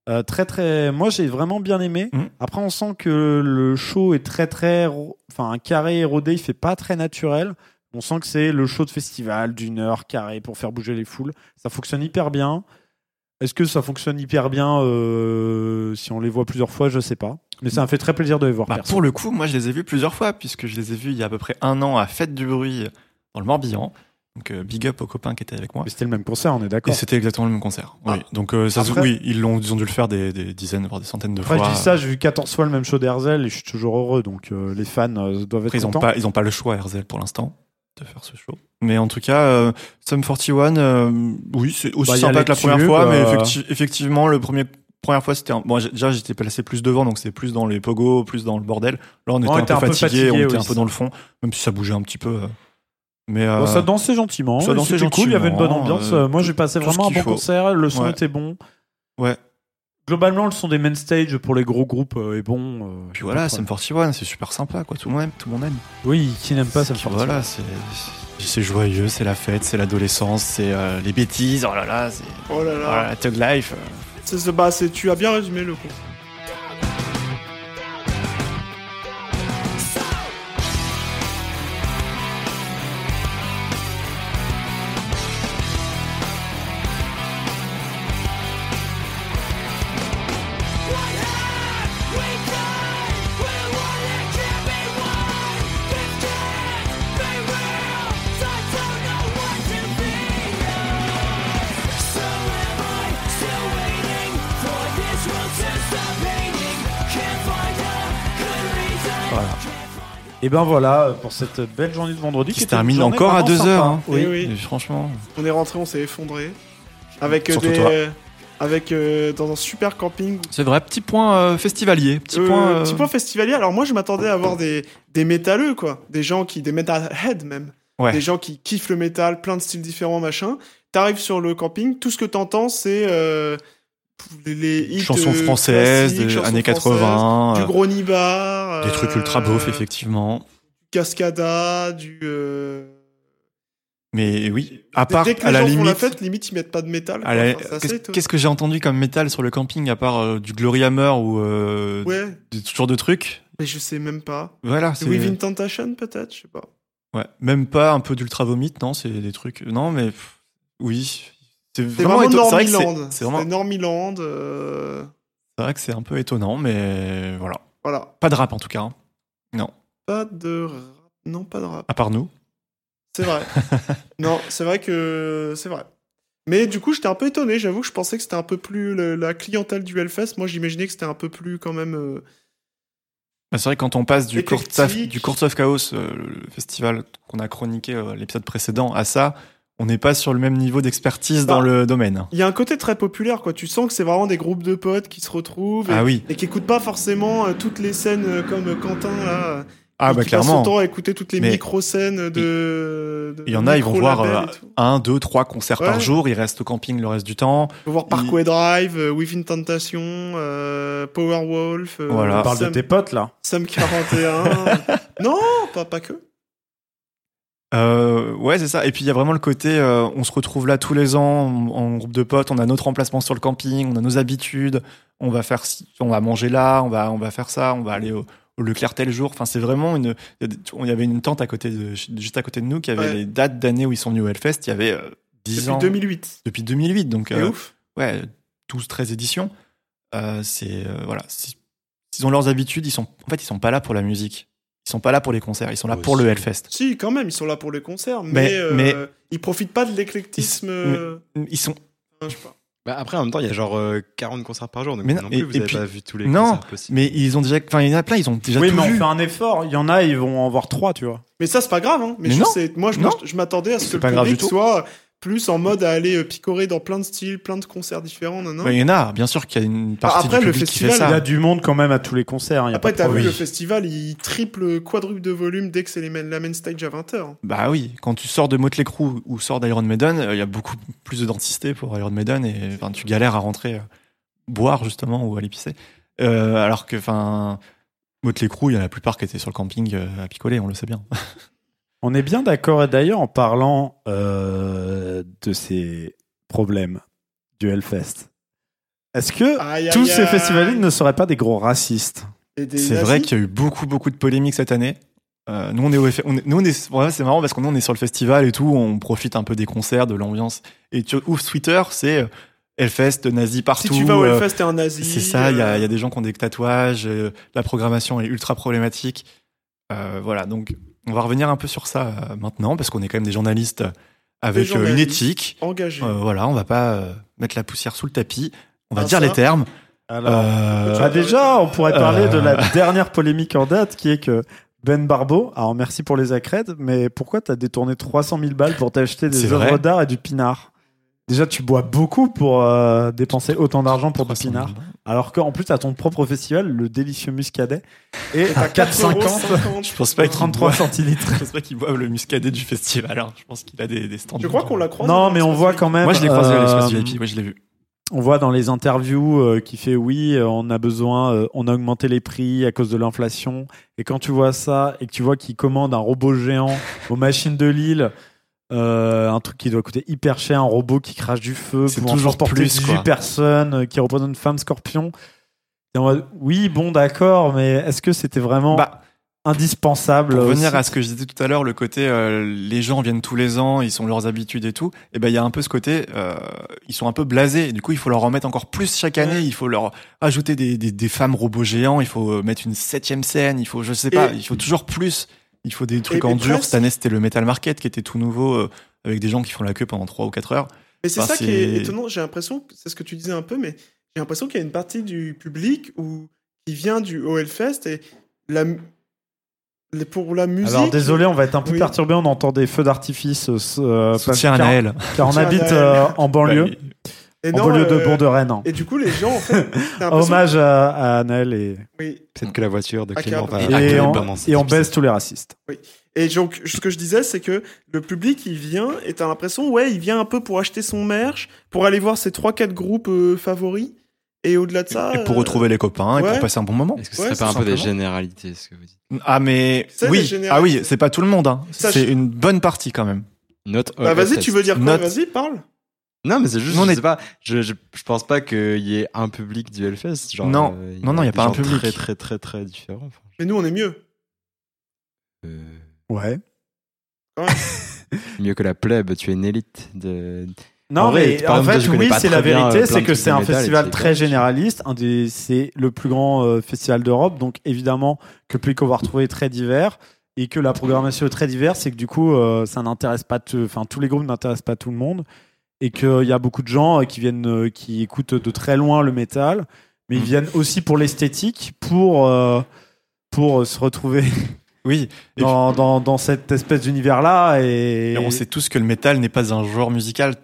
C: Euh, très très moi j'ai vraiment bien aimé
A: Mhm.
C: après on sent que le show est très très ro- enfin un carré érodé il fait pas très naturel on sent que c'est le show de festival d'une heure carré pour faire bouger les foules ça fonctionne hyper bien est-ce que ça fonctionne hyper bien euh, si on les voit plusieurs fois je sais pas mais ça m'a fait très plaisir de les voir
A: Bah,
C: perso.
A: pour le coup, moi je les ai vus plusieurs fois puisque je les ai vus il y a à peu près un an à Fête du bruit dans le Morbihan. Donc euh, big up aux copains qui étaient avec moi.
C: mais c'était le même concert on est
A: Et
C: d'accord
A: c'était exactement le même concert.
C: Ah.
A: Oui. Donc euh, ça se-
C: Après-
A: oui, ils l'ont ils ont dû le faire des, des dizaines voire des centaines de
C: après
A: fois.
C: je dis ça j'ai vu 14 fois le même show d'Herzel et je suis toujours heureux donc euh, les fans euh, doivent être
A: Après, ils n'ont
C: contents
A: pas, ils ont pas le choix, Herzl, pour l'instant, de faire ce show. Mais en tout cas, euh, Sum 41, euh, oui, c'est aussi
C: Bah, y a
A: sympa que la
C: les
A: première
C: tubes,
A: fois, mais
C: euh,
A: effecti- effectivement, le premier, première fois, c'était un... bon, j'ai- déjà, j'étais placé plus devant, donc c'était plus dans les pogos, plus dans le bordel. Là, on était un, peu, fatigué, on
C: fatigué,
A: était
C: oui,
A: un peu
C: ça.
A: dans le fond, même si ça bougeait un petit peu. euh, Mais euh,
C: Bon, ça dansait gentiment.
A: ça
C: et
A: dansait
C: c'était cool, il y avait une bonne
A: gentiment,
C: ambiance.
A: euh,
C: Euh, Moi, j'ai passé
A: tout
C: vraiment
A: ce
C: un
A: qu'il
C: bon
A: faut.
C: concert. Le son
A: Ouais.
C: était bon.
A: ouais.
C: Globalement, le son des main stage pour les gros groupes euh, est bon. euh,
A: Puis
C: pas
A: voilà,
C: de problème.
A: Sum 41, c'est super sympa, quoi. Tout le monde aime, tout le monde aime.
C: Oui, qui n'aime pas ça me
A: Puis
C: fait
A: Voilà, c'est c'est joyeux, c'est la fête, c'est l'adolescence, c'est euh, les bêtises, oh là là, c'est
B: Oh là
A: oh
B: là.
A: là là, Thug Life. euh.
B: C'est ce bah, c'est- tu as bien résumé le coup.
E: Surrender
C: Et ben voilà pour cette belle journée de vendredi
A: Qui
C: qui
A: se
C: était une
A: termine
C: journée
A: encore à
C: vraiment
A: deux
C: sympa,
A: heures,
C: hein.
A: hein.
B: Oui,
C: Oui.
B: oui.
A: Et franchement,
B: On est rentré, on s'est effondré. Avec euh,
A: Surtout
B: des.
A: toi.
B: euh, Avec euh, dans un super camping.
A: c'est vrai. Petit point euh, festivalier. Petit
B: Euh,
A: point. euh,
B: petit point festivalier. Alors moi, je m'attendais à avoir des, des métalleux, quoi. Des gens qui. Des metalheads, même.
A: Ouais.
B: Des gens qui kiffent le métal, plein de styles différents, machin. T'arrives sur le camping, tout ce que t'entends, c'est. euh, les, les hits,
A: chansons
B: euh,
A: françaises,
B: classiques,
A: des
B: chansons
A: années
B: françaises,
A: 80.
B: Du
A: euh,
B: gros euh, nibar.
A: des trucs ultra beaufs, effectivement.
B: Cascada, du. euh,
A: Mais oui, à
B: Dès,
A: part
B: dès que les
A: à la
B: gens font la
A: limite.
B: fête, limite ils mettent pas de métal.
A: à
B: quoi.
A: la-
B: Enfin, c'est assez
A: Qu'est-ce
B: étonnant.
A: qu'est-ce que j'ai entendu comme métal sur le camping à part euh, du Glory Hammer ou euh,
B: Ouais,
A: des- ce genre de trucs
B: mais je sais même pas.
A: Voilà,
B: The
A: c'est
B: Within Temptation peut-être, je sais pas.
A: ouais, même pas un peu d'ultra vomit, non, c'est des trucs. Non, mais pff, oui, c'est
B: C'est
A: vraiment,
B: vraiment,
A: éton- c'est vrai que
B: Normiland.
A: c'est-
B: C'est
A: C'est vraiment-
B: Normiland. euh,
A: c'est vrai que c'est un peu étonnant, mais voilà,
B: Voilà.
A: pas de rap en tout cas, hein,
B: Pas de rap. Non, pas de rap.
A: à part nous.
B: C'est vrai. non, c'est vrai que c'est vrai. Mais du coup, j'étais un peu étonné. J'avoue que je pensais que c'était un peu plus le- la clientèle du Hellfest. Moi, j'imaginais que c'était un peu plus quand même. euh,
A: Bah, c'est vrai que quand on passe du Court
B: Éclectique.
A: of, du Court of Chaos, euh, le festival qu'on a chroniqué euh, l'épisode précédent, à ça, on n'est pas sur le même niveau d'expertise dans
B: Bah.
A: le domaine.
B: Il y a un côté très populaire, quoi. Tu sens que c'est vraiment des groupes de potes qui se retrouvent et,
A: Ah oui,
B: et qui écoutent pas forcément euh, toutes les scènes euh, comme euh, Quentin là. euh,
A: ah
B: Et
A: bah
B: qui passe son
A: clairement.
B: temps à écouter toutes les
A: Mais-
B: micro-scènes de. de-
A: Il y en a, ils vont voir
B: micro-labels
A: euh,
B: et tout.
A: un, deux, trois concerts par
B: Ouais.
A: jour. Ils restent au camping le reste du temps.
B: Ils vont voir Parkway Drive, euh, Within Tentation, euh, Powerwolf. euh,
A: Voilà.
C: On parle de
B: Sam,
C: tes potes là.
B: Sam 41. non, pas, pas que.
A: Euh, ouais, c'est ça. Et puis il y a vraiment le côté, euh, on se retrouve là tous les ans en, en groupe de potes. On a notre emplacement sur le camping, on a nos habitudes. On va faire, ci- on va manger là, on va, on va faire ça, on va aller au, au Leclerc tel jour. Enfin, c'est vraiment une. Il y a des- on- il y avait une tente à côté de, juste à côté de nous qui avait
B: Ouais.
A: les dates d'année où ils sont venus au Hellfest. Il y avait euh, 10
B: Depuis
A: ans
B: 2008.
A: depuis 2008, donc
B: C'est
A: euh,
B: ouf.
A: ouais, 12, 13 éditions. Euh, c'est euh, voilà, c'est- ils ont leurs habitudes. Ils sont, en fait, ils sont pas là pour la musique. Ils sont pas là pour les concerts. Ils sont là pour le Hellfest.
B: Si, quand même, ils sont là pour les concerts, mais,
A: Mais-
B: euh,
A: mais-
B: ils profitent pas de l'éclectisme.
A: Ils-
B: euh,
A: Ils sont
B: hein, je sais pas.
D: Bah après, en même temps, il y a genre euh, 40 concerts par jour, donc
A: Mais
D: non,
A: non,
D: plus,
A: et-
D: vous
A: et
D: avez
A: puis-
D: pas vu tous les
A: non,
D: concerts possibles.
A: Mais ils ont déjà, enfin, il y en a plein, ils ont déjà
C: Oui,
A: tout
C: mais on
A: vu.
C: fait un effort. Il y en a, ils vont en voir trois, tu vois.
B: Mais ça, c'est pas grave. Hein. Mais,
A: Mais
B: je
A: non.
B: sais- moi, je,
A: Non.
B: je m'attendais à ce que
A: pas
B: le
A: grave
B: public
A: du tout.
B: soit plus en mode à aller euh, picorer dans plein de styles, plein de concerts différents. Non, non.
A: Bah, il y en a, bien sûr qu'il y a une partie
B: après,
A: du
B: le
A: public qui fait
B: festival,
A: ça.
C: Il y a du monde quand même à tous les concerts. hein, il y a
B: Après,
C: pas
B: t'as
C: de
B: vu
A: problème.
B: le festival, il triple, euh, quadruple de volume dès que c'est les main- la main stage à 20h.
A: Bah oui, quand tu sors de Motley Crue ou sors d'Iron Maiden, euh, il y a beaucoup plus de densité pour Iron Maiden et enfin, tu galères à rentrer euh, boire justement ou aller pisser. Euh, alors que, enfin, Motley Crue, il y en a la plupart qui étaient sur le camping euh, à picoler, on le sait bien.
C: On est bien d'accord. Et d'ailleurs, en parlant euh, de ces problèmes du Hellfest, est-ce que
B: Aïe, aïe,
C: tous ces
B: aïe.
C: festivaliers ne seraient pas des gros racistes
B: Et des
A: C'est
B: nazis.
A: vrai qu'il y a eu beaucoup, beaucoup de polémiques cette année. Euh, nous, on est au F- on est- nous, on est, ouais, c'est marrant parce qu'on est sur le festival et tout, on profite un peu des concerts, de l'ambiance. Et tu ouvres Twitter, c'est euh, Hellfest, nazi partout.
B: Si tu vas au
A: euh,
B: Hellfest, t'es un nazi.
A: C'est ça, il y, a-
B: euh,
A: il y a des gens qui ont des tatouages, euh, la programmation est ultra problématique. Euh, voilà, donc on va revenir un peu sur ça euh, maintenant, parce qu'on est quand même des journalistes euh, avec euh, une
B: journalistes.
A: éthique.
B: Engagé.
A: Euh, voilà, on va pas euh, mettre la poussière sous le tapis, on va
B: Ah,
A: dire
B: ça.
A: les termes. Euh,
C: Ah, déjà, on pourrait parler
A: Euh.
C: de la dernière polémique en date qui est que Ben Barbeau, alors merci pour les accrèdes, mais pourquoi t'as détourné 300 000 balles pour t'acheter des
A: C'est
C: œuvres
A: vrai.
C: d'art et du pinard Déjà, tu bois beaucoup pour euh, dépenser autant d'argent pour du pinard. Alors qu'en plus, à ton propre festival, le délicieux muscadet, et à 4,50,
B: 4,50.
A: Je pense pas qu'il
C: 33 centilitres.
A: Je pense pas qu'ils boivent le muscadet du festival, hein. je pense qu'il a des, des stands.
B: Je crois qu'on l'a croisé.
C: Non,
B: dans
C: mais on
B: l'espace
C: voit
B: du-
C: quand même.
A: Moi, je l'ai croisé à l'espace
C: euh,
A: VIP, ouais, je l'ai vu.
C: On voit dans les interviews euh, qui fait oui, euh, on a besoin, euh, on a augmenté les prix à cause de l'inflation. Et quand tu vois ça et que tu vois qu'il commande un robot géant aux machines de Lille, euh, un truc qui doit coûter hyper cher, un robot qui crache du feu
A: C'est
C: pour
A: toujours
C: transporter
A: plus,
C: 18
A: quoi.
C: personnes, euh, qui représente une femme scorpion. Et on va- oui, bon, d'accord, mais est-ce que c'était vraiment
A: Bah,
C: indispensable
A: Pour
C: euh,
A: revenir
C: aussi
A: à ce que je disais tout à l'heure, le côté euh, les gens viennent tous les ans, ils sont leurs habitudes et tout, et ben il y a un peu ce côté euh, ils sont un peu blasés. Et du coup, il faut leur en mettre encore plus chaque année. Il faut leur ajouter des, des, des femmes robots géants. Il faut euh, mettre une septième scène. Il faut je sais pas.
B: Et-
A: Il faut toujours plus. Il faut des trucs
B: et
A: en dur.
B: presque-
A: Cette année, c'était le Metal Market qui était tout nouveau euh, avec des gens qui font la queue pendant 3 ou 4 heures.
B: Mais c'est
A: Enfin,
B: ça qui est
A: c'est-
B: étonnant. J'ai l'impression, que- c'est ce que tu disais un peu, mais j'ai l'impression qu'il y a une partie du public où, qui vient du Hellfest et la, les- pour la musique.
C: Alors désolé, on va être un peu
B: Oui.
C: perturbé, on entend des feux d'artifice. euh,
A: Soutien à
C: car-
A: Naël.
C: car on
B: Soutien à
C: habite
B: Naël.
C: euh, en banlieue,
A: Bah,
B: et
C: en
B: non,
C: banlieue de
B: euh,
C: Bourg de Rennes. hein.
B: Et du coup, les gens, en fait, t'as l'impression-
C: Hommage à, à Naël et,
B: Oui.
D: Peut-être que la voiture de
B: Ah,
D: Clément va
B: Et
C: et
D: accueillir
C: on,
D: pendant cet
C: et on
D: épisode.
C: baisse tous les racistes.
B: Et donc, ce que je disais, c'est que le public, il vient, et t'as l'impression, ouais, il vient un peu pour acheter son merch, pour aller voir ses 3-4 groupes euh, favoris, et au-delà de ça.
A: Et pour
B: euh,
A: retrouver les copains et
B: ouais.
A: pour passer un bon moment.
D: Est-ce que ce
B: Ouais,
D: serait pas un
A: tout
D: peu des
A: simplement.
D: généralités ce que vous dites
A: Ah mais
B: C'est des
A: oui,
B: généralités.
A: ah oui, c'est pas tout le monde. hein.
B: Ça,
A: C'est
B: je-
A: une bonne partie quand même.
D: Not all
B: Bah, vas-y,
D: athletes.
B: tu veux dire quoi
A: Note.
B: Vas-y, parle.
D: Non, mais c'est juste,
A: Nous, on
D: je
A: est-
D: sais pas, je, je, je pense pas qu'il y ait un public du Hellfest. Genre,
A: Non.
D: euh,
A: Non, non, il y a
D: des
A: pas un
D: gens
A: public.
D: Très, très, très, très différent. Enfin,
B: Mais nous, on est mieux.
D: euh,
C: Ouais.
D: mieux que la plèbe, tu es une élite de.
C: Non,
D: En vrai,
C: mais
D: par
C: en
D: exemple,
C: fait,
D: je connais
C: oui,
D: pas
C: c'est
D: très
C: la
D: bien, euh,
C: vérité,
D: plein
C: c'est
D: de
C: que
D: trucs
C: c'est
D: de
C: un
D: métal,
C: festival
D: etc.
C: très généraliste, un des, c'est le plus grand euh, festival d'Europe, donc évidemment que le public qu'on va retrouver est très divers et que la programmation est très diverse, c'est que du coup, euh, ça n'intéresse pas, tout- enfin tous les groupes n'intéressent pas tout le monde et qu'il y a beaucoup de gens euh, qui viennent, euh, qui écoutent de très loin le métal, mais
D: Mm.
C: ils viennent aussi pour l'esthétique, pour euh, pour se retrouver
A: Oui. Et
C: dans, dans, dans cette espèce d'univers là et,
A: Et on sait tous que le métal n'est pas un genre musical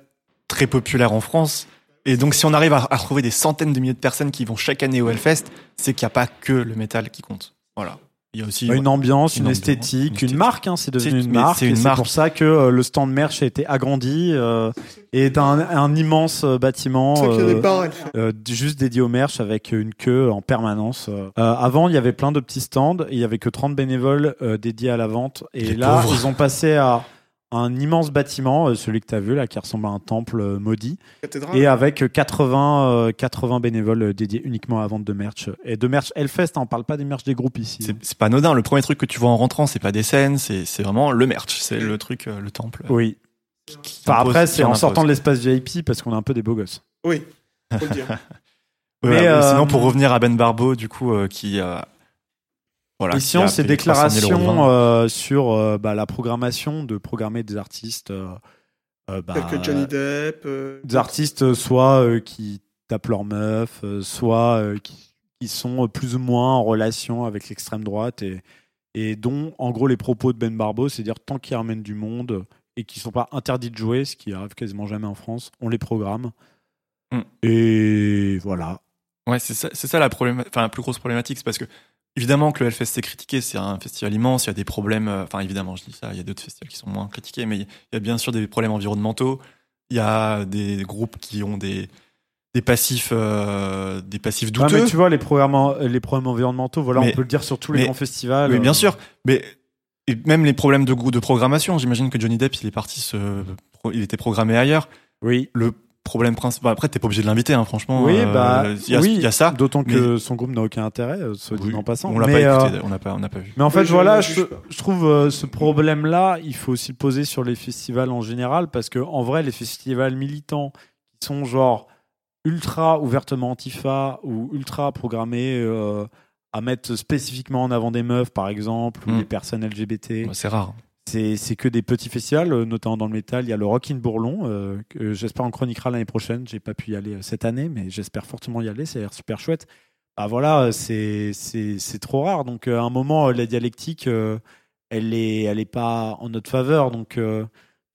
A: très populaire en France. Et donc, si on arrive à, à retrouver des centaines de milliers de personnes qui vont chaque année au Hellfest, c'est qu'il n'y a pas que le métal qui compte. Voilà. Il y a aussi.
C: Bah, Une ambiance,
A: Une ambiance, une
C: une, esthétique,
A: esthétique.
C: une marque. hein, c'est devenu
A: C'est-
C: une
A: mais
C: marque.
A: c'est
C: et
A: une
C: C'est
A: marque.
C: pour ça que euh, le stand merch a été agrandi euh, et est un, un immense euh, bâtiment
B: C'est qu'il y a des
C: euh,
B: barres.
C: euh, juste dédié au merch avec une queue en permanence. euh. Euh, avant, il y avait plein de petits stands. et Il y avait que 30 bénévoles euh, dédiés à la vente. Et
A: Les
C: là,
A: pauvres.
C: ils ont passé à un immense bâtiment, euh, celui que tu as vu là, qui ressemble à un temple euh, maudit,
B: Cathédrale.
C: et avec 80, euh, 80 bénévoles euh, dédiés uniquement à la vente de merch. Et de merch Hellfest, hein, on parle pas des merch des groupes ici.
A: C'est c'est pas anodin. Le premier truc que tu vois en rentrant, c'est pas des scènes, c'est c'est vraiment le merch. C'est le truc, euh, le temple.
C: Oui.
A: qui
C: Enfin,
A: impose-
C: après,
A: qui
C: c'est en
A: impose.
C: sortant de l'espace VIP parce qu'on est un peu des beaux gosses.
B: Oui, faut le dire.
A: Voilà,
C: Mais,
A: mais
C: euh,
A: Sinon, pour revenir à Ben Barbeau, du coup, euh, qui. euh, voilà.
C: Et
A: qui a
C: sinon, ces
A: payé 300 000 euros de vin.
C: déclarations euh, sur euh, bah, la programmation, de programmer des artistes, euh, euh, bah,
B: Tels que Johnny Depp. euh,
C: des artistes euh, soit euh, qui tapent leur meuf, euh, soit euh, qui, qui sont euh, plus ou moins en relation avec l'extrême droite et, et dont, en gros, les propos de Ben Barbeau, c'est dire tant qu'ils ramènent du monde et qu'ils sont pas interdits de jouer, ce qui arrive quasiment jamais en France, on les programme.
A: Mm.
C: Et voilà.
A: Ouais, c'est ça, c'est ça la, probléma- enfin, la plus grosse problématique. C'est parce que, évidemment, que le Hellfest est critiqué, c'est un festival immense, il y a des problèmes. euh, Enfin, évidemment, je dis ça, il y a d'autres festivals qui sont moins critiqués, mais il y a bien sûr des problèmes environnementaux. Il y a des groupes qui ont des, des passifs, euh, des passifs
C: Ouais,
A: douteux.
C: Ah, mais tu vois, les programmes, en- les problèmes environnementaux, voilà,
A: Mais-
C: on peut le dire sur tous les
A: mais-
C: grands festivals.
A: Oui, bien
C: euh,
A: sûr. Mais et même les problèmes de, grou- de programmation. J'imagine que Johnny Depp, il est parti se, pro- il était programmé ailleurs.
C: Oui.
A: Le problème principal. Après, t'es pas obligé de l'inviter, hein, franchement.
C: Oui,
A: Euh,
C: bah,
A: il y a,
C: oui,
A: il y a ça.
C: D'autant que son groupe n'a aucun intérêt, euh, soit dit
A: Oui,
C: en passant.
A: On l'a
C: Mais,
A: pas
C: euh,
A: écouté, on n'a pas, on n'a pas vu.
C: mais en fait,
B: Oui, je-
C: voilà,
B: je
C: je,
B: juge pas.
C: je trouve euh, ce problème-là, il faut aussi le poser sur les festivals en général, parce que en vrai, les festivals militants qui sont genre ultra ouvertement antifa ou ultra programmés euh, à mettre spécifiquement en avant des meufs, par exemple, ou
A: Mm.
C: des personnes LGBT.
A: Bah, c'est rare.
C: C'est c'est que des petits festivals, euh, notamment dans le métal. Il y a le Rock in Bourlon, euh, que j'espère en chroniquera l'année prochaine. J'ai pas pu y aller euh, cette année, mais j'espère fortement y aller. Ça a l'air super chouette. Ah voilà, euh, c'est c'est- c'est trop rare. Donc euh, à un moment, euh, la dialectique, euh, elle est elle est pas en notre faveur. Donc euh,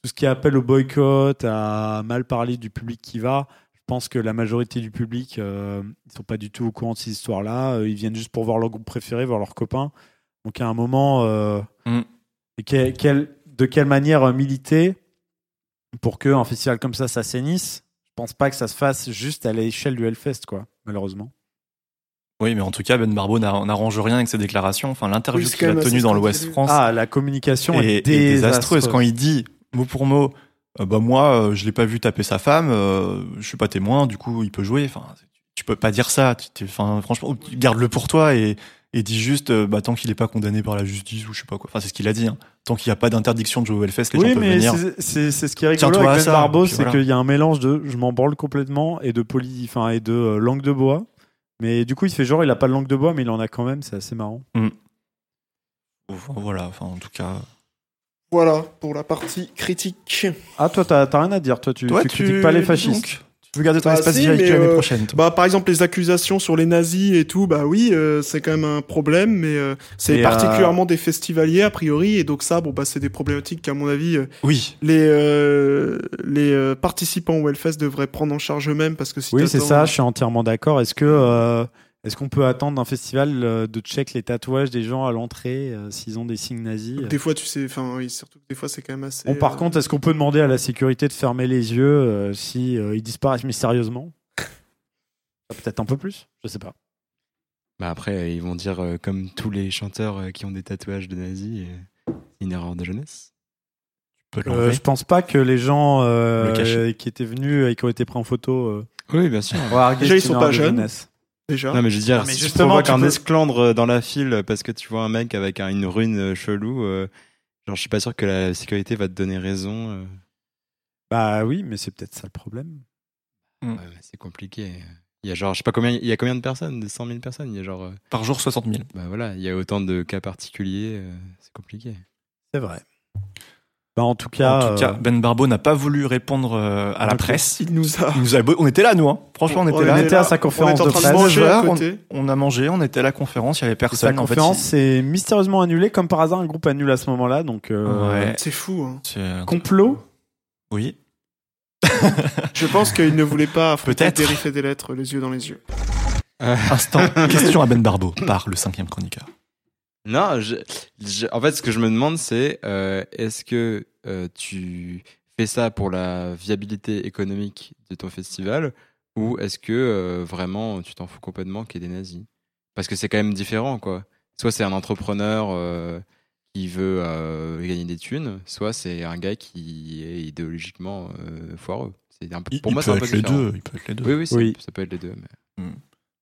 C: tout ce qui appelle au boycott, à mal parler du public qui va, je pense que la majorité du public, euh, ils sont pas du tout au courant de ces histoires-là. Euh, Ils viennent juste pour voir leur groupe préféré, voir leurs copains. Donc à un moment, euh,
A: Mm.
C: et que- quel- de quelle manière euh, militer pour qu'un festival comme ça s'assainisse Je pense pas que ça se fasse juste à l'échelle du Hellfest, quoi, malheureusement.
A: Oui, mais en tout cas, Ben Barbeau n'a- n'arrange rien avec ses déclarations. Enfin, l'interview
B: Oui, c'est
A: qu'il
B: quand
A: a
B: même
A: tenue
B: assez
A: dans l'Ouest
B: scandaleux.
A: France
C: Ah, la communication
A: est,
C: est,
A: est désastreuse. Quand il dit, mot pour mot, euh, bah, moi, euh, je l'ai pas vu taper sa femme, euh, je suis pas témoin, du coup, il peut jouer. Enfin, tu peux pas dire ça. Tu- t'es- Enfin, franchement, garde-le pour toi et, et dis juste, euh, bah, tant qu'il est pas condamné par la justice ou je sais pas quoi. Enfin, c'est ce qu'il a dit. hein. Tant qu'il n'y a pas d'interdiction de jouer au Hellfest, les
C: Oui,
A: gens peuvent
C: mais
A: venir.
C: c'est- c'est c'est ce qui est rigolo
A: Tiens-toi à
C: avec Ben
A: ça,
C: Barbeau,
A: puis
C: c'est
A: voilà.
C: qu'il y a un mélange de je m'en branle complètement et de poli, enfin, et de euh, langue de bois. Mais du coup, il fait genre, il a pas de langue de bois, mais il en a quand même, c'est assez marrant.
A: Enfin, Voilà. Enfin, en tout cas.
B: Voilà pour la partie critique.
C: Ah, toi, t'as t'as rien à dire, toi, tu,
A: Toi,
C: tu critiques pas les
A: dis
C: fascistes.
A: donc, tu Tu veux garder ton
B: Bah,
A: espace
B: si,
A: VIP
B: mais,
A: l'année
B: euh,
A: prochaine. toi.
B: Bah, par exemple, les accusations sur les nazis et tout, bah oui, euh, c'est quand même un problème, mais euh, c'est
A: Et,
B: particulièrement des festivaliers, a priori, et donc ça, bon, bah, c'est des problématiques qu'à mon avis, euh,
A: oui.
B: les, euh, les euh, participants au Hellfest devraient prendre en charge eux-mêmes, parce que si
C: Oui, c'est
B: t'attends-
C: ça, je suis entièrement d'accord. Est-ce que euh, est-ce qu'on peut attendre d'un festival euh, de check les tatouages des gens à l'entrée euh, s'ils ont des signes nazis euh
B: Des fois, tu sais, enfin, oui, surtout que des fois, c'est quand même assez.
C: Bon, par
B: euh,
C: contre, est-ce qu'on peut demander à la sécurité de fermer les yeux euh, si euh, ils disparaissent mystérieusement Ah, Peut-être un peu plus, je sais pas.
D: Bah après, euh, ils vont dire euh, comme tous les chanteurs euh, qui ont des tatouages de nazis, euh, une erreur de jeunesse.
A: Peut
C: Euh, je pense pas que les gens euh,
A: Le cachet.
C: euh, qui étaient venus et qui ont été pris en photo. euh,
D: Oui, bien sûr.
C: vont arguer
B: Ah. Déjà, ils
C: sur
B: sont
C: une
B: pas
C: heure de
B: jeunes.
C: jeunesse.
B: Déjà.
D: Non mais je veux
C: Non,
D: dire,
C: mais
D: si tu
C: justement,
D: provoques
C: tu
D: un
C: peux-
D: esclandre euh, dans la file parce que tu vois un mec avec un- une rune euh, chelou, euh, genre je suis pas sûr que la sécurité va te donner raison. euh.
C: Bah oui, mais c'est peut-être ça le problème.
D: Ouais, mais c'est compliqué. Il y a genre, je sais pas combien, il y a combien de personnes, des 100 000 personnes. Il y a genre, euh,
A: Par jour, 60 000.
D: bah voilà, il y a autant de cas particuliers, euh, c'est compliqué.
C: C'est vrai. Bah en tout cas,
A: en tout cas,
C: euh,
A: Ben Barbeau n'a pas voulu répondre euh, à la
C: Ok.
A: presse.
B: Il nous a.
A: Il nous a- On était là, nous. hein. Franchement, on était là.
C: était à sa conférence
B: on était en
C: de
B: train
C: presse.
B: manger à
A: Neuf heures,
B: côté.
A: On a mangé, on était à la conférence, il y avait
C: sa
A: personne. En fait,
C: conférence est mystérieusement annulée. Comme par hasard, un groupe annule à ce moment-là. Donc, euh,
A: Ouais.
B: C'est fou. Hein.
A: C'est-
C: complot
A: Oui.
B: Je pense qu'il ne voulait pas affronter
A: Peut-être.
B: Derry fait des lettres, les yeux dans les yeux.
A: Instant. Question à Ben Barbeau par le cinquième chroniqueur.
D: Non, je, je- en fait, ce que je me demande, c'est euh, est-ce que euh, tu fais ça pour la viabilité économique de ton festival ou est-ce que euh, vraiment tu t'en fous complètement qu'il y ait des nazis Parce que c'est quand même différent, quoi. Soit c'est un entrepreneur euh, qui veut euh, gagner des thunes, soit c'est un gars qui est idéologiquement euh, foireux. C'est un peu,
A: Il,
D: pour
A: il
D: moi, c'est
A: peut
D: un peu
A: être les
D: différent.
A: deux. Il peut être les deux.
D: Oui, oui, c'est-
C: Oui.
D: ça peut être les deux. mais-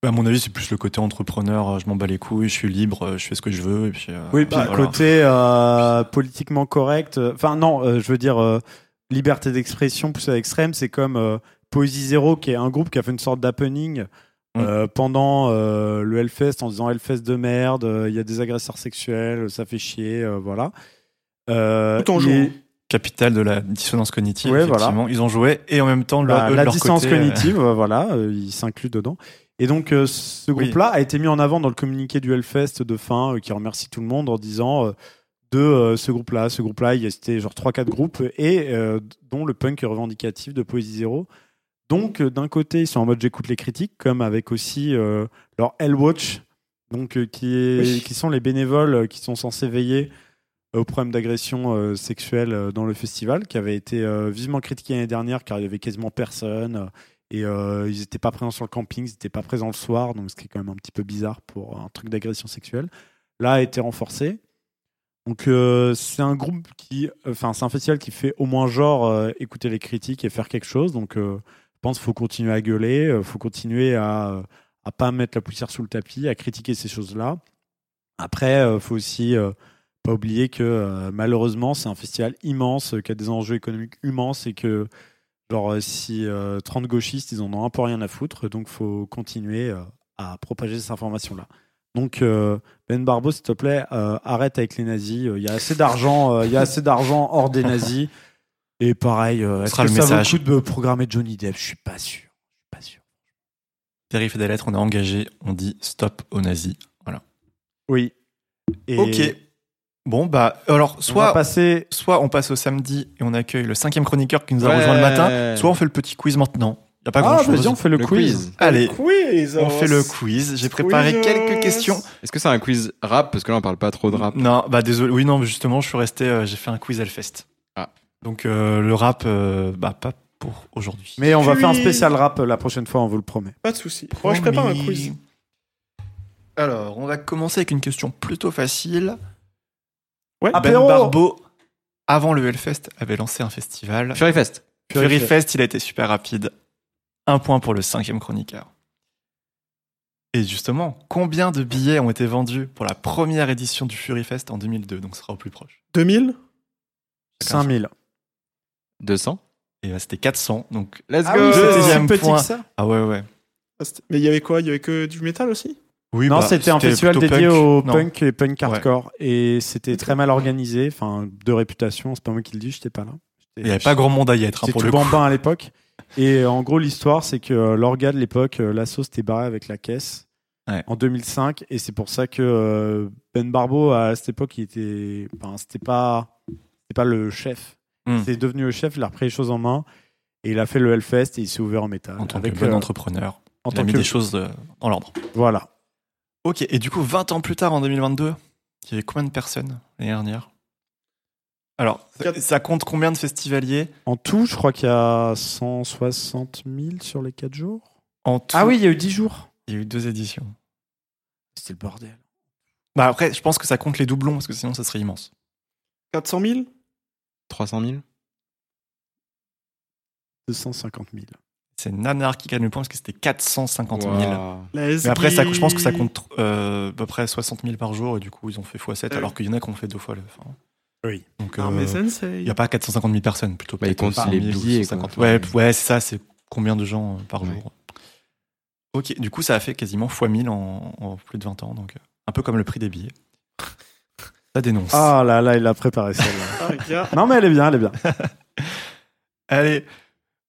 A: À mon avis, c'est plus le côté entrepreneur. euh, Je m'en bats les couilles, je suis libre, euh, je fais ce que je veux. Et puis, euh,
C: Oui, puis
A: voilà.
C: le Bah, côté euh, politiquement correct. euh, Enfin, non, euh, je veux dire, euh, liberté d'expression poussée à l'extrême, c'est comme euh, Poésie Zéro, qui est un groupe qui a fait une sorte d'happening
A: Mm.
C: euh, pendant euh, le Hellfest en disant Hellfest de merde, euh, il y a des agresseurs sexuels, ça fait chier, euh, voilà. Euh,
B: Tout en
C: et-
B: jouant.
A: Capitale de la dissonance cognitive.
C: Ouais,
A: effectivement. Ils ont joué et en même temps, leur-
C: Bah,
A: eux, de
C: la
A: leur
C: distance
A: côté, euh,
C: cognitive, euh, voilà, euh, il s'inclut dedans. Et donc, euh, ce
A: Oui.
C: groupe-là a été mis en avant dans le communiqué du Hellfest de fin, euh, qui remercie tout le monde en disant euh, de euh, ce groupe-là, ce groupe-là, il y a- c'était genre 3-4 groupes, et euh, dont le punk revendicatif de Poésie Zéro. Donc, euh, d'un côté, ils sont en mode j'écoute les critiques, comme avec aussi euh, leur Hellwatch, donc, euh, qui, est-
B: Oui.
C: qui sont les bénévoles euh, qui sont censés veiller au problème d'agression euh, sexuelle euh, dans le festival, qui avait été euh, vivement critiqué l'année dernière car il y avait quasiment personne euh, et euh, ils n'étaient pas présents sur le camping, ils n'étaient pas présents le soir, donc ce qui est quand même un petit peu bizarre pour un truc d'agression sexuelle. Là a été renforcé. Donc euh, c'est un groupe qui, euh, enfin c'est un festival qui fait au moins genre euh, écouter les critiques et faire quelque chose. Donc euh, je pense qu'il faut continuer à gueuler, euh, faut continuer à euh, à pas mettre la poussière sous le tapis, à critiquer ces choses-là. Après, euh, faut aussi euh, pas oublier que euh, malheureusement, c'est un festival immense euh, qui a des enjeux économiques immenses et que genre euh, si euh, 30 gauchistes, ils en ont un peu rien à foutre, donc faut continuer euh, à propager cette information-là. Donc euh, Ben Barbeau, s'il te plaît, euh, arrête avec les nazis. Euh, Il y a assez d'argent, euh, il y a assez d'argent hors des nazis. Et pareil, euh,
A: Ce
C: est-ce
A: sera
C: que
A: le
C: ça
A: message.
C: vaut le coup de programmer Johnny Depp Je suis pas sûr. Je suis pas sûr.
A: Terry fait euh, des lettres, on est engagé, on dit stop aux nazis. Voilà.
C: Oui. Et
A: Ok. Bon, bah, alors,
C: On va
A: soit
C: passer
A: soit on passe au samedi et on accueille le cinquième chroniqueur qui nous a
D: Ouais.
A: rejoint le matin, soit on fait le petit quiz maintenant. Il a pas
C: Ah,
A: grand-chose.
C: vas-y, on fait le,
D: Le
C: quiz.
D: quiz.
A: Allez,
B: Quiz,
A: on
B: alors,
A: fait le quiz. J'ai préparé
B: quiz.
A: quelques questions.
D: Est-ce que c'est un quiz rap Parce que là, on parle pas trop de rap.
A: Non, bah désolé. Oui, non, mais justement, je suis resté. euh, J'ai fait un quiz Hellfest.
D: Ah.
A: Donc euh, le rap, euh, bah pas pour aujourd'hui.
C: Mais on va
B: Quiz.
C: faire un spécial rap euh, la prochaine fois, on vous le promet.
B: Pas de souci. Moi, je prépare un quiz.
A: Alors, on va commencer avec une question plutôt facile.
B: Ouais.
A: Ben
C: Apéro.
A: Barbeau, avant le Hellfest, avait lancé un festival.
D: Fury Fest.
A: Fury Fest, il a été super rapide. Un point pour le cinquième chroniqueur. Et justement, combien de billets ont été vendus pour la première édition du Fury Fest en 2002 Donc ce sera au plus proche.
B: 2000
C: 5000.
D: 200.
A: Et bah, c'était 400. Donc
D: Let's
C: Ah
D: go.
C: oui,
A: c'était
C: c'était si
A: Deuxième
C: petit
A: point.
C: que ça.
A: ah ouais ouais.
B: Ah, c'était- Mais il y avait quoi Il y avait que du métal aussi
A: Oui,
C: non,
A: bah,
C: c'était un festival
A: plutôt
C: dédié au
A: Non.
C: punk et punk hardcore. Et c'était très mal organisé, enfin, de réputation, c'est pas moi qui le dis, j'étais pas là.
A: Il n'y avait pas grand monde à y être hein,
C: J'étais
A: pour
C: tout
A: le coup.
C: bambin à l'époque. Et euh, en gros, l'histoire, c'est que euh, l'orga de l'époque, euh, la sauce était barrée avec la caisse
A: Ouais.
C: en 2005. Et c'est pour ça que euh, Ben Barbeau, à cette époque, il était. Enfin, c'était pas, c'était pas le chef.
A: Hmm.
C: C'est devenu le chef, il a repris les choses en main. Et il a fait le Hellfest et il s'est ouvert en métal.
A: En tant
C: Avec,
A: que bon
C: euh,
A: entrepreneur,
C: en
A: il
C: tant
A: a mis
C: que-
A: des choses euh, dans l'ordre.
C: Voilà.
A: Ok, et du coup, 20 ans plus tard, en 2022, il y avait combien de personnes l'année dernière Alors, ça-
B: Quatre-
A: ça compte combien de festivaliers
C: En tout, je crois qu'il y a 160 000 sur les 4 jours.
A: en tout
C: Ah oui, il y a eu 10 jours.
A: Il y a eu deux éditions.
C: C'était le bordel.
A: Bah après, je pense que ça compte les doublons, parce que sinon, ça serait immense.
B: 400 000
D: 300 000
C: 250 000.
A: C'est Nanar qui gagne le point, parce que c'était 450 000.
D: Waouh.
B: La SGI.
A: Mais après, ça, je pense que ça compte euh, à peu près 60 000 par jour, et du coup, ils ont fait x7,
B: Ouais.
A: alors qu'il y en a qui ont fait deux fois le. enfin,
C: Oui.
A: Donc, euh,
B: Non, mais Sensei.
A: il n'y a pas 450 000 personnes, plutôt.
D: Bah, ils
A: peut-être
D: comptent les
A: 100 000 ou
D: billets,
A: 150
D: quoi.
A: Ouais, p- ouais c'est ça, c'est combien de gens euh, par
D: Ouais.
A: jour. Ok, du coup, ça a fait quasiment x 1000 en, en plus de 20 ans, donc euh, un peu comme le prix des billets. Ça dénonce.
C: Ah là là, il a préparé celle-là.
B: Ah, les gars.
C: non, mais elle est bien, elle est bien.
A: Allez,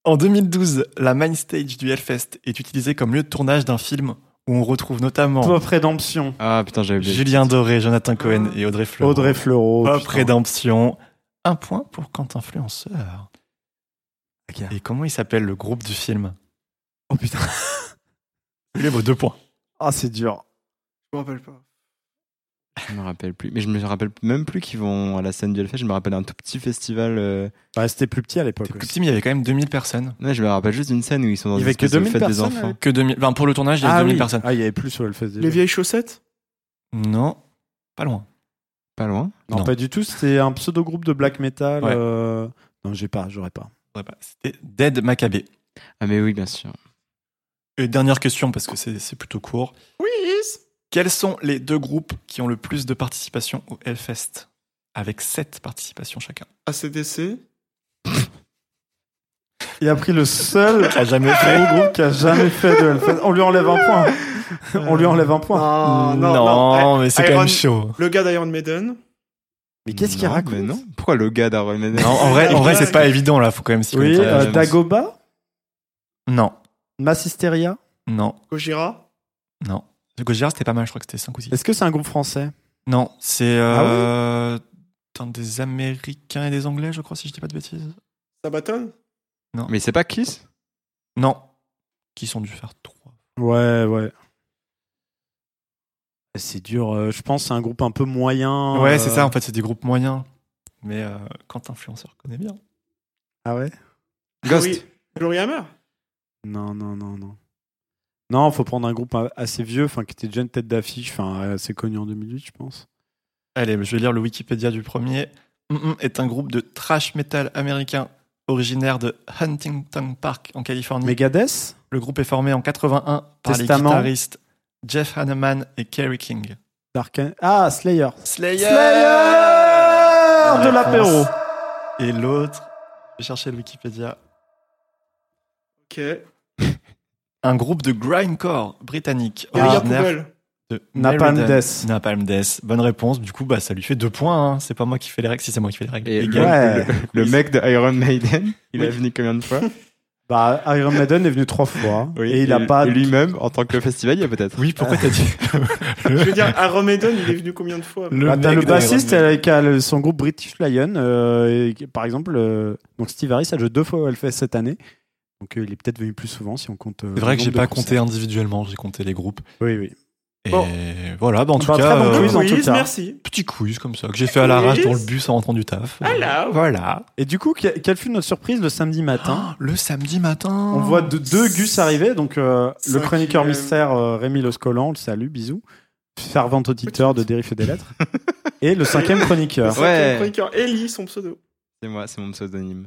A: en 2012, la main stage du Hellfest est utilisée comme lieu de tournage d'un film où on retrouve notamment
C: Pop Rédemption.
D: Ah putain, j'avais oublié.
A: Julien Doré, Jonathan Cohen et Audrey Fleurot.
C: Audrey Fleurot.
A: Pop
C: putain.
A: Rédemption. Un point pour Quentin Influenceur.
C: Ok.
A: Et comment il s'appelle le groupe du film
C: Oh putain.
A: Il est vos deux points.
C: Ah, c'est dur.
B: Je me rappelle pas.
D: Je me rappelle plus. Mais je me rappelle même plus qu'ils vont à la scène du Hellfest. Je me rappelle d'un tout petit festival. euh,
C: Bah, c'était plus petit à l'époque.
A: Plus
C: aussi.
A: petit, mais il y avait quand même 2000 personnes.
D: Ouais, je me rappelle juste d'une scène où ils sont dans
C: Il y
D: une
C: avait que
D: espèce de
C: 2000
D: fête des
C: personnes,
D: enfants.
C: ouais.
A: Que 2000. Enfin, pour le tournage, il y avait
C: Ah
A: 2000
C: oui.
A: personnes.
C: Ah, il y avait plus sur le festival.
B: Les vieilles chaussettes
A: Non, pas loin.
D: Pas loin.
C: Non,
A: Non.
C: pas du tout. C'était un pseudo groupe de black metal.
A: Ouais.
C: euh, Non, j'ai pas, j'aurais pas.
A: Ouais, bah, C'était Dead Maccabée.
D: Ah mais oui, bien sûr.
A: Et dernière question, parce que c'est c'est plutôt court.
B: Oui
A: Quels sont les deux groupes qui ont le plus de participation au Hellfest Avec 7 participations chacun.
B: ACDC
C: Il a pris le seul
A: T'as jamais
C: gros groupe qui a jamais fait de Hellfest. On lui enlève un point. On lui enlève un point.
B: Ah, Non, non,
A: non,
B: non.
C: Eh,
A: mais c'est quand
B: Iron-
A: même chaud.
B: Le gars d'Iron Maiden.
C: Mais qu'est-ce qu'il
D: Non,
C: raconte
D: mais non. Pourquoi le gars d'Arwen Maiden
A: Non, en vrai, en vrai c'est
B: Ouais.
A: pas évident là, faut quand même s'y
C: Oui,
A: connaître.
C: euh,
D: James.
C: Dagoba,
A: Non,
C: Massisteria.
A: non,
B: Gojira.
A: non. Le Gojira, c'était pas mal, je crois que c'était 5 ou 6.
C: Est-ce que c'est un groupe français
A: Non, c'est
C: Ah ouais
A: euh, un des Américains et des Anglais, je crois, si je dis pas de bêtises.
B: Sabaton
D: Mais c'est pas Kiss
A: Non, qui sont dû faire 3.
C: Ouais, ouais. C'est dur. euh, je pense que c'est un groupe un peu moyen.
A: Ouais,
C: euh,
A: c'est ça, en fait, c'est des groupes moyens. Mais euh, quand influenceur connaît bien.
C: Ah ouais
D: Ghost.
B: Oui. Glory Hammer
C: Non, non, non, non. Non, faut prendre un groupe a- assez vieux, enfin qui était déjà une tête d'affiche, enfin assez connu en 2008, je pense.
A: Allez, je vais lire le Wikipédia du premier. Mm-mm est un groupe de trash metal américain originaire de Huntington Park en Californie.
C: Megadeth
A: Le groupe est formé en 81 par les
C: Testament.
A: guitaristes Jeff Hanneman et Kerry King.
C: Dark An- Ah, Slayer.
A: Slayer,
C: Slayer Ah, de
A: réponse.
C: l'apéro.
A: Et l'autre, je vais chercher le Wikipédia.
B: Ok.
A: Un groupe de grindcore britannique
B: Guerilla
A: originaire
B: Poubelle.
A: de
C: Napalm
A: Meriden.
C: Death.
A: Napalm Death. Bonne réponse. Du coup, bah, ça lui fait deux points. hein. C'est pas moi qui fais les règles, si c'est moi qui fais les règles.
D: Et
A: Égal.
C: Ouais.
D: Le mec de Iron Maiden, il
A: Oui.
D: est venu combien de fois
C: Bah, Iron Maiden est venu trois fois
D: Oui,
C: et il a pas.
D: et lui-même en tant que festivalier peut-être.
A: Oui, pourquoi t'as dit
B: Je veux dire, Iron Maiden, il est venu combien de fois
C: Bah, t'as
A: mec
C: le
A: d'Iron
C: bassiste
A: Man.
C: euh, qui a le- son groupe British Lion, euh, et qui- par exemple. euh, donc Steve Harris a joué deux fois au Hellfest cette année. Donc euh, il est peut-être venu plus souvent si on compte. euh,
A: C'est vrai que j'ai pas compté individuellement, j'ai compté les groupes.
C: Oui, oui.
A: Et
B: Bon.
A: voilà, bah, en tout
C: Bah,
A: cas,
C: très bon
A: euh,
C: quiz, en tout cas.
B: merci.
A: petit quiz comme ça que j'ai fait à l'arrache dans le bus en rentrant du taf.
C: Ah
B: Alors
A: Voilà.
C: Et du coup, que- quelle fut notre surprise le samedi matin
A: Ah, le samedi matin.
C: On voit de- deux Gus arriver, donc euh, le
B: Cinquième.
C: chroniqueur mystère euh, Rémi Loscolan, on le salue, bisous, fervent auditeur de Dérive et des Lettres, et le cinquième
B: Le
C: chroniqueur.
B: cinquième
D: Ouais.
B: chroniqueur, Ellie, son pseudo.
D: C'est moi, c'est mon pseudonyme.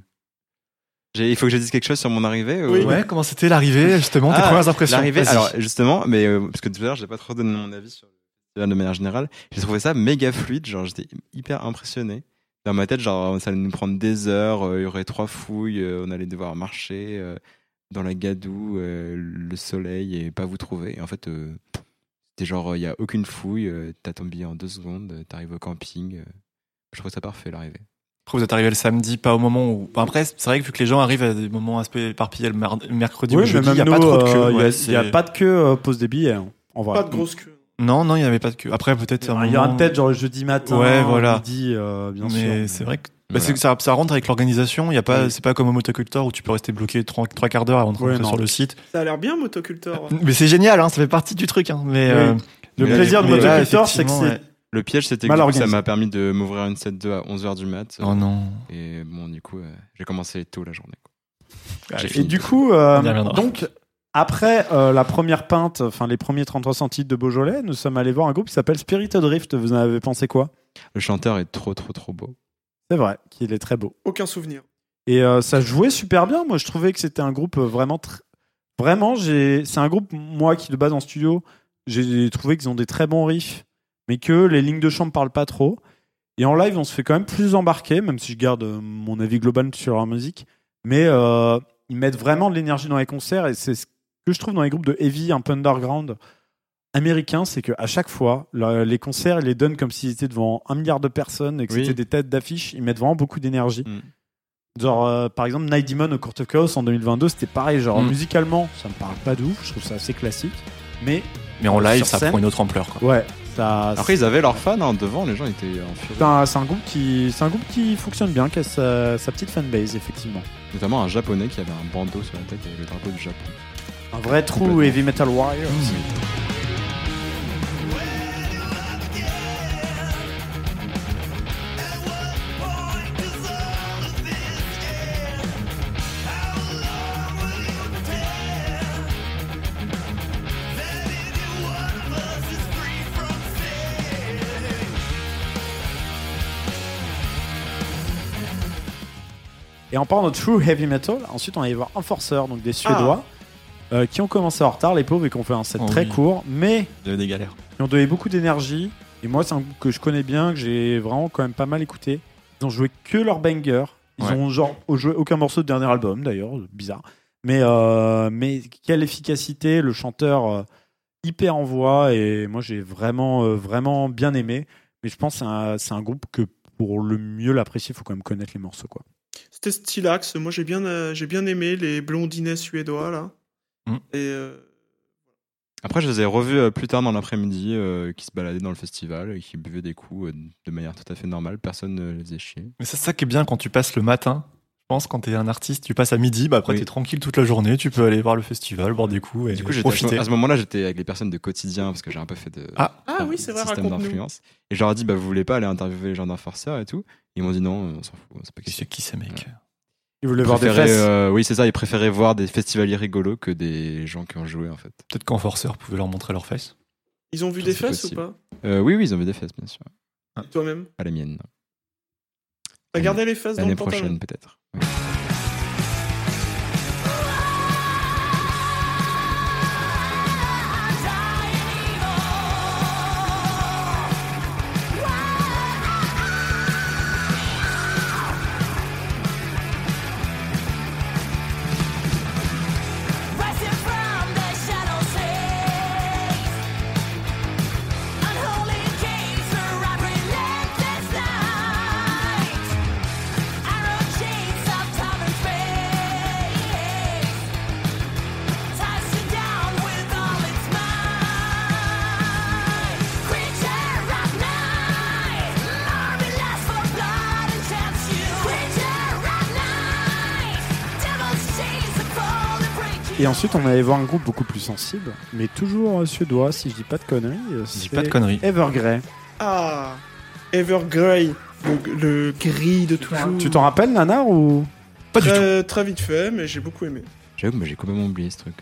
D: J'ai- Il faut que je dise quelque chose sur mon arrivée. ou-
B: Oui.
A: Ouais, comment c'était l'arrivée justement, tes
D: Ah,
A: premières impressions
D: L'arrivée,
A: Vas-y.
D: alors justement, mais euh, parce que tout à l'heure, j'ai pas trop donné mon avis sur le festival de manière générale. J'ai trouvé ça méga fluide, genre j'étais hyper impressionné. Dans ma tête, genre ça allait nous prendre des heures, euh, il y aurait trois fouilles, euh, on allait devoir marcher euh, dans la gadoue, euh, le soleil et pas vous trouver. Et en fait, euh, c'était genre il y a aucune fouille, euh, t'as ton billet en deux secondes, euh, t'arrives au camping. euh, je trouve ça parfait l'arrivée.
A: Après, vous êtes arrivé le samedi, pas au moment où. enfin, après, c'est vrai que vu que les gens arrivent à des moments assez éparpillés le mardi- le mercredi ou
C: Oui,
A: le
C: mais
A: jeudi, il
C: même
A: n'y a
C: nous,
A: pas trop de queue.
C: euh, il y a-
A: ouais,
C: il y a,
A: c'est-
C: pas de queue euh, pose des billets. hein, En vrai.
B: Pas de grosse queue.
A: Non, non, il n'y avait pas de queue. Après, peut-être. un
C: Il y aura
A: moment-
C: peut-être genre le jeudi matin,
A: Ouais, voilà.
C: midi, euh, bien sûr.
A: Mais c'est vrai que. bah,
D: Voilà.
A: c'est que ça, ça rentre avec l'organisation. Il y a pas,
C: Oui.
A: c'est pas comme au motoculteur où tu peux rester bloqué trois, trois quarts d'heure avant de
C: Ouais,
A: rentrer
C: non.
A: sur le site.
B: Ça a l'air bien, motoculteur.
A: Mais c'est génial, hein, ça fait partie du truc. Hein, mais
C: Oui.
A: euh,
C: Le
D: Mais-
C: plaisir de
D: mais là,
C: Motoculteur, c'est que c'est.
A: effectivement, ouais.
D: Le piège, c'était que
C: Mal
D: du coup, ça
C: organisé.
D: m'a permis de m'ouvrir une 7-2 à 11h du mat. euh,
A: oh non.
D: Et bon, du coup, euh, j'ai commencé tôt la journée. quoi.
A: Ah,
D: J'ai
A: et
C: Et
D: fini.
C: du coup, euh,
A: On y reviendra.
C: donc, après euh, la première peinte, enfin les premiers 33 centimes de Beaujolais, nous sommes allés voir un groupe qui s'appelle Spirit Drift. Vous en avez pensé quoi
D: Le chanteur est trop, trop, trop beau.
C: C'est vrai qu'il est très beau.
B: Aucun souvenir.
C: Et euh, ça jouait super bien. Moi, je trouvais que c'était un groupe euh, vraiment. tr- Vraiment, j'ai... c'est un groupe, moi, qui de base en studio, j'ai trouvé qu'ils ont des très bons riffs, mais que les lignes de chant me parlent pas trop. Et en live, on se fait quand même plus embarquer, même si je garde euh, mon avis global sur leur musique. Mais euh, ils mettent vraiment de l'énergie dans les concerts, et c'est ce que je trouve dans les groupes de heavy, un peu underground américains, c'est qu'à chaque fois, le- les concerts, ils les donnent comme s'ils étaient devant un milliard de personnes et que
D: Oui.
C: c'était des têtes d'affiche. Ils mettent vraiment beaucoup d'énergie.
D: Mm.
C: Genre, euh, par exemple, Night Demon au Court of Chaos en 2022, c'était pareil. Genre,
A: Mm.
C: musicalement, ça me parle pas de ouf, je trouve ça assez classique. Mais,
A: Mais en live,
C: Sur
A: ça
C: scène.
A: prend une autre ampleur. Quoi.
C: ouais, ça.
D: Après, ils avaient leurs fans hein, devant, les gens étaient en furie.
C: c'est un, c'est un groupe qui, c'est un groupe qui fonctionne bien, qui a sa, sa petite fanbase, effectivement.
D: Notamment un japonais qui avait un bandeau sur la tête avec le drapeau du Japon.
C: Un vrai trou
D: Complètement.
C: heavy metal warrior. Et en parlant de true heavy metal, ensuite on allait voir Enforcer, donc des Suédois, euh, qui ont commencé en retard, les pauvres, et qui ont fait un set
A: Oh
C: très
A: oui.
C: court, mais
A: Il y avait des galères.
C: ils ont donné beaucoup d'énergie. Et moi, c'est un groupe que je connais bien, que j'ai vraiment quand même pas mal écouté. Ils ont joué que leur banger. Ils
A: Ouais.
C: ont genre au- joué aucun morceau du dernier album, d'ailleurs, bizarre. Mais, euh, mais quelle efficacité, le chanteur euh, hyper en voix. Et moi, j'ai vraiment, euh, vraiment bien aimé. Mais je pense que c'est un- c'est un, groupe que pour le mieux l'apprécier, il faut quand même connaître les morceaux. Quoi.
B: C'était Stylax. Moi, j'ai bien, euh, j'ai bien aimé les blondinets suédois, là.
A: Mm.
B: Et euh,
D: Après, je les ai revus euh, plus tard dans l'après-midi, euh, qui se baladaient dans le festival et qui buvaient des coups euh, de manière tout à fait normale. Personne ne les faisait chier.
A: Mais c'est ça qui est bien quand tu passes le matin. Je pense quand t'es un artiste, tu passes à midi, bah après
D: Oui.
A: t'es tranquille toute la journée, tu peux aller voir le festival, boire des coups et
D: Du coup, j'étais-
A: profiter.
D: à ce moment-là, j'étais avec les personnes de quotidien parce que j'ai un peu fait de
A: Ah.
B: Ah
D: un
B: oui, c'est vrai,
D: système
B: raconte-nous.
D: d'influence. Et je leur ai dit, bah, vous voulez pas aller interviewer les gens d'Enforceurs et tout Ils m'ont dit non, on s'en fout, c'est pas
A: Et C'est
D: question.
A: qui ces mecs
C: Ils voulaient voir des
D: Préféraient,
C: fesses.
D: euh, oui, c'est ça, ils préféraient voir des festivaliers rigolos que des gens qui ont joué en fait.
A: Peut-être qu'Enforceur pouvait leur montrer leurs fesses.
B: Ils ont vu
D: Ça,
B: des
D: c'est
B: fesses
D: possible.
B: ou pas
D: Euh, oui, oui, ils ont vu des fesses, bien sûr.
B: Toi-même
D: Pas les miennes. non.
B: T'as gardé les fesses dans
D: L'année
B: le pantalon
D: prochaine, peut-être. Oui.
F: Rising from the shadows, unholy chains around relentless light. Arrow chains of time and space, ties you down with all its might. Creature of night, marvelous for blood and chance you. Creature of night, devil's chains that fall and break you.
C: Et ensuite, on allait voir un groupe beaucoup plus sensible, mais toujours euh, suédois, si je dis pas de conneries. euh,
A: Je dis
C: c'est
A: pas de conneries.
C: Evergrey.
B: Ah Evergrey. Donc, le gris de toujours.
C: Tu t'en rappelles, Nanar ou
A: Pas du tout.
B: très, très vite fait, mais j'ai beaucoup aimé.
D: J'avoue, mais j'ai complètement oublié ce truc.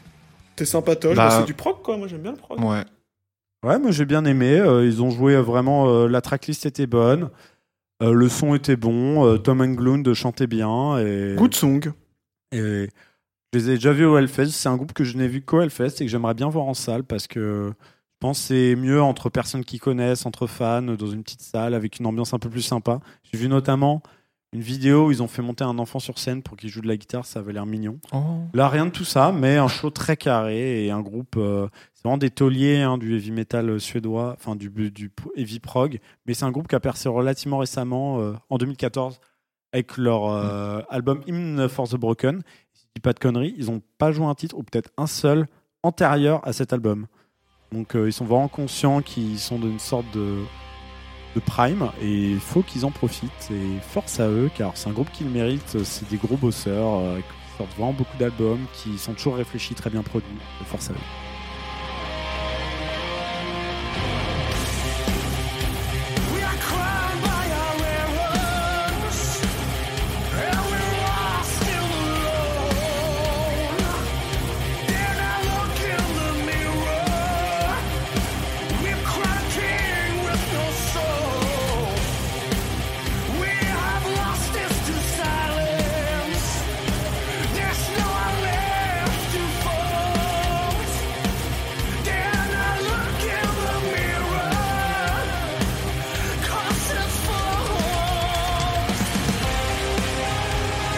B: T'es sympatoche.
A: Bah,
B: Bah, c'est du proc, quoi. Moi, j'aime bien le proc.
A: Ouais.
C: Ouais, moi j'ai bien aimé. Euh, ils ont joué euh, vraiment. euh, la tracklist était bonne. Euh, le son était bon. euh, Tom Englund chantait bien. Et,
B: Good song.
C: et je les ai déjà vus au Hellfest. C'est un groupe que je n'ai vu qu'au Hellfest et que j'aimerais bien voir en salle parce que je pense que c'est mieux entre personnes qui connaissent, entre fans, dans une petite salle avec une ambiance un peu plus sympa. J'ai vu notamment une vidéo où ils ont fait monter un enfant sur scène pour qu'il joue de la guitare. Ça avait l'air mignon.
A: Oh.
C: Là, rien de tout ça, mais un show très carré et un groupe. euh, c'est vraiment des tauliers hein, du heavy metal suédois, enfin du, du heavy prog. Mais c'est un groupe qui a percé relativement récemment, euh, en 2014, avec leur euh, album Hymn for the Broken. Si je dis pas de conneries, ils n'ont pas joué un titre ou peut-être un seul antérieur à cet album. Donc euh, ils sont vraiment conscients qu'ils sont d'une sorte de, de prime et il faut qu'ils en profitent. Et force à eux, car c'est un groupe qui le mérite. C'est des gros bosseurs euh, qui sortent vraiment beaucoup d'albums, qui sont toujours réfléchis, très bien produits. Force à eux.
E: We are crowned by our errors, and we're all still alone. Then I look in the mirror, we're cracking with no soul. We have lost us to silence. There's no one left to fold. Then I look in the mirror. Constance falls.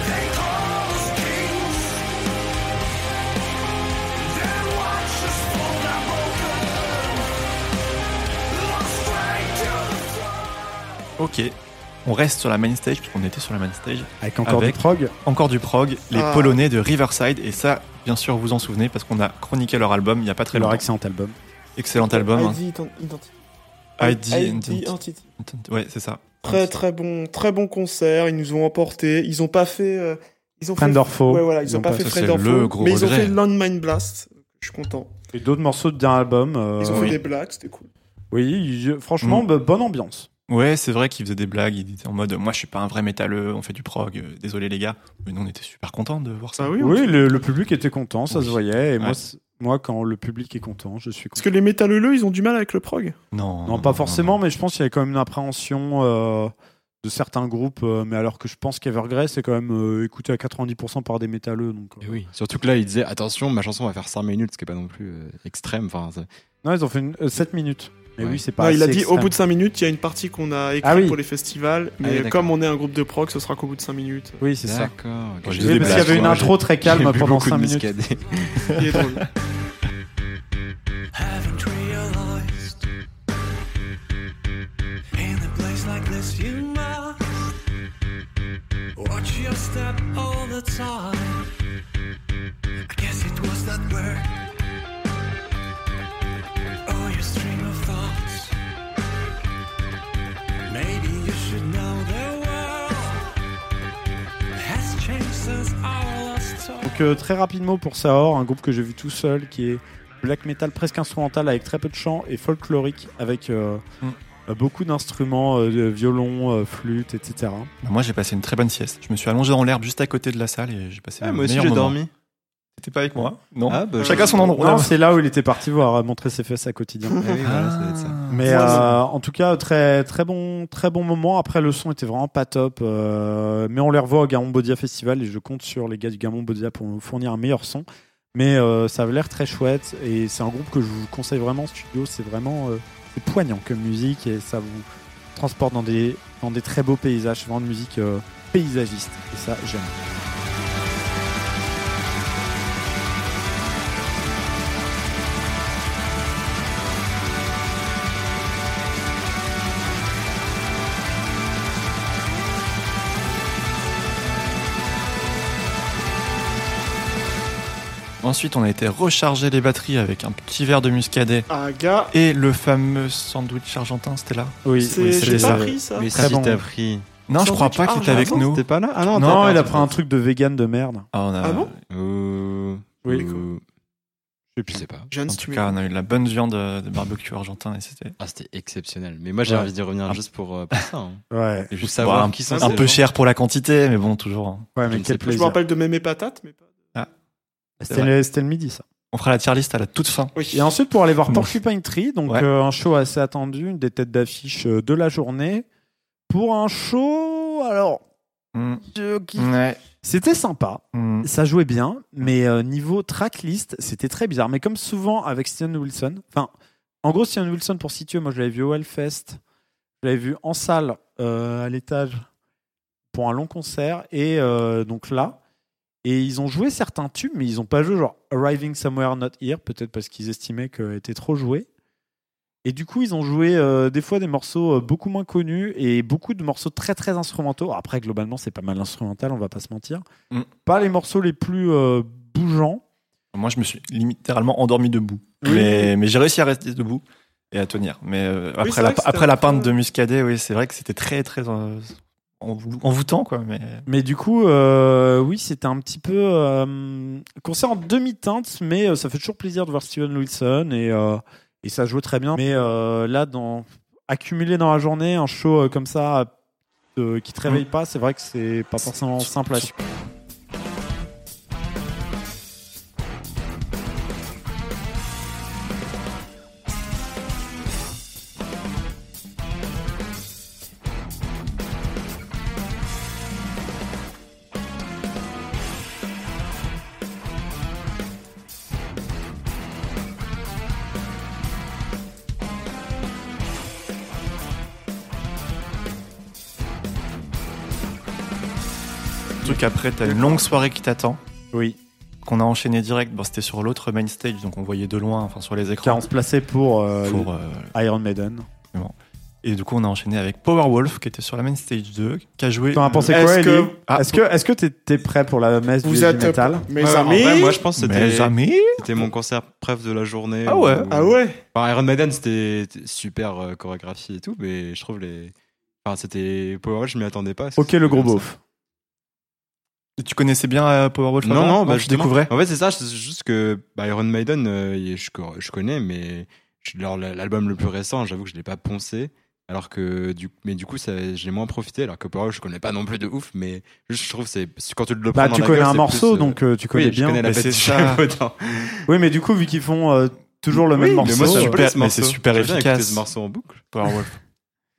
E: They call us kings. Then watch us fall down broken. Lost right to the throne.
A: Ok, on reste sur la main stage, puisqu'on était sur la main stage.
C: Avec encore
A: Avec-
C: des prog.
A: Encore du prog, les
B: Ah.
A: Polonais de Riverside, et ça, bien sûr, vous en souvenez, parce qu'on a chroniqué leur album il n'y a pas très
C: leur
A: longtemps.
C: excellent album.
A: Excellent album. hein.
B: ID ident- Identity.
A: ID
B: ID
A: Identity.
B: Identity.
A: Ouais, c'est ça.
B: Très très bon, très bon concert. Ils nous ont emporté. Ils ont pas fait. euh, ils ont fait.
C: Friend or Foe.
B: Ouais, voilà, ils, ont, pas fait
A: ça,
B: Fred
A: c'est
B: Orfo,
A: le gros
B: mais ils ont
A: regret.
B: fait Landmine Blast. Je suis content.
C: Et d'autres morceaux d'un album. euh,
B: Ils ont
A: oui.
B: fait des blagues, c'était cool.
C: Oui, je- franchement,
A: Mm.
C: bah, bonne ambiance.
A: Ouais, c'est vrai qu'il faisait des blagues. Il était en mode Moi, je suis pas un vrai métalleux, on fait du prog, euh, désolé les gars. Mais nous, on était super contents de voir ça.
B: Ah oui,
C: Oui, le, le public était content, ça
A: Oui.
C: se voyait. Et moi,
A: Ouais.
C: c'est- moi, quand le public est content, je suis
B: Parce
C: content.
B: que les métalleux, ils ont du mal avec le prog.
A: Non,
C: Non, pas forcément, mais je pense qu'il y avait quand même une appréhension euh, de certains groupes. euh, mais alors que je pense qu'Evergrey, est quand même euh, écouté à 90% par des métalleux. Donc, euh.
D: Et Eh oui. Surtout que là, il disait attention, ma chanson va faire 5 minutes, ce qui est pas non plus euh, extrême. Enfin, c'est-
C: Non, ils ont fait 7 minutes. Mais
D: Ouais.
C: oui, c'est pas.
B: Ah, il a
C: assez
B: dit
C: extrême.
B: au bout de 5 minutes, il y a une partie qu'on a écrite
C: Ah oui.
B: pour les festivals.
D: Ah oui,
B: Mais
D: d'accord.
B: comme on est un groupe de prog, ce sera qu'au bout de 5 minutes.
C: Oui, c'est ça.
D: D'accord. ok. Ah,
A: Moi, j'ai
D: J'ai
C: Oui,
A: des
C: parce qu'il y
A: blagues,
C: avait une
A: moi,
C: intro très calme
D: bu
C: pendant
D: beaucoup de
C: 5 minutes.
D: muscadet.
B: Il est drôle.
E: Haven't realized in a place like this you must watch your step all the time. I guess it was that word. Oh, your stream of thoughts. Maybe you should know the world has changed since our last talk.
C: Donc euh, très rapidement pour Saor, un groupe que j'ai vu tout seul qui est black metal presque instrumental avec très peu de chant et folklorique avec euh,
A: Mm.
C: euh, beaucoup d'instruments, euh, de violon, euh, flûte, etc.
A: Bah, Moi, j'ai passé une très bonne sieste. Je me suis allongé dans l'herbe juste à côté de la salle et j'ai passé
D: Ah,
A: le
D: moi aussi,
A: meilleur
D: j'ai
A: moment.
D: dormi.
A: T'étais pas avec moi Non.
D: Ah, bah,
A: Chacun
D: je-
A: son endroit.
C: Non, c'est là où il était parti voir euh, montrer ses fesses à quotidien.
D: Ah oui, voilà, ça doit être ça.
C: Mais
B: Ouais,
C: euh,
B: c'est-
C: en tout cas, très très bon très bon moment. Après, le son était vraiment pas top, euh, mais on les revoit au Gamon Bodia Festival et je compte sur les gars du Gamon Bodia pour nous fournir un meilleur son. Mais euh, ça avait l'air très chouette et c'est un groupe que je vous conseille vraiment en studio. C'est vraiment euh, c'est poignant comme musique et ça vous transporte dans des dans des très beaux paysages. C'est vraiment une musique euh, paysagiste et ça j'aime.
A: Ensuite, on a été recharger les batteries avec un petit verre de muscadet
B: Ah, gars,
A: et le fameux sandwich argentin, c'était là
C: Oui,
B: c'est- j'ai
A: ça.
B: pas pris ça.
D: Ah, Mais
C: Très
D: si
C: bon.
D: t'as pris.
A: Non, je crois
B: Sandwich
A: pas qu'il était avec
B: argentin,
A: nous.
D: T'es pas là Ah non,
C: non,
D: t'as-
B: hein.
C: il a pris un truc de vegan de merde.
A: Ah, on a-
B: Ah bon
D: Euh,
C: Oui. Je
D: euh,
C: sais
D: je
C: plus.
D: sais pas.
B: Jeune,
A: En
B: si tu
A: tout
B: veux.
A: cas, on a eu de la bonne viande euh, de barbecue argentin et c'était
D: Ah, c'était exceptionnel. Mais moi, j'ai
A: Ouais.
D: envie d'y revenir
A: Ah.
D: juste pour, euh, pour ça. hein.
C: Ouais,
A: C'est
D: Pour
A: juste,
D: savoir
A: bah, un-
D: qui sont
A: un,
D: ces
A: peu
D: gens.
A: cher pour la quantité, mais bon, toujours. hein.
C: ouais,
D: Je
C: mais
D: ne sais
C: quel
D: plus.
B: Je
C: plaisir.
B: me rappelle de mes patates, mais pas.
A: C'est
C: C'était le, c'était le midi ça.
A: On fera la tier list à la toute fin.
B: Oui.
C: Et ensuite, pour aller voir
A: Bon.
C: Porcupine Tree, donc
A: Ouais.
C: euh, un show assez attendu, une des têtes d'affiche euh, de la journée. Pour un show, alors,
A: Mm.
C: je kiffe.
A: Ouais.
C: c'était sympa,
A: Mm.
C: ça jouait bien, mais euh, niveau tracklist, c'était très bizarre. Mais comme souvent avec Steven Wilson, enfin, en gros, Steven Wilson, pour situer, moi je l'avais vu au Hellfest, je l'avais vu en salle, euh, à l'étage, pour un long concert, et euh, donc là. Et ils ont joué certains tubes, mais ils n'ont pas joué genre Arriving Somewhere Not Here, peut-être parce qu'ils estimaient qu'elle était trop jouée. Et du coup, ils ont joué euh, des fois des morceaux euh, beaucoup moins connus et beaucoup de morceaux très très instrumentaux. Alors Après, globalement, c'est pas mal instrumental, on va pas se mentir.
A: Mm.
C: Pas les morceaux les plus euh, bougeants.
A: Moi, je me suis littéralement endormi debout.
C: Oui.
A: Mais, mais j'ai réussi à rester debout et à tenir. Mais euh,
B: c'est
A: après,
B: vrai
A: la,
B: que c'était
A: après la
B: un peu-
A: peinte de Muscadet, oui, c'est vrai que c'était très, très euh, envou- envoûtant, quoi. Mais
C: Mais du coup, euh, oui, c'était un petit peu euh, concert en demi-teinte, mais euh, ça fait toujours plaisir de voir Steven Wilson et, euh, et ça joue très bien. Mais euh, là, dans, accumulé dans la journée, un show euh, comme ça euh, qui te réveille pas, c'est vrai que c'est pas forcément simple à suivre.
A: le truc après, t'as une longue soirée qui t'attend,
C: Oui,
A: qu'on a enchaîné direct. Bon, c'était sur l'autre main stage, donc on voyait de loin, enfin sur les
C: car
A: écrans.
C: on se plaçait pour, euh,
A: Pour, euh,
C: Iron Maiden.
A: et du coup, on a enchaîné avec Powerwolf, qui était sur la main stage 2, qui a joué.
C: T'en as pensé
B: Est-ce
C: quoi, Ellie
B: que-
A: Ah.
C: Est-ce que est-ce que t'es t'es prêt pour la messe du
B: Vous
C: heavy
B: êtes
C: metal
B: mes
D: Ouais, en
B: amis.
D: vrai, moi, je pense que
A: Mais
D: c'était
A: jamais
D: c'était mon concert préf de la journée.
A: Ah ouais.
D: où-
B: Ah ouais
D: Enfin, Iron Maiden, c'était super euh, chorégraphie et tout, mais je trouve les. Enfin, c'était. Powerwolf, je m'y attendais pas.
C: Ok, le gros beauf.
A: Tu connaissais bien euh, Powerwolf
D: Non,
A: avant
D: non, bah,
A: je
D: justement.
A: découvrais.
D: En fait, c'est ça, c'est juste que bah, Iron Maiden, euh, il- je, co- je connais, mais je- leur- l'album le plus récent, j'avoue que je l'ai pas poncé. Alors que du, mais du coup, ça, j'ai moins profité. Alors que Powerwolf, je connais pas non plus de ouf, mais juste, je trouve que c'est quand tu le prends
C: Bah,
D: dans
C: tu
D: la
C: connais
D: gueule,
C: un
D: c'est
C: morceau,
D: plus, euh,
C: donc euh, tu connais
D: oui, je
C: bien.
D: connais la
A: mais
D: bête
A: c'est
D: du
A: ça.
D: chameau, attends.
C: Oui, mais du coup, vu qu'ils font euh, toujours le
D: Oui,
C: même
A: mais
C: morceau.
A: moi, c'est
D: ça me
C: euh,
A: super-
D: plaît, ce
A: mais c'est
D: morceau.
A: super
D: J'aime bien écouter
A: efficace.
D: ce morceau en boucle.
A: Powerwolf.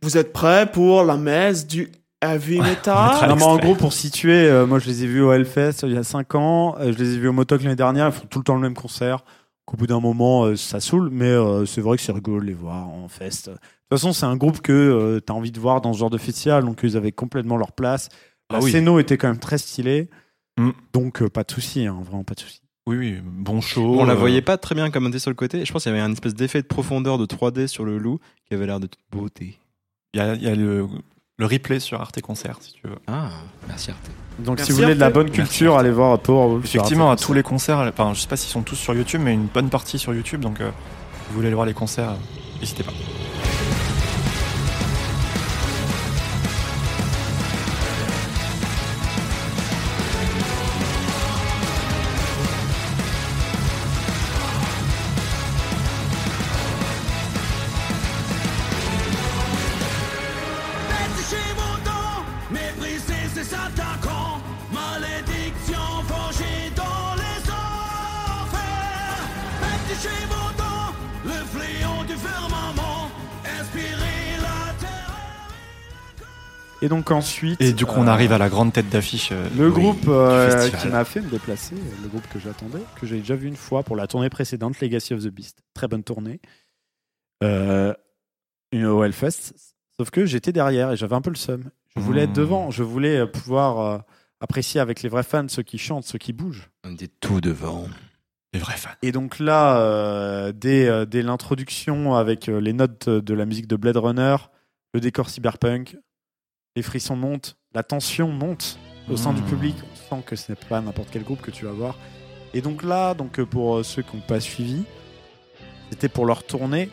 B: Vous êtes prêts pour la messe du heavy metal
C: non, mais Ah, en
A: extrait.
C: gros, pour situer, euh, moi je les ai vus au Hellfest euh, il y a 5 ans, euh, je les ai vus au Motoc l'année dernière, ils font tout le temps le même concert. Qu'au bout d'un moment, euh, ça saoule, mais euh, c'est vrai que c'est rigolo de les voir en fest. De toute façon, c'est un groupe que tu as envie de voir dans ce genre de festival, donc ils avaient complètement leur place. La
A: Ah oui.
C: scéno était quand même très stylée,
A: Mm.
C: donc euh, pas de souci, hein, vraiment pas de souci.
A: Oui, oui, bon show.
D: On la
A: euh,
D: voyait pas très bien comme on était sur le côté. Je pense qu'il y avait un espèce d'effet de profondeur de 3D sur le loup qui avait l'air de toute beauté.
A: Il y a, il y a le, le replay sur Arte Concert, si tu veux.
D: Ah, merci Arte.
C: Donc
B: Merci,
C: si vous voulez de la
B: Arthur.
C: bonne culture, allez voir euh, Powerwolf.
A: Effectivement, à tous les concerts, enfin, je sais pas s'ils sont tous sur YouTube, mais une bonne partie sur YouTube, donc euh, vous voulez aller voir les concerts, euh, n'hésitez pas.
E: Bête chez mon dos, mépriser ces attaquants, malédiction vengée dans les enfers. Bête chez mon dos, le fléau du firmament, inspirer la terreur.
C: Et donc ensuite...
A: Et du coup, on
C: euh,
A: arrive à la grande tête d'affiche. euh,
C: Le
A: oui,
C: groupe
A: du
C: euh,
A: festival.
C: qui m'a fait me déplacer, euh, le groupe que j'attendais, que j'avais déjà vu une fois pour la tournée précédente, Legacy of the Beast. Très bonne tournée. Euh, une au Hellfest. Sauf que j'étais derrière et j'avais un peu le seum. Je voulais être
A: Hmm.
C: devant. Je voulais euh, pouvoir euh, apprécier avec les vrais fans ceux qui chantent, ceux qui bougent.
D: On était tout devant.
A: Des vrais fans.
C: Et donc là, euh, dès, euh, dès l'introduction avec euh, les notes de la musique de Blade Runner, le décor cyberpunk, les frissons montent, la tension monte au sein du
A: Mmh.
C: public. On sent que ce n'est pas n'importe quel groupe que tu vas voir. Et donc là, donc euh, pour euh, ceux qui n'ont pas suivi, c'était pour leur tournée.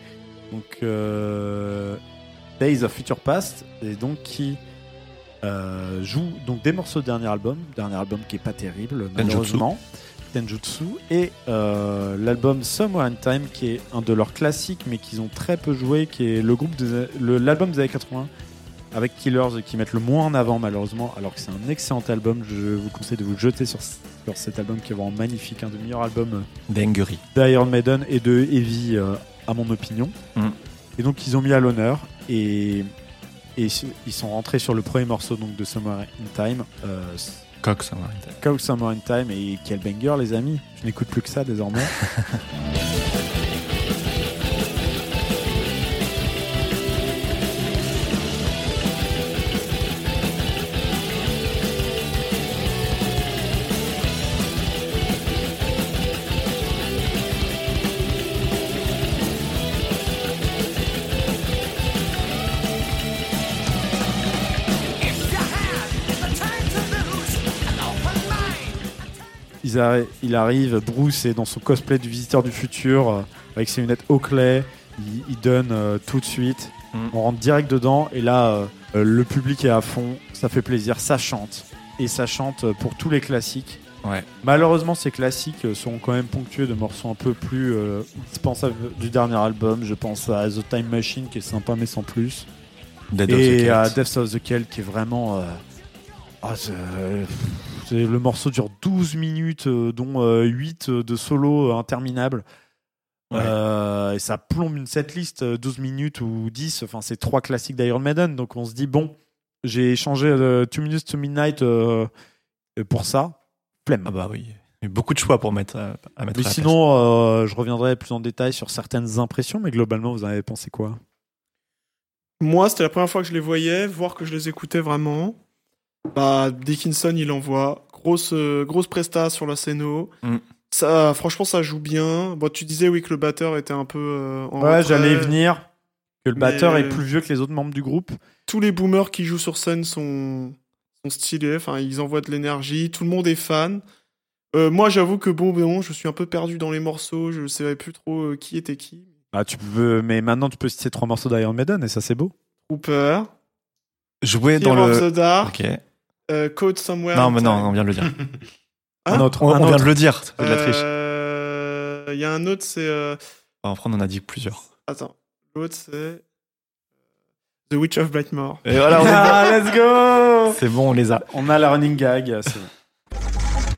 C: Donc euh, Days of Future Past, et donc qui euh, joue donc des morceaux de dernier album, dernier album qui est pas terrible malheureusement, Tenjutsu, et euh, l'album Somewhere in Time qui est un de leurs classiques mais qu'ils ont très peu joué, qui est le groupe des- le- l'album des années 80 avec Killers et qui mettent le moins en avant malheureusement, alors que c'est un excellent album. Je vous conseille de vous jeter sur, sur cet album qui est vraiment magnifique, un des meilleurs albums euh,
A: Dinguerie.
C: d'Iron Maiden et de Heavy, euh, à mon opinion.
A: Mm.
C: Et donc, ils ont mis à l'honneur et, et s- ils sont rentrés sur le premier morceau donc, de Summer in Time, euh,
A: Coq, ça m'arrête.
C: Cow Summer in Time, et quel banger, les amis! Je n'écoute plus que ça désormais. ils arri- il arrive, Bruce est dans son cosplay du visiteur du futur, euh, avec ses lunettes Oakley, il, il donne euh, tout de suite,
A: Mm.
C: on rentre direct dedans, et là, euh, euh, le public est à fond, ça fait plaisir, ça chante, et ça chante euh, pour tous les classiques.
A: Ouais.
C: Malheureusement, ces classiques euh, sont quand même ponctués de morceaux un peu plus euh, dispensables du dernier album. Je pense à The Time Machine qui est sympa mais sans plus
A: Dead of the
C: et à
A: Cat.
C: Death of the Celt qui est vraiment euh, ah, c'est- euh, c'est- le morceau dure 12 minutes euh, dont 8 de solo euh, interminables
A: Ouais.
C: Euh, et ça plombe une setlist euh, 12 minutes ou 10 enfin c'est trois classiques d'Iron Maiden donc on se dit bon j'ai changé euh, 2 minutes to midnight euh, euh, pour ça flemme
A: Ah bah oui. Il y a beaucoup de choix pour mettre à, à mettre
C: mais
A: à la place.
C: sinon euh, je reviendrai plus en détail sur certaines impressions mais globalement vous en avez pensé quoi
B: Moi, c'était la première fois que je les voyais, voire que je les écoutais vraiment. Bah, Dickinson, il envoie. Grosse, euh, grosse presta sur la scéno.
A: Mm.
B: Ça, franchement, ça joue bien. Bon, tu disais, oui, que le batteur était un peu euh, en
C: Ouais,
B: retrait.
C: j'allais y venir. Que le
B: Mais-
C: batteur est plus vieux que les autres membres du groupe.
B: Tous les boomers qui jouent sur scène sont, sont stylés. Enfin, ils envoient de l'énergie. Tout le monde est fan. Euh, moi, j'avoue que bon, bon, je suis un peu perdu dans les morceaux. Je ne savais plus trop euh, qui était qui.
C: Ah, tu peux, mais maintenant tu peux citer trois morceaux d'Iron Maiden et ça c'est beau.
B: Trooper,
A: Jouer dans
B: Fear of
A: le.
B: the Dark,
A: Ok.
B: euh, Code Somewhere.
A: Non,
B: in
A: mais non,
B: Time.
A: on vient de le dire.
B: Hein
C: un autre,
A: On,
C: Ah, un
A: on vient
C: autre.
A: de le dire. C'est de la triche.
B: Euh, Il y a un autre, c'est. euh,
A: Enfin, après, on en a dit plusieurs.
B: Attends. L'autre, c'est. euh, The Witch of Blackmore.
A: Et voilà, on est-
C: Ah, let's go
A: c'est bon, on les a.
C: On a la running gag. c'est bon.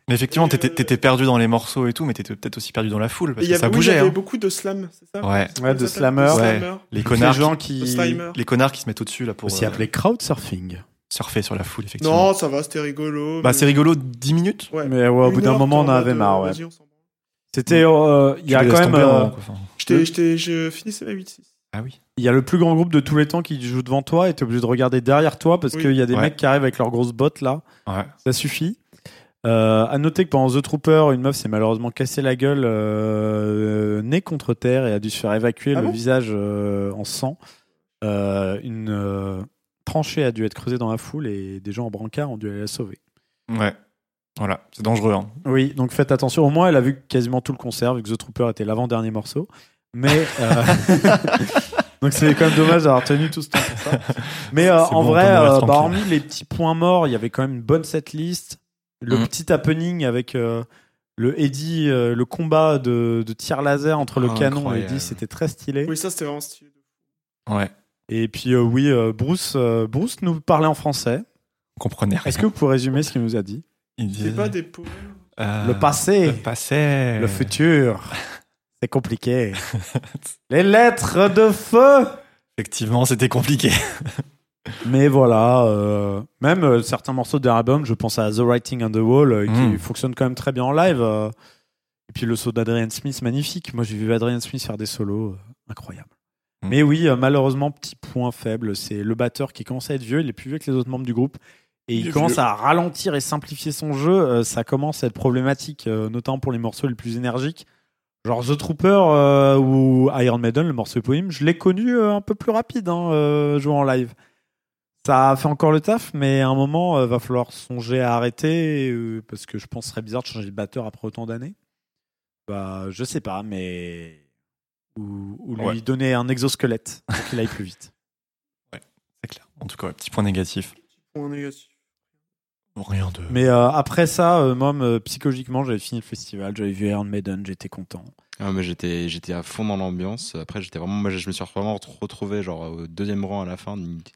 A: Mais effectivement,
B: Et,
A: t'étais
B: euh,
A: t'étais perdu dans les morceaux et tout, mais t'étais peut-être aussi perdu dans la foule parce
B: Il y
A: que ça
B: avait, oui, il y
A: bougeait.
B: avait
A: hein.
B: beaucoup de slam, c'est ça
A: Ouais.
C: Ouais,
B: Ils
C: de
B: appellent
C: slammer.
B: de
A: Ouais.
B: slammer.
A: Les
C: Les
A: connards,
C: gens
B: de
C: qui.
B: slimer.
A: les connards qui se mettent au-dessus là pour
C: Aussi
A: euh,
C: appelé crowdsurfing.
A: surfer sur la foule, effectivement.
B: Non, ça va, c'était rigolo.
A: Bah,
B: mais-
A: c'est rigolo, 10 minutes.
B: Ouais.
C: Mais ouais, au bout
B: Une
C: d'un
B: heure,
C: moment on en
B: t'en as
C: avait
B: de-
C: marre. Ouais.
B: vas-y, on s'en branle.
C: C'était. euh, Il y a
A: Tu les
C: quand
A: laisses
C: même.
A: tomber,
C: euh,
A: hein, quoi. Enfin,
B: Je, t'ai- je, t'ai- je finissais ma 8-6.
A: Ah oui.
C: Il y a le plus grand groupe de tous les temps qui joue devant toi et t'es obligé de regarder derrière toi parce
B: Oui.
C: qu'il y a des
A: Ouais.
C: mecs qui arrivent avec leurs grosses bottes là.
A: Ouais.
C: Ça suffit. Euh, à noter que pendant The Trooper, une meuf s'est malheureusement cassé la gueule, euh, nez contre terre, et a dû se faire évacuer
B: Ah
C: le
B: bon
C: visage euh, en sang. Euh, une euh, tranchée a dû être creusée dans la foule et des gens en brancard ont dû aller la sauver.
A: Ouais. Voilà, c'est dangereux. Hein.
C: Oui, donc faites attention. Au moins, elle a vu quasiment tout le concert, vu que The Trooper était l'avant-dernier morceau. Mais. euh, donc c'est quand même dommage d'avoir tenu tout ce temps pour ça. Mais euh,
A: C'est
C: en
A: bon,
C: vrai,
A: on peut mourir
C: euh, bah,
A: tranquille.
C: hormis les petits points morts, il y avait quand même une bonne setlist. Le
A: Mhm.
C: petit happening avec euh, le Eddie, euh, le combat de, de tir laser
A: Ah,
C: entre le canon et
D: Incroyable.
C: Eddie, c'était très stylé.
B: Oui, ça, c'était vraiment stylé.
A: Ouais.
C: Et puis euh, oui, euh, Bruce, euh, Bruce nous parlait en français.
A: On comprenait rien.
C: Est-ce que vous pouvez résumer ce qu'il nous a dit
A: Il
B: C'est
A: disait,
B: pas des poèmes.
A: euh,
C: Le passé.
A: Le passé.
C: Le futur, c'est compliqué. Les lettres de feu.
A: Effectivement, c'était compliqué.
C: Mais voilà, euh, même euh, certains morceaux de l'album, je pense à The Writing on the Wall, euh, qui
A: Mm.
C: fonctionne quand même très bien en live. euh, et puis le saut d'Adrian Smith, magnifique. Moi, j'ai vu Adrian Smith faire des solos euh, incroyables.
A: Mm.
C: Mais oui, euh, malheureusement, petit point faible, c'est le batteur qui commence à être vieux, il est plus vieux que les autres membres du groupe. Et il,
A: est
C: commence
A: vieux.
C: à ralentir et simplifier son jeu, euh, ça commence à être problématique, euh, notamment pour les morceaux les plus énergiques. Genre The Trooper euh, ou Iron Maiden, le morceau poème, je l'ai connu euh, un peu plus rapide, hein, euh, joué en live. Ça a fait encore le taf, mais à un moment, euh, va falloir songer à arrêter, euh, parce que je pense que ce serait bizarre de changer de batteur après autant d'années. Bah, je sais pas, mais. Ou, ou lui
A: Ouais.
C: donner un exosquelette pour qu'il aille plus vite.
A: C'est clair. En tout cas, ouais, petit point négatif.
B: Point négatif.
A: Rien de.
C: Mais euh, après ça, euh, moi, me- psychologiquement, j'avais fini le festival, j'avais vu Iron Maiden, j'étais content.
D: Ah, mais j'étais j'étais à fond dans l'ambiance. Après, j'étais vraiment, moi, je me suis vraiment retrouvé genre au deuxième rang à la fin. C'était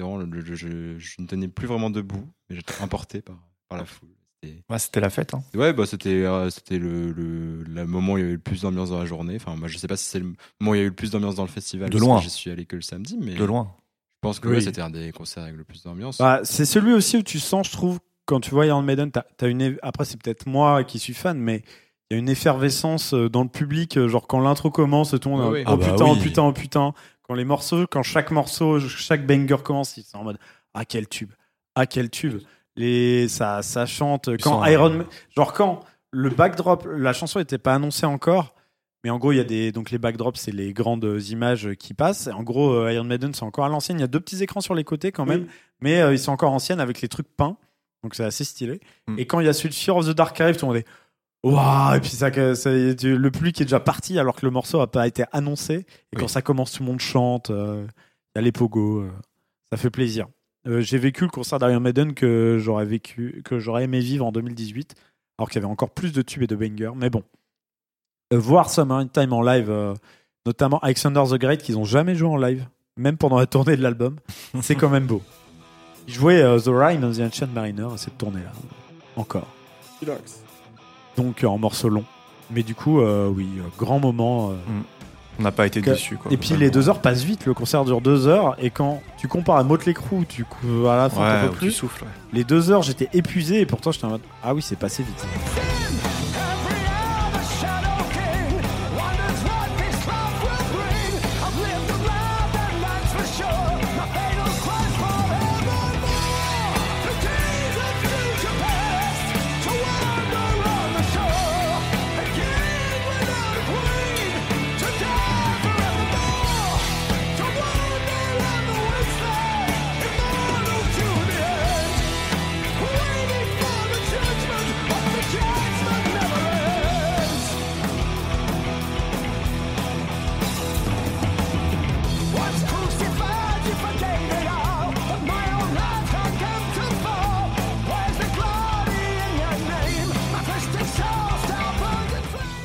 D: Vraiment, le- le- je, je ne tenais plus vraiment debout, mais j'étais emporté par, par la foule. C'était-
A: Ouais, c'était la fête. hein.
D: Ouais, bah c'était euh, c'était le, le, le moment où il y a eu le plus d'ambiance dans la journée. Enfin, moi, je sais pas si c'est le moment où il y a eu le plus d'ambiance dans le festival.
A: De
D: parce que
A: loin.
D: J'y suis allé que le samedi, mais
A: De loin.
D: je pense que
C: Oui.
D: ouais, c'était un des concerts avec le plus d'ambiance.
C: Bah, c'est celui aussi où tu sens, je trouve, quand tu vois Iron Maiden, t'as- t'as une... é- après c'est peut-être moi qui suis fan, mais il y a une effervescence euh, dans le public, euh, genre quand l'intro commence, tout le monde
D: Oui,
C: est
D: oui.
C: en- oh,
A: Ah bah
C: putain, oh
A: oui.
C: putain, oh putain. Quand les morceaux, quand chaque morceau, chaque banger commence, ils sont en mode ah quel tube, ah quel tube. Les ça ça chante quand
A: sens,
C: Iron
A: euh,
C: Ma- genre quand le backdrop, la chanson n'était pas annoncée encore. Mais en gros, il y a des donc les backdrops, c'est les grandes images qui passent. Et en gros, euh, Iron Maiden c'est encore à l'ancienne. Il y a deux petits écrans sur les côtés quand même, mais euh, ils sont encore anciennes avec les trucs peints, donc c'est assez stylé.
A: Mm.
C: Et quand il y a celui de Fear of the Dark qui arrive, tout le monde est Waouh, et puis ça, que- ça- tu- le public est déjà parti alors que le morceau n'a pas été annoncé. Et
D: Oui.
C: quand ça commence, tout le monde chante. euh, Il y a les pogos. euh, ça fait plaisir. Euh, J'ai vécu le concert d'Iron Maiden que j'aurais vécu, que j'aurais aimé vivre en 2018, alors qu'il y avait encore plus de tubes et de bangers. Mais bon, Euh, voir Summer in Time en live, euh, notamment Alexander the Great, qu'ils n'ont jamais joué en live, même pendant la tournée de l'album, c'est quand même beau. Ils jouaient euh, The Rhine of the Ancient Mariner à cette tournée-là, encore donc euh, en morceaux longs. Mais du coup, euh, oui, euh, grand moment. euh.
A: On n'a pas été
C: Que-
A: déçus. Quoi,
C: Et puis les deux heures passent vite, le concert dure deux heures, et quand tu compares à Motley Crue, tu cou- à la fin t'en
A: Ouais,
C: peux
A: tu
C: plus.
A: souffles. ouais.
C: Les deux heures, j'étais épuisé, et pourtant j'étais en mode ah oui, c'est passé vite.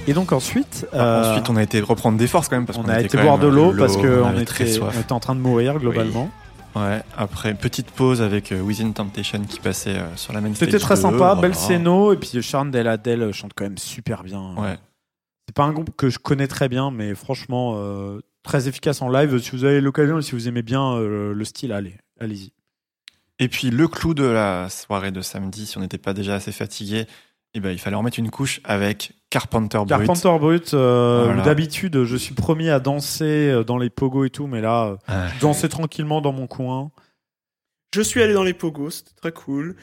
C: Et donc ensuite, euh,
A: Bah, Ah, Ensuite, on a été reprendre des forces quand même. Parce
C: on,
A: qu'on
C: a
A: était
C: été
A: quand
C: boire
A: même,
C: de l'eau
A: euh,
C: parce
A: on
C: qu'on
A: avait
C: était,
A: très soif.
C: on était en train de mourir globalement.
A: Ouais, après, petite pause avec euh, Within Temptation qui passait euh, sur la main stage.
C: C'était très
A: 2,
C: sympa,
A: voilà.
C: belle scéno, et puis euh, Sharon Del Adel chante quand même super bien.
A: Ouais.
C: C'est pas un groupe que je connais très bien, mais franchement, euh, très efficace en live. Si vous avez l'occasion et si vous aimez bien euh, le style, allez, allez-y.
A: Et puis, le clou de la soirée de samedi, si on n'était pas déjà assez fatigué, eh ben, il fallait en mettre une couche avec Carpenter Brut.
C: Carpenter Brut, euh,
A: Voilà.
C: d'habitude, je suis promis à danser euh, dans les pogos et tout, mais là, euh,
A: Ouais.
C: danser tranquillement dans mon coin.
B: Je suis allé dans les pogos, c'était très cool.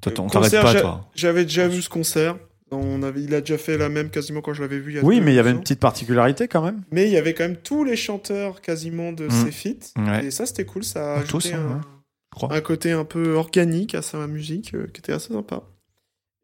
A: Toi, t- on
B: Euh,
A: t'arrête
B: concert,
A: pas,
B: j'a-
A: toi.
B: J'avais déjà vu ce concert. On avait, il a déjà fait la même quasiment quand je l'avais vu. Il y a
C: Oui,
B: deux,
C: mais il y avait
B: deux
C: une
B: ans.
C: petite particularité quand même.
B: Mais il y avait quand même tous les chanteurs quasiment de
A: Mm.
B: ces feats.
A: Ouais.
B: Et ça, c'était cool. Ça a
A: Pas
B: ajouté
A: tous, hein,
B: un,
A: ouais, je crois.
B: un côté un peu organique à sa musique euh, qui était assez sympa.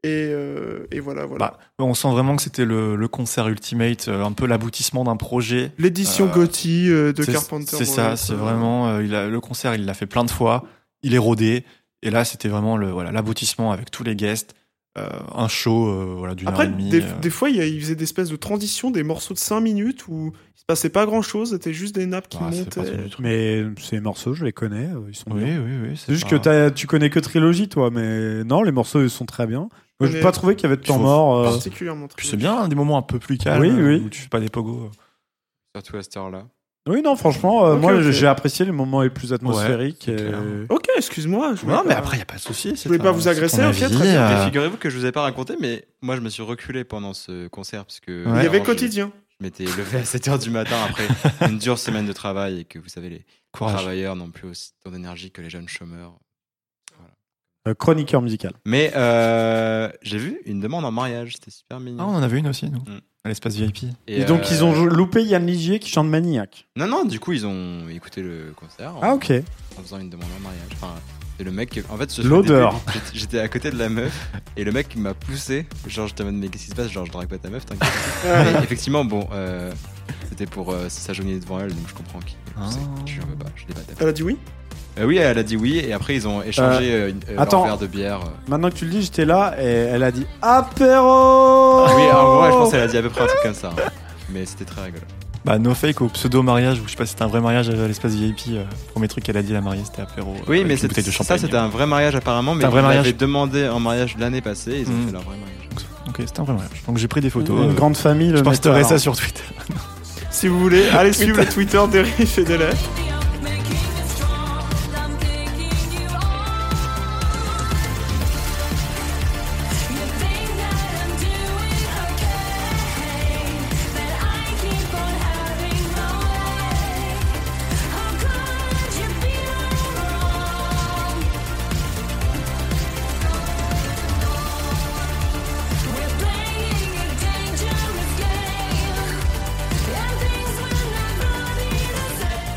B: Et, euh, et voilà, voilà.
A: Bah, on sent vraiment que c'était le, le concert ultimate, euh, un peu l'aboutissement d'un projet.
B: L'édition
A: euh,
B: Gotti euh, de
A: C'est-
B: Carpenter.
A: C'est
B: Brut,
A: ça, c'est
B: euh,
A: vraiment. euh, il a, le concert, il l'a fait plein de fois. Il est rodé. Et là, c'était vraiment le voilà l'aboutissement avec tous les guests. euh, un show euh, voilà, d'une heure et
B: Après,
A: demie.
B: des,
A: euh,
B: des fois, il, y a- il faisait des espèces de transitions, des morceaux de 5 minutes où il se passait pas grand chose, c'était juste des nappes qui euh,
A: bah, c'est
B: montaient.
A: parti du truc.
C: Mais ces morceaux, je les connais, euh, ils sont bien.
A: Oui, hein. oui, oui.
C: C'est juste que
A: pas-
C: t'as- tu connais que Trilogie, toi, mais non, les morceaux, ils sont très bien. Moi, j'ai
B: connais-
C: pas trouvé qu'il y avait de temps
A: Faut-
C: mort. euh,
B: Particulièrement
A: Puis
B: très
A: c'est bien, hein, des moments un peu plus calmes.
C: Oui,
A: euh,
C: oui.
A: Où tu fais pas des pogos.
D: Surtout à cette heure-là.
C: Oui, non, franchement, euh,
B: Ok,
C: moi
B: ok.
C: j'ai apprécié les moments les plus atmosphériques. euh,
A: Ouais,
C: et-
A: c'est clair.
B: Ok, excuse-moi. je voulais
A: Non, mais
B: pas-
A: après, il n'y a pas de souci. Je
B: voulais pas bah, vous agresser, ok, très bien.
A: euh,
D: Mais figurez-vous que je vous ai pas raconté, mais moi je me suis reculé pendant ce concert parce que
A: Ouais.
B: Il y avait
D: je-
B: quotidien.
D: Je m'étais levé à 7h du matin après une dure semaine de travail et que vous savez, les
A: Courage.
D: travailleurs n'ont plus aussi tant d'énergie que les jeunes chômeurs.
C: Euh, chroniqueur musical.
D: Mais euh, j'ai vu une demande en mariage, c'était super
A: Ah,
D: mignon.
A: on en avait une aussi, nous.
D: Mm.
A: À l'espace VIP.
C: Et, donc
D: euh,
C: ils ont jou- loupé Yann Ligier qui chante Maniac.
D: Non, non, du coup ils ont écouté le concert. en-
C: Ah ok.
D: en faisant une demande en mariage. Enfin, c'est le mec. qui- En fait, ce-
C: L'odeur.
D: au début, j'étais- J'étais à côté de la meuf et le mec m'a poussé. Genre, je t'amène, mais qu'est-ce qui se passe Genre, je drague pas ta meuf, t'inquiète. Et effectivement, bon, euh, c'était pour euh, s'agenouiller devant elle, donc je comprends qu'il m'a poussé.
A: Ah.
D: Je lui en veux pas, je l'ai pas tapé.
B: Elle a dit oui.
D: Euh, oui, elle a dit oui et après ils ont échangé euh, une- euh, leur
C: attends.
D: verre de bière. euh.
C: Maintenant que tu le dis, j'étais là et elle a dit apéro.
A: Oh. Ah
D: Oui, en vrai, je pense qu'elle a dit à peu près un truc comme ça. hein. Mais c'était très rigolo.
A: Bah, no fake au pseudo mariage, ou je sais pas si c'était un vrai mariage à l'espace VIP. euh, premier truc qu'elle a dit, la mariée, c'était apéro. euh,
D: Oui,
A: avec
D: mais
A: une bouteille de
D: c'était- ça,
A: champagne.
D: c'était un vrai mariage apparemment. Mais
A: un vrai
D: ils
A: mariage.
D: l'avaient demandé en mariage l'année passée. Ils ont
A: Mm.
D: fait leur vrai mariage.
A: Ok, c'était un vrai mariage. Donc j'ai pris des photos.
C: Une
A: euh,
C: grande famille.
A: je
C: le
A: posterai
C: metteur.
A: ça sur Twitter.
B: Si vous voulez, allez suivre le Twitter d'Erif et d'Elève.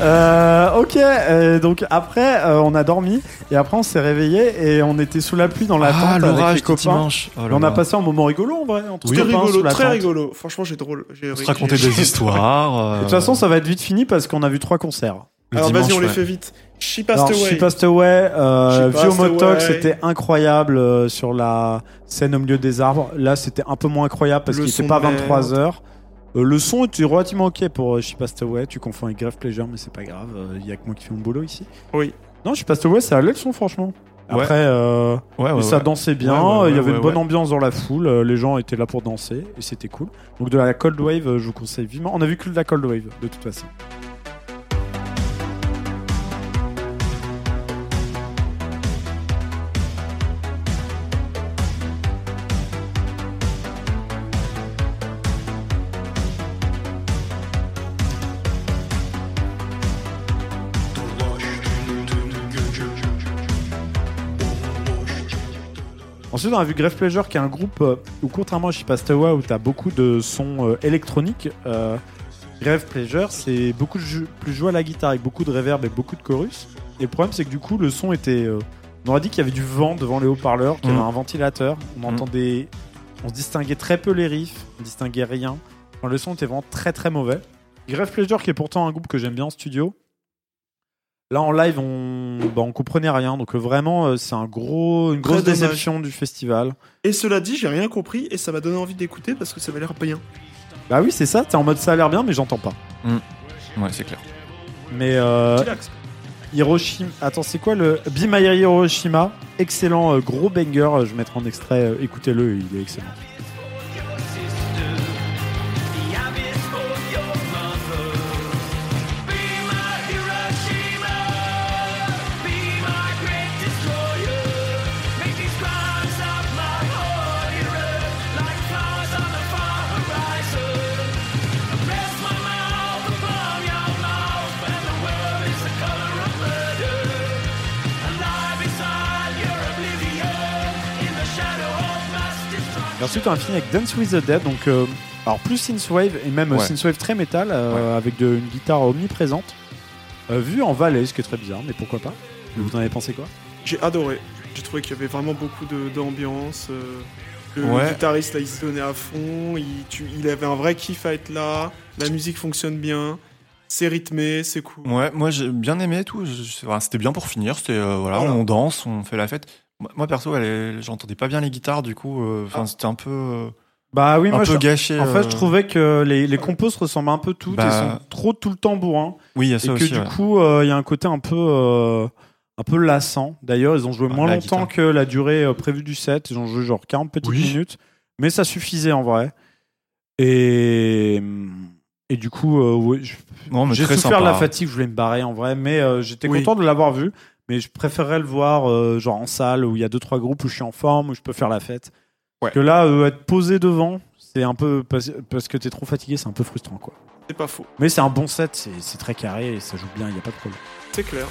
C: Euh, Euh, ok, euh, donc après, euh, on a dormi et après, on s'est réveillé et on était sous la pluie dans
B: Ah,
C: la tente avec les
A: du
C: copains.
A: dimanche. Oh là
C: on a
A: là.
C: passé un moment rigolo en vrai. Entre
B: C'était
C: copains sous
B: rigolo,
C: la
B: très
C: tente.
B: rigolo. Franchement, j'ai drôle. J'ai
A: On se
B: ri-
A: racontait
B: j'ai-
A: des histoires. euh,
C: De toute façon, ça va être vite fini parce qu'on a vu trois concerts.
B: Alors vas-y, on les fait vite. She passed
C: Alors, Je suis
B: away.
C: passed away. Euh,
B: She
C: Vieux
B: passed
C: Motoc,
B: away.
C: c'était incroyable euh, sur la scène au milieu des arbres. Là, c'était un peu moins incroyable parce
B: Le
C: qu'il
B: son
C: n'était pas
B: de merde.
C: 23 heures. Euh, le son était relativement ok pour euh, She Passed Away. Tu confonds avec Grave Pleasure, mais c'est pas grave. Il y a que moi qui fais mon boulot ici.
B: Oui.
C: Non, She Passed Away, ça allait le son, franchement.
A: Ouais.
C: Après, euh,
A: Ouais, ouais,
C: et ça
A: ouais.
C: dansait bien. euh,
A: Ouais, ouais, ouais,
C: il y avait
A: ouais,
C: une bonne
A: ouais.
C: ambiance dans la foule. euh, les gens étaient là pour danser et c'était cool. Donc de la Cold Wave, euh, je vous conseille vivement. On a vu que de la Cold Wave, de toute façon. Ensuite, on a vu Grave Pleasure, qui est un groupe euh, où, contrairement à She Passed Away, où t'as beaucoup de sons euh, électroniques, euh, Grave Pleasure, c'est beaucoup de jeu- plus joué à la guitare, avec beaucoup de reverb et beaucoup de chorus. Et le problème, c'est que du coup, le son était. euh, on aurait dit qu'il y avait du vent devant les haut-parleurs, qu'il y
A: Mhm.
C: avait un ventilateur. On
A: Mhm.
C: entendait. On distinguait très peu les riffs, on distinguait rien. Enfin, le son était vraiment très très mauvais. Grave Pleasure, qui est pourtant un groupe que j'aime bien en studio. Là en live, on, bah, on comprenait rien. Donc euh, vraiment, euh, c'est un gros, une
B: Très
C: grosse
B: dommage.
C: déception du festival.
B: Et cela dit, j'ai rien compris et ça m'a donné envie d'écouter parce que ça m'a l'air bien.
C: Bah oui, c'est ça, t'es en mode ça a l'air bien, mais j'entends pas.
A: Ouais, c'est clair.
C: Mais euh,
B: Relax.
C: Hiroshima. Attends, c'est quoi le. Be My Hero Hiroshima. Excellent, euh, gros banger. euh, Je mettrai en extrait. euh, Écoutez-le, il est excellent. Et ensuite, on a fini avec Dance with the Dead. Donc, euh, alors plus synthwave et même euh,
A: Ouais.
C: synthwave très métal euh, avec de- une guitare omniprésente. euh, vue en Valais, ce qui est très bizarre, mais pourquoi pas
A: Mm.
C: Vous en avez pensé quoi
B: J'ai adoré. J'ai trouvé qu'il y avait vraiment beaucoup de- d'ambiance. euh, le
A: Ouais.
B: guitariste, là, il se donnait à fond. Il, tu- il avait un vrai kiff à être là. La musique fonctionne bien. C'est rythmé, c'est cool.
A: Ouais, moi j'ai bien aimé et tout. Je- je- enfin, C'était bien pour finir. C'était euh, voilà,
B: Voilà.
A: on danse, on fait la fête. Moi- Moi perso, elle est- j'entendais pas bien les guitares du coup. euh, Enfin, c'était un peu, euh,
C: Bah oui,
A: un
C: moi
A: peu
C: je,
A: gâché.
C: en fait, je
A: euh.
C: trouvais que les, les compos se ressemblent un peu toutes et
A: Bah-
C: sont trop tout le temps bourrins.
A: Oui, il y a
C: et
A: ça
C: que
A: aussi.
C: du
A: ouais.
C: coup euh, il y a un côté un peu euh, un peu lassant d'ailleurs ils ont joué
A: Ah,
C: moins
A: la
C: longtemps
A: guitare.
C: que la durée euh, prévue du set ils ont joué genre 40 petites
A: Oui.
C: minutes mais ça suffisait en vrai et et du coup euh, ouais, je-
A: Non, mais
C: j'ai
A: très
C: souffert
A: sympa. hein.
C: de la fatigue je voulais me barrer en vrai mais euh, j'étais
B: Oui.
C: content de l'avoir vu mais je préférais le voir euh, genre en salle où il y a deux trois groupes où je suis en forme où je peux faire la fête
A: Ouais.
C: que là euh, être posé devant c'est un peu parce, parce que t'es trop fatigué c'est un peu frustrant quoi
B: C'est pas faux.
C: mais c'est un bon set c'est c'est très carré et ça joue bien il y a pas de problème
B: C'est clair.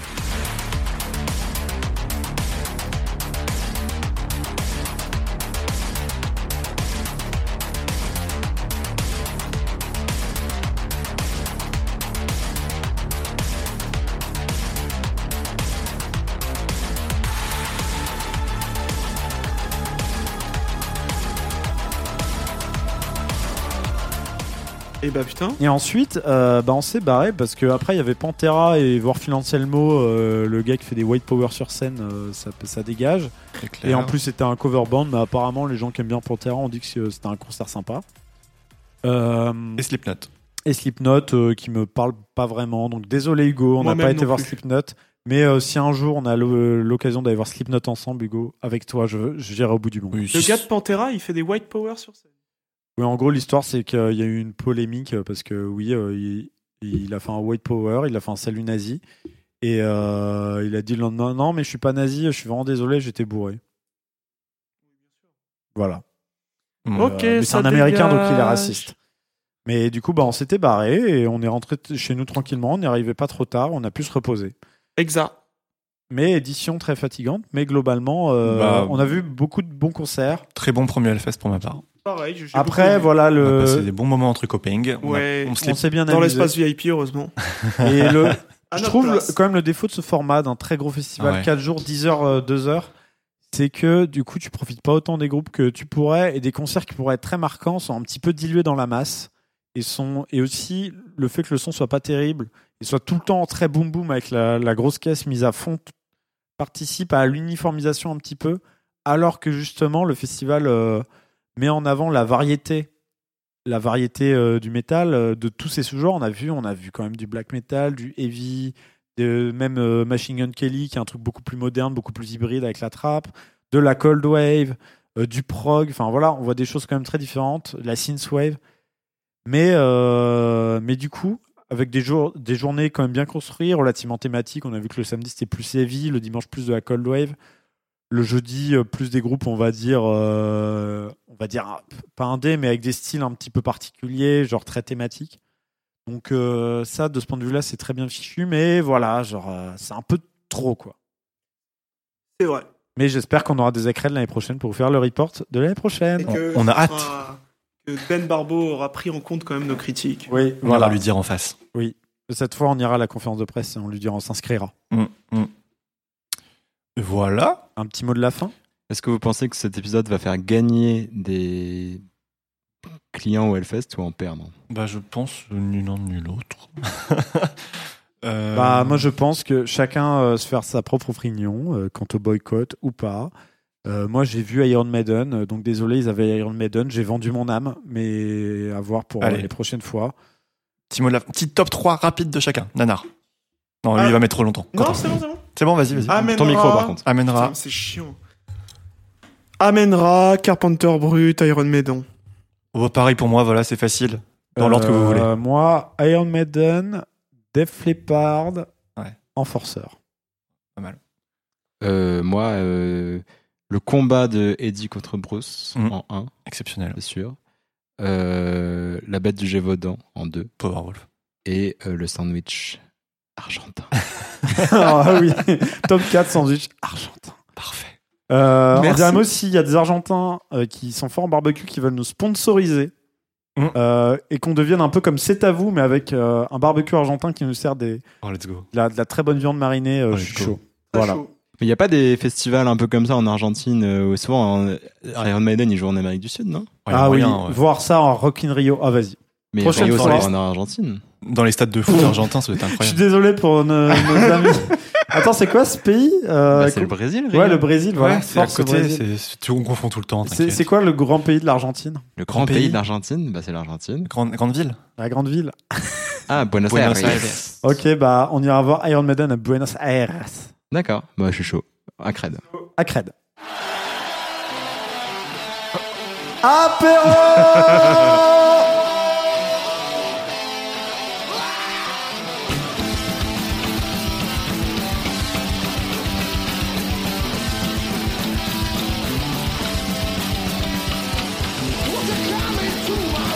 B: Et bah putain,
C: Et ensuite, euh, bah, on s'est barré parce que après il y avait Pantera et voir Anselmo, euh, le gars qui fait des white power sur scène, euh, ça, ça dégage.
A: Très clair.
C: Et en plus c'était un cover band, mais apparemment les gens qui aiment bien Pantera ont dit que euh, c'était un concert sympa. Euh,
A: et Slipknot.
C: et Slipknot euh, qui me parle pas vraiment, donc désolé Hugo, on n'a
B: Moi-même
C: pas été
B: non
C: voir
B: plus.
C: Slipknot. Mais euh, si un jour on a l'o- l'occasion d'aller voir Slipknot ensemble, Hugo, avec toi, je, je j'irai au bout du monde.
A: Oui,
B: le
A: si-
B: gars de Pantera, il fait des white power sur scène.
C: Oui, en gros, l'histoire, c'est qu'il y a eu une polémique euh, parce que, oui, euh, il, il a fait un white power, il a fait un salut nazi. Et euh, il a dit le lendemain Non, mais je suis pas nazi, je suis vraiment désolé, j'étais bourré. Voilà.
A: Mm.
B: Ok,
C: Euh, mais c'est
B: ça
C: un américain, donc
B: dégage.
C: il est raciste. Mais du coup, bah, on s'était barré et on est rentré t- chez nous tranquillement, on n'est arrivé pas trop tard, on a pu se reposer.
B: Exact.
C: Mais édition très fatigante, mais globalement, euh,
A: Bah,
C: on a vu beaucoup de bons concerts.
A: Très bon premier Hellfest pour ma part.
B: Pareil, je- j'ai
C: Après,
B: beaucoup aimé.
C: voilà,
A: On a passé
C: le...
A: des bons moments entre copains. On a-
B: Ouais.
A: on se
C: on
A: l'est-
C: s'est bien
B: Dans Ah
C: amusé.
B: l'espace VIP, heureusement.
C: Et le,
B: à
C: je
B: notre
C: trouve
B: place.
C: le- quand même le défaut de ce format d'un très gros festival,
A: Ouais.
C: 4 jours, 10 heures, euh, 2 heures, c'est que du coup, tu profites pas autant des groupes que tu pourrais et des concerts qui pourraient être très marquants sont un petit peu dilués dans la masse et sont et aussi le fait que le son soit pas terrible et soit tout le temps très boom boom avec la, la grosse caisse mise à fond t- participe à l'uniformisation un petit peu alors que justement le festival euh, met en avant la variété la variété euh, du métal euh, de tous ces sous-genres on a vu on a vu quand même du black metal du heavy de même euh, Machine Gun Kelly qui est un truc beaucoup plus moderne, beaucoup plus hybride avec la trappe, de la cold wave, euh, du prog, enfin voilà, on voit des choses quand même très différentes, la synth wave. Mais euh, mais du coup, avec des jours des journées quand même bien construites, relativement thématiques, on a vu que le samedi c'était plus heavy, le dimanche plus de la cold wave, le jeudi euh, plus des groupes, on va dire euh, on va dire ah, pas indé mais avec des styles un petit peu particuliers, genre très thématiques. Donc euh, ça, de ce point de vue-là, c'est très bien fichu, mais voilà, genre euh, c'est un peu trop quoi.
B: C'est vrai.
C: Mais j'espère qu'on aura des écrans de l'année prochaine pour vous faire le report de l'année
B: Et
C: prochaine.
A: On-
B: que
A: on a
B: ce sera- Que Ben Barbeau aura pris en compte quand même nos critiques.
C: Oui,
A: On
C: voilà.
A: ira lui dire en face.
C: Cette fois, on ira à la conférence de presse et on lui dira, on s'inscrira.
A: Mm, mm. Et Voilà.
C: Un petit mot de la fin
D: Est-ce que vous pensez que cet épisode va faire gagner des clients au Hellfest ou en perdre
A: Bah, je pense nul l'un nul l'autre. Euh,
C: Bah moi, je pense que chacun euh, se faire sa propre opinion euh, quant au boycott ou pas. Euh, moi, j'ai vu Iron Maiden, euh, donc désolé, ils avaient Iron Maiden. J'ai vendu mon âme, mais à voir pour euh,
A: Allez.
C: les prochaines fois.
A: Petit, mot de la- petit top 3 rapide de chacun. Nanar. Non, lui,
B: Ah.
A: il va mettre trop longtemps.
B: Non,
A: Quentin.
B: c'est bon, c'est bon.
A: C'est bon, vas-y, vas-y.
B: Amènera.
D: Ton micro, par contre.
A: Amènera.
B: Putain, C'est chiant. Amènera, Carpenter Brut, Iron Maiden.
A: Oh, pareil pour moi, voilà, c'est facile. Dans l'ordre que vous
C: Euh,
A: voulez.
C: Moi, Iron Maiden, Def Leppard,
A: Ouais.
C: Enforceur.
D: Euh, Moi, euh, le combat de Eddie contre Bruce
A: Mhm.
D: en 1,
A: Exceptionnel.
D: bien sûr. Euh, la bête du Gévaudan en 2.
A: Powerwolf.
D: Et euh, le sandwich argentin.
C: ah oui, top 4 sandwich argentin.
A: Parfait.
C: Euh, on
D: Merci.
C: dirait aussi, il y a des Argentins euh, qui sont forts en barbecue, qui veulent nous sponsoriser
A: Mm.
C: Euh, et qu'on devienne un peu comme c'est à vous, mais avec euh, un barbecue argentin qui nous sert des, de,
A: Oh, let's go.
C: la, de la très bonne viande marinée. euh,
A: Ouais,
C: je suis
A: cool.
C: chaud.
B: Très
C: Voilà.
B: chaud.
D: Mais il n'y a pas des festivals un peu comme ça en Argentine euh, où souvent euh, Iron Maiden, ils jouent en Amérique du Sud, non
A: Ouais,
C: ah
A: moyen,
C: oui,
A: ouais.
C: voir ça en Rock in Rio. Ah vas-y.
D: Mais
C: Prochaine
D: Rio, c'est
C: fois.
D: en Argentine.
A: Dans les stades de foot argentin, ça doit être
C: Je suis
A: incroyable.
C: désolé pour nos, nos amis. Attends, c'est quoi ce pays Euh,
D: Bah, c'est le
C: co-
D: Brésil,
C: Ouais,
D: Rio.
C: le Brésil. Voilà.
A: Ouais, c'est à
C: Force au
A: côté,
C: Brésil.
A: c'est- c'est- tu- on confond tout le temps.
C: C'est
A: Oh, t'inquiète.
C: c'est quoi le grand pays de l'Argentine
D: Le grand
A: pays.
D: pays d'Argentine, bah, c'est l'Argentine.
A: Grande, grande ville
C: La grande ville.
D: Ah, Buenos,
A: Buenos
D: Aires.
A: Aires.
C: Ok, bah on ira voir Iron Maiden à Buenos Aires.
D: D'accord, bah, je suis chaud. À Cred.
C: À Cred. Apéro
F: Won't you come into my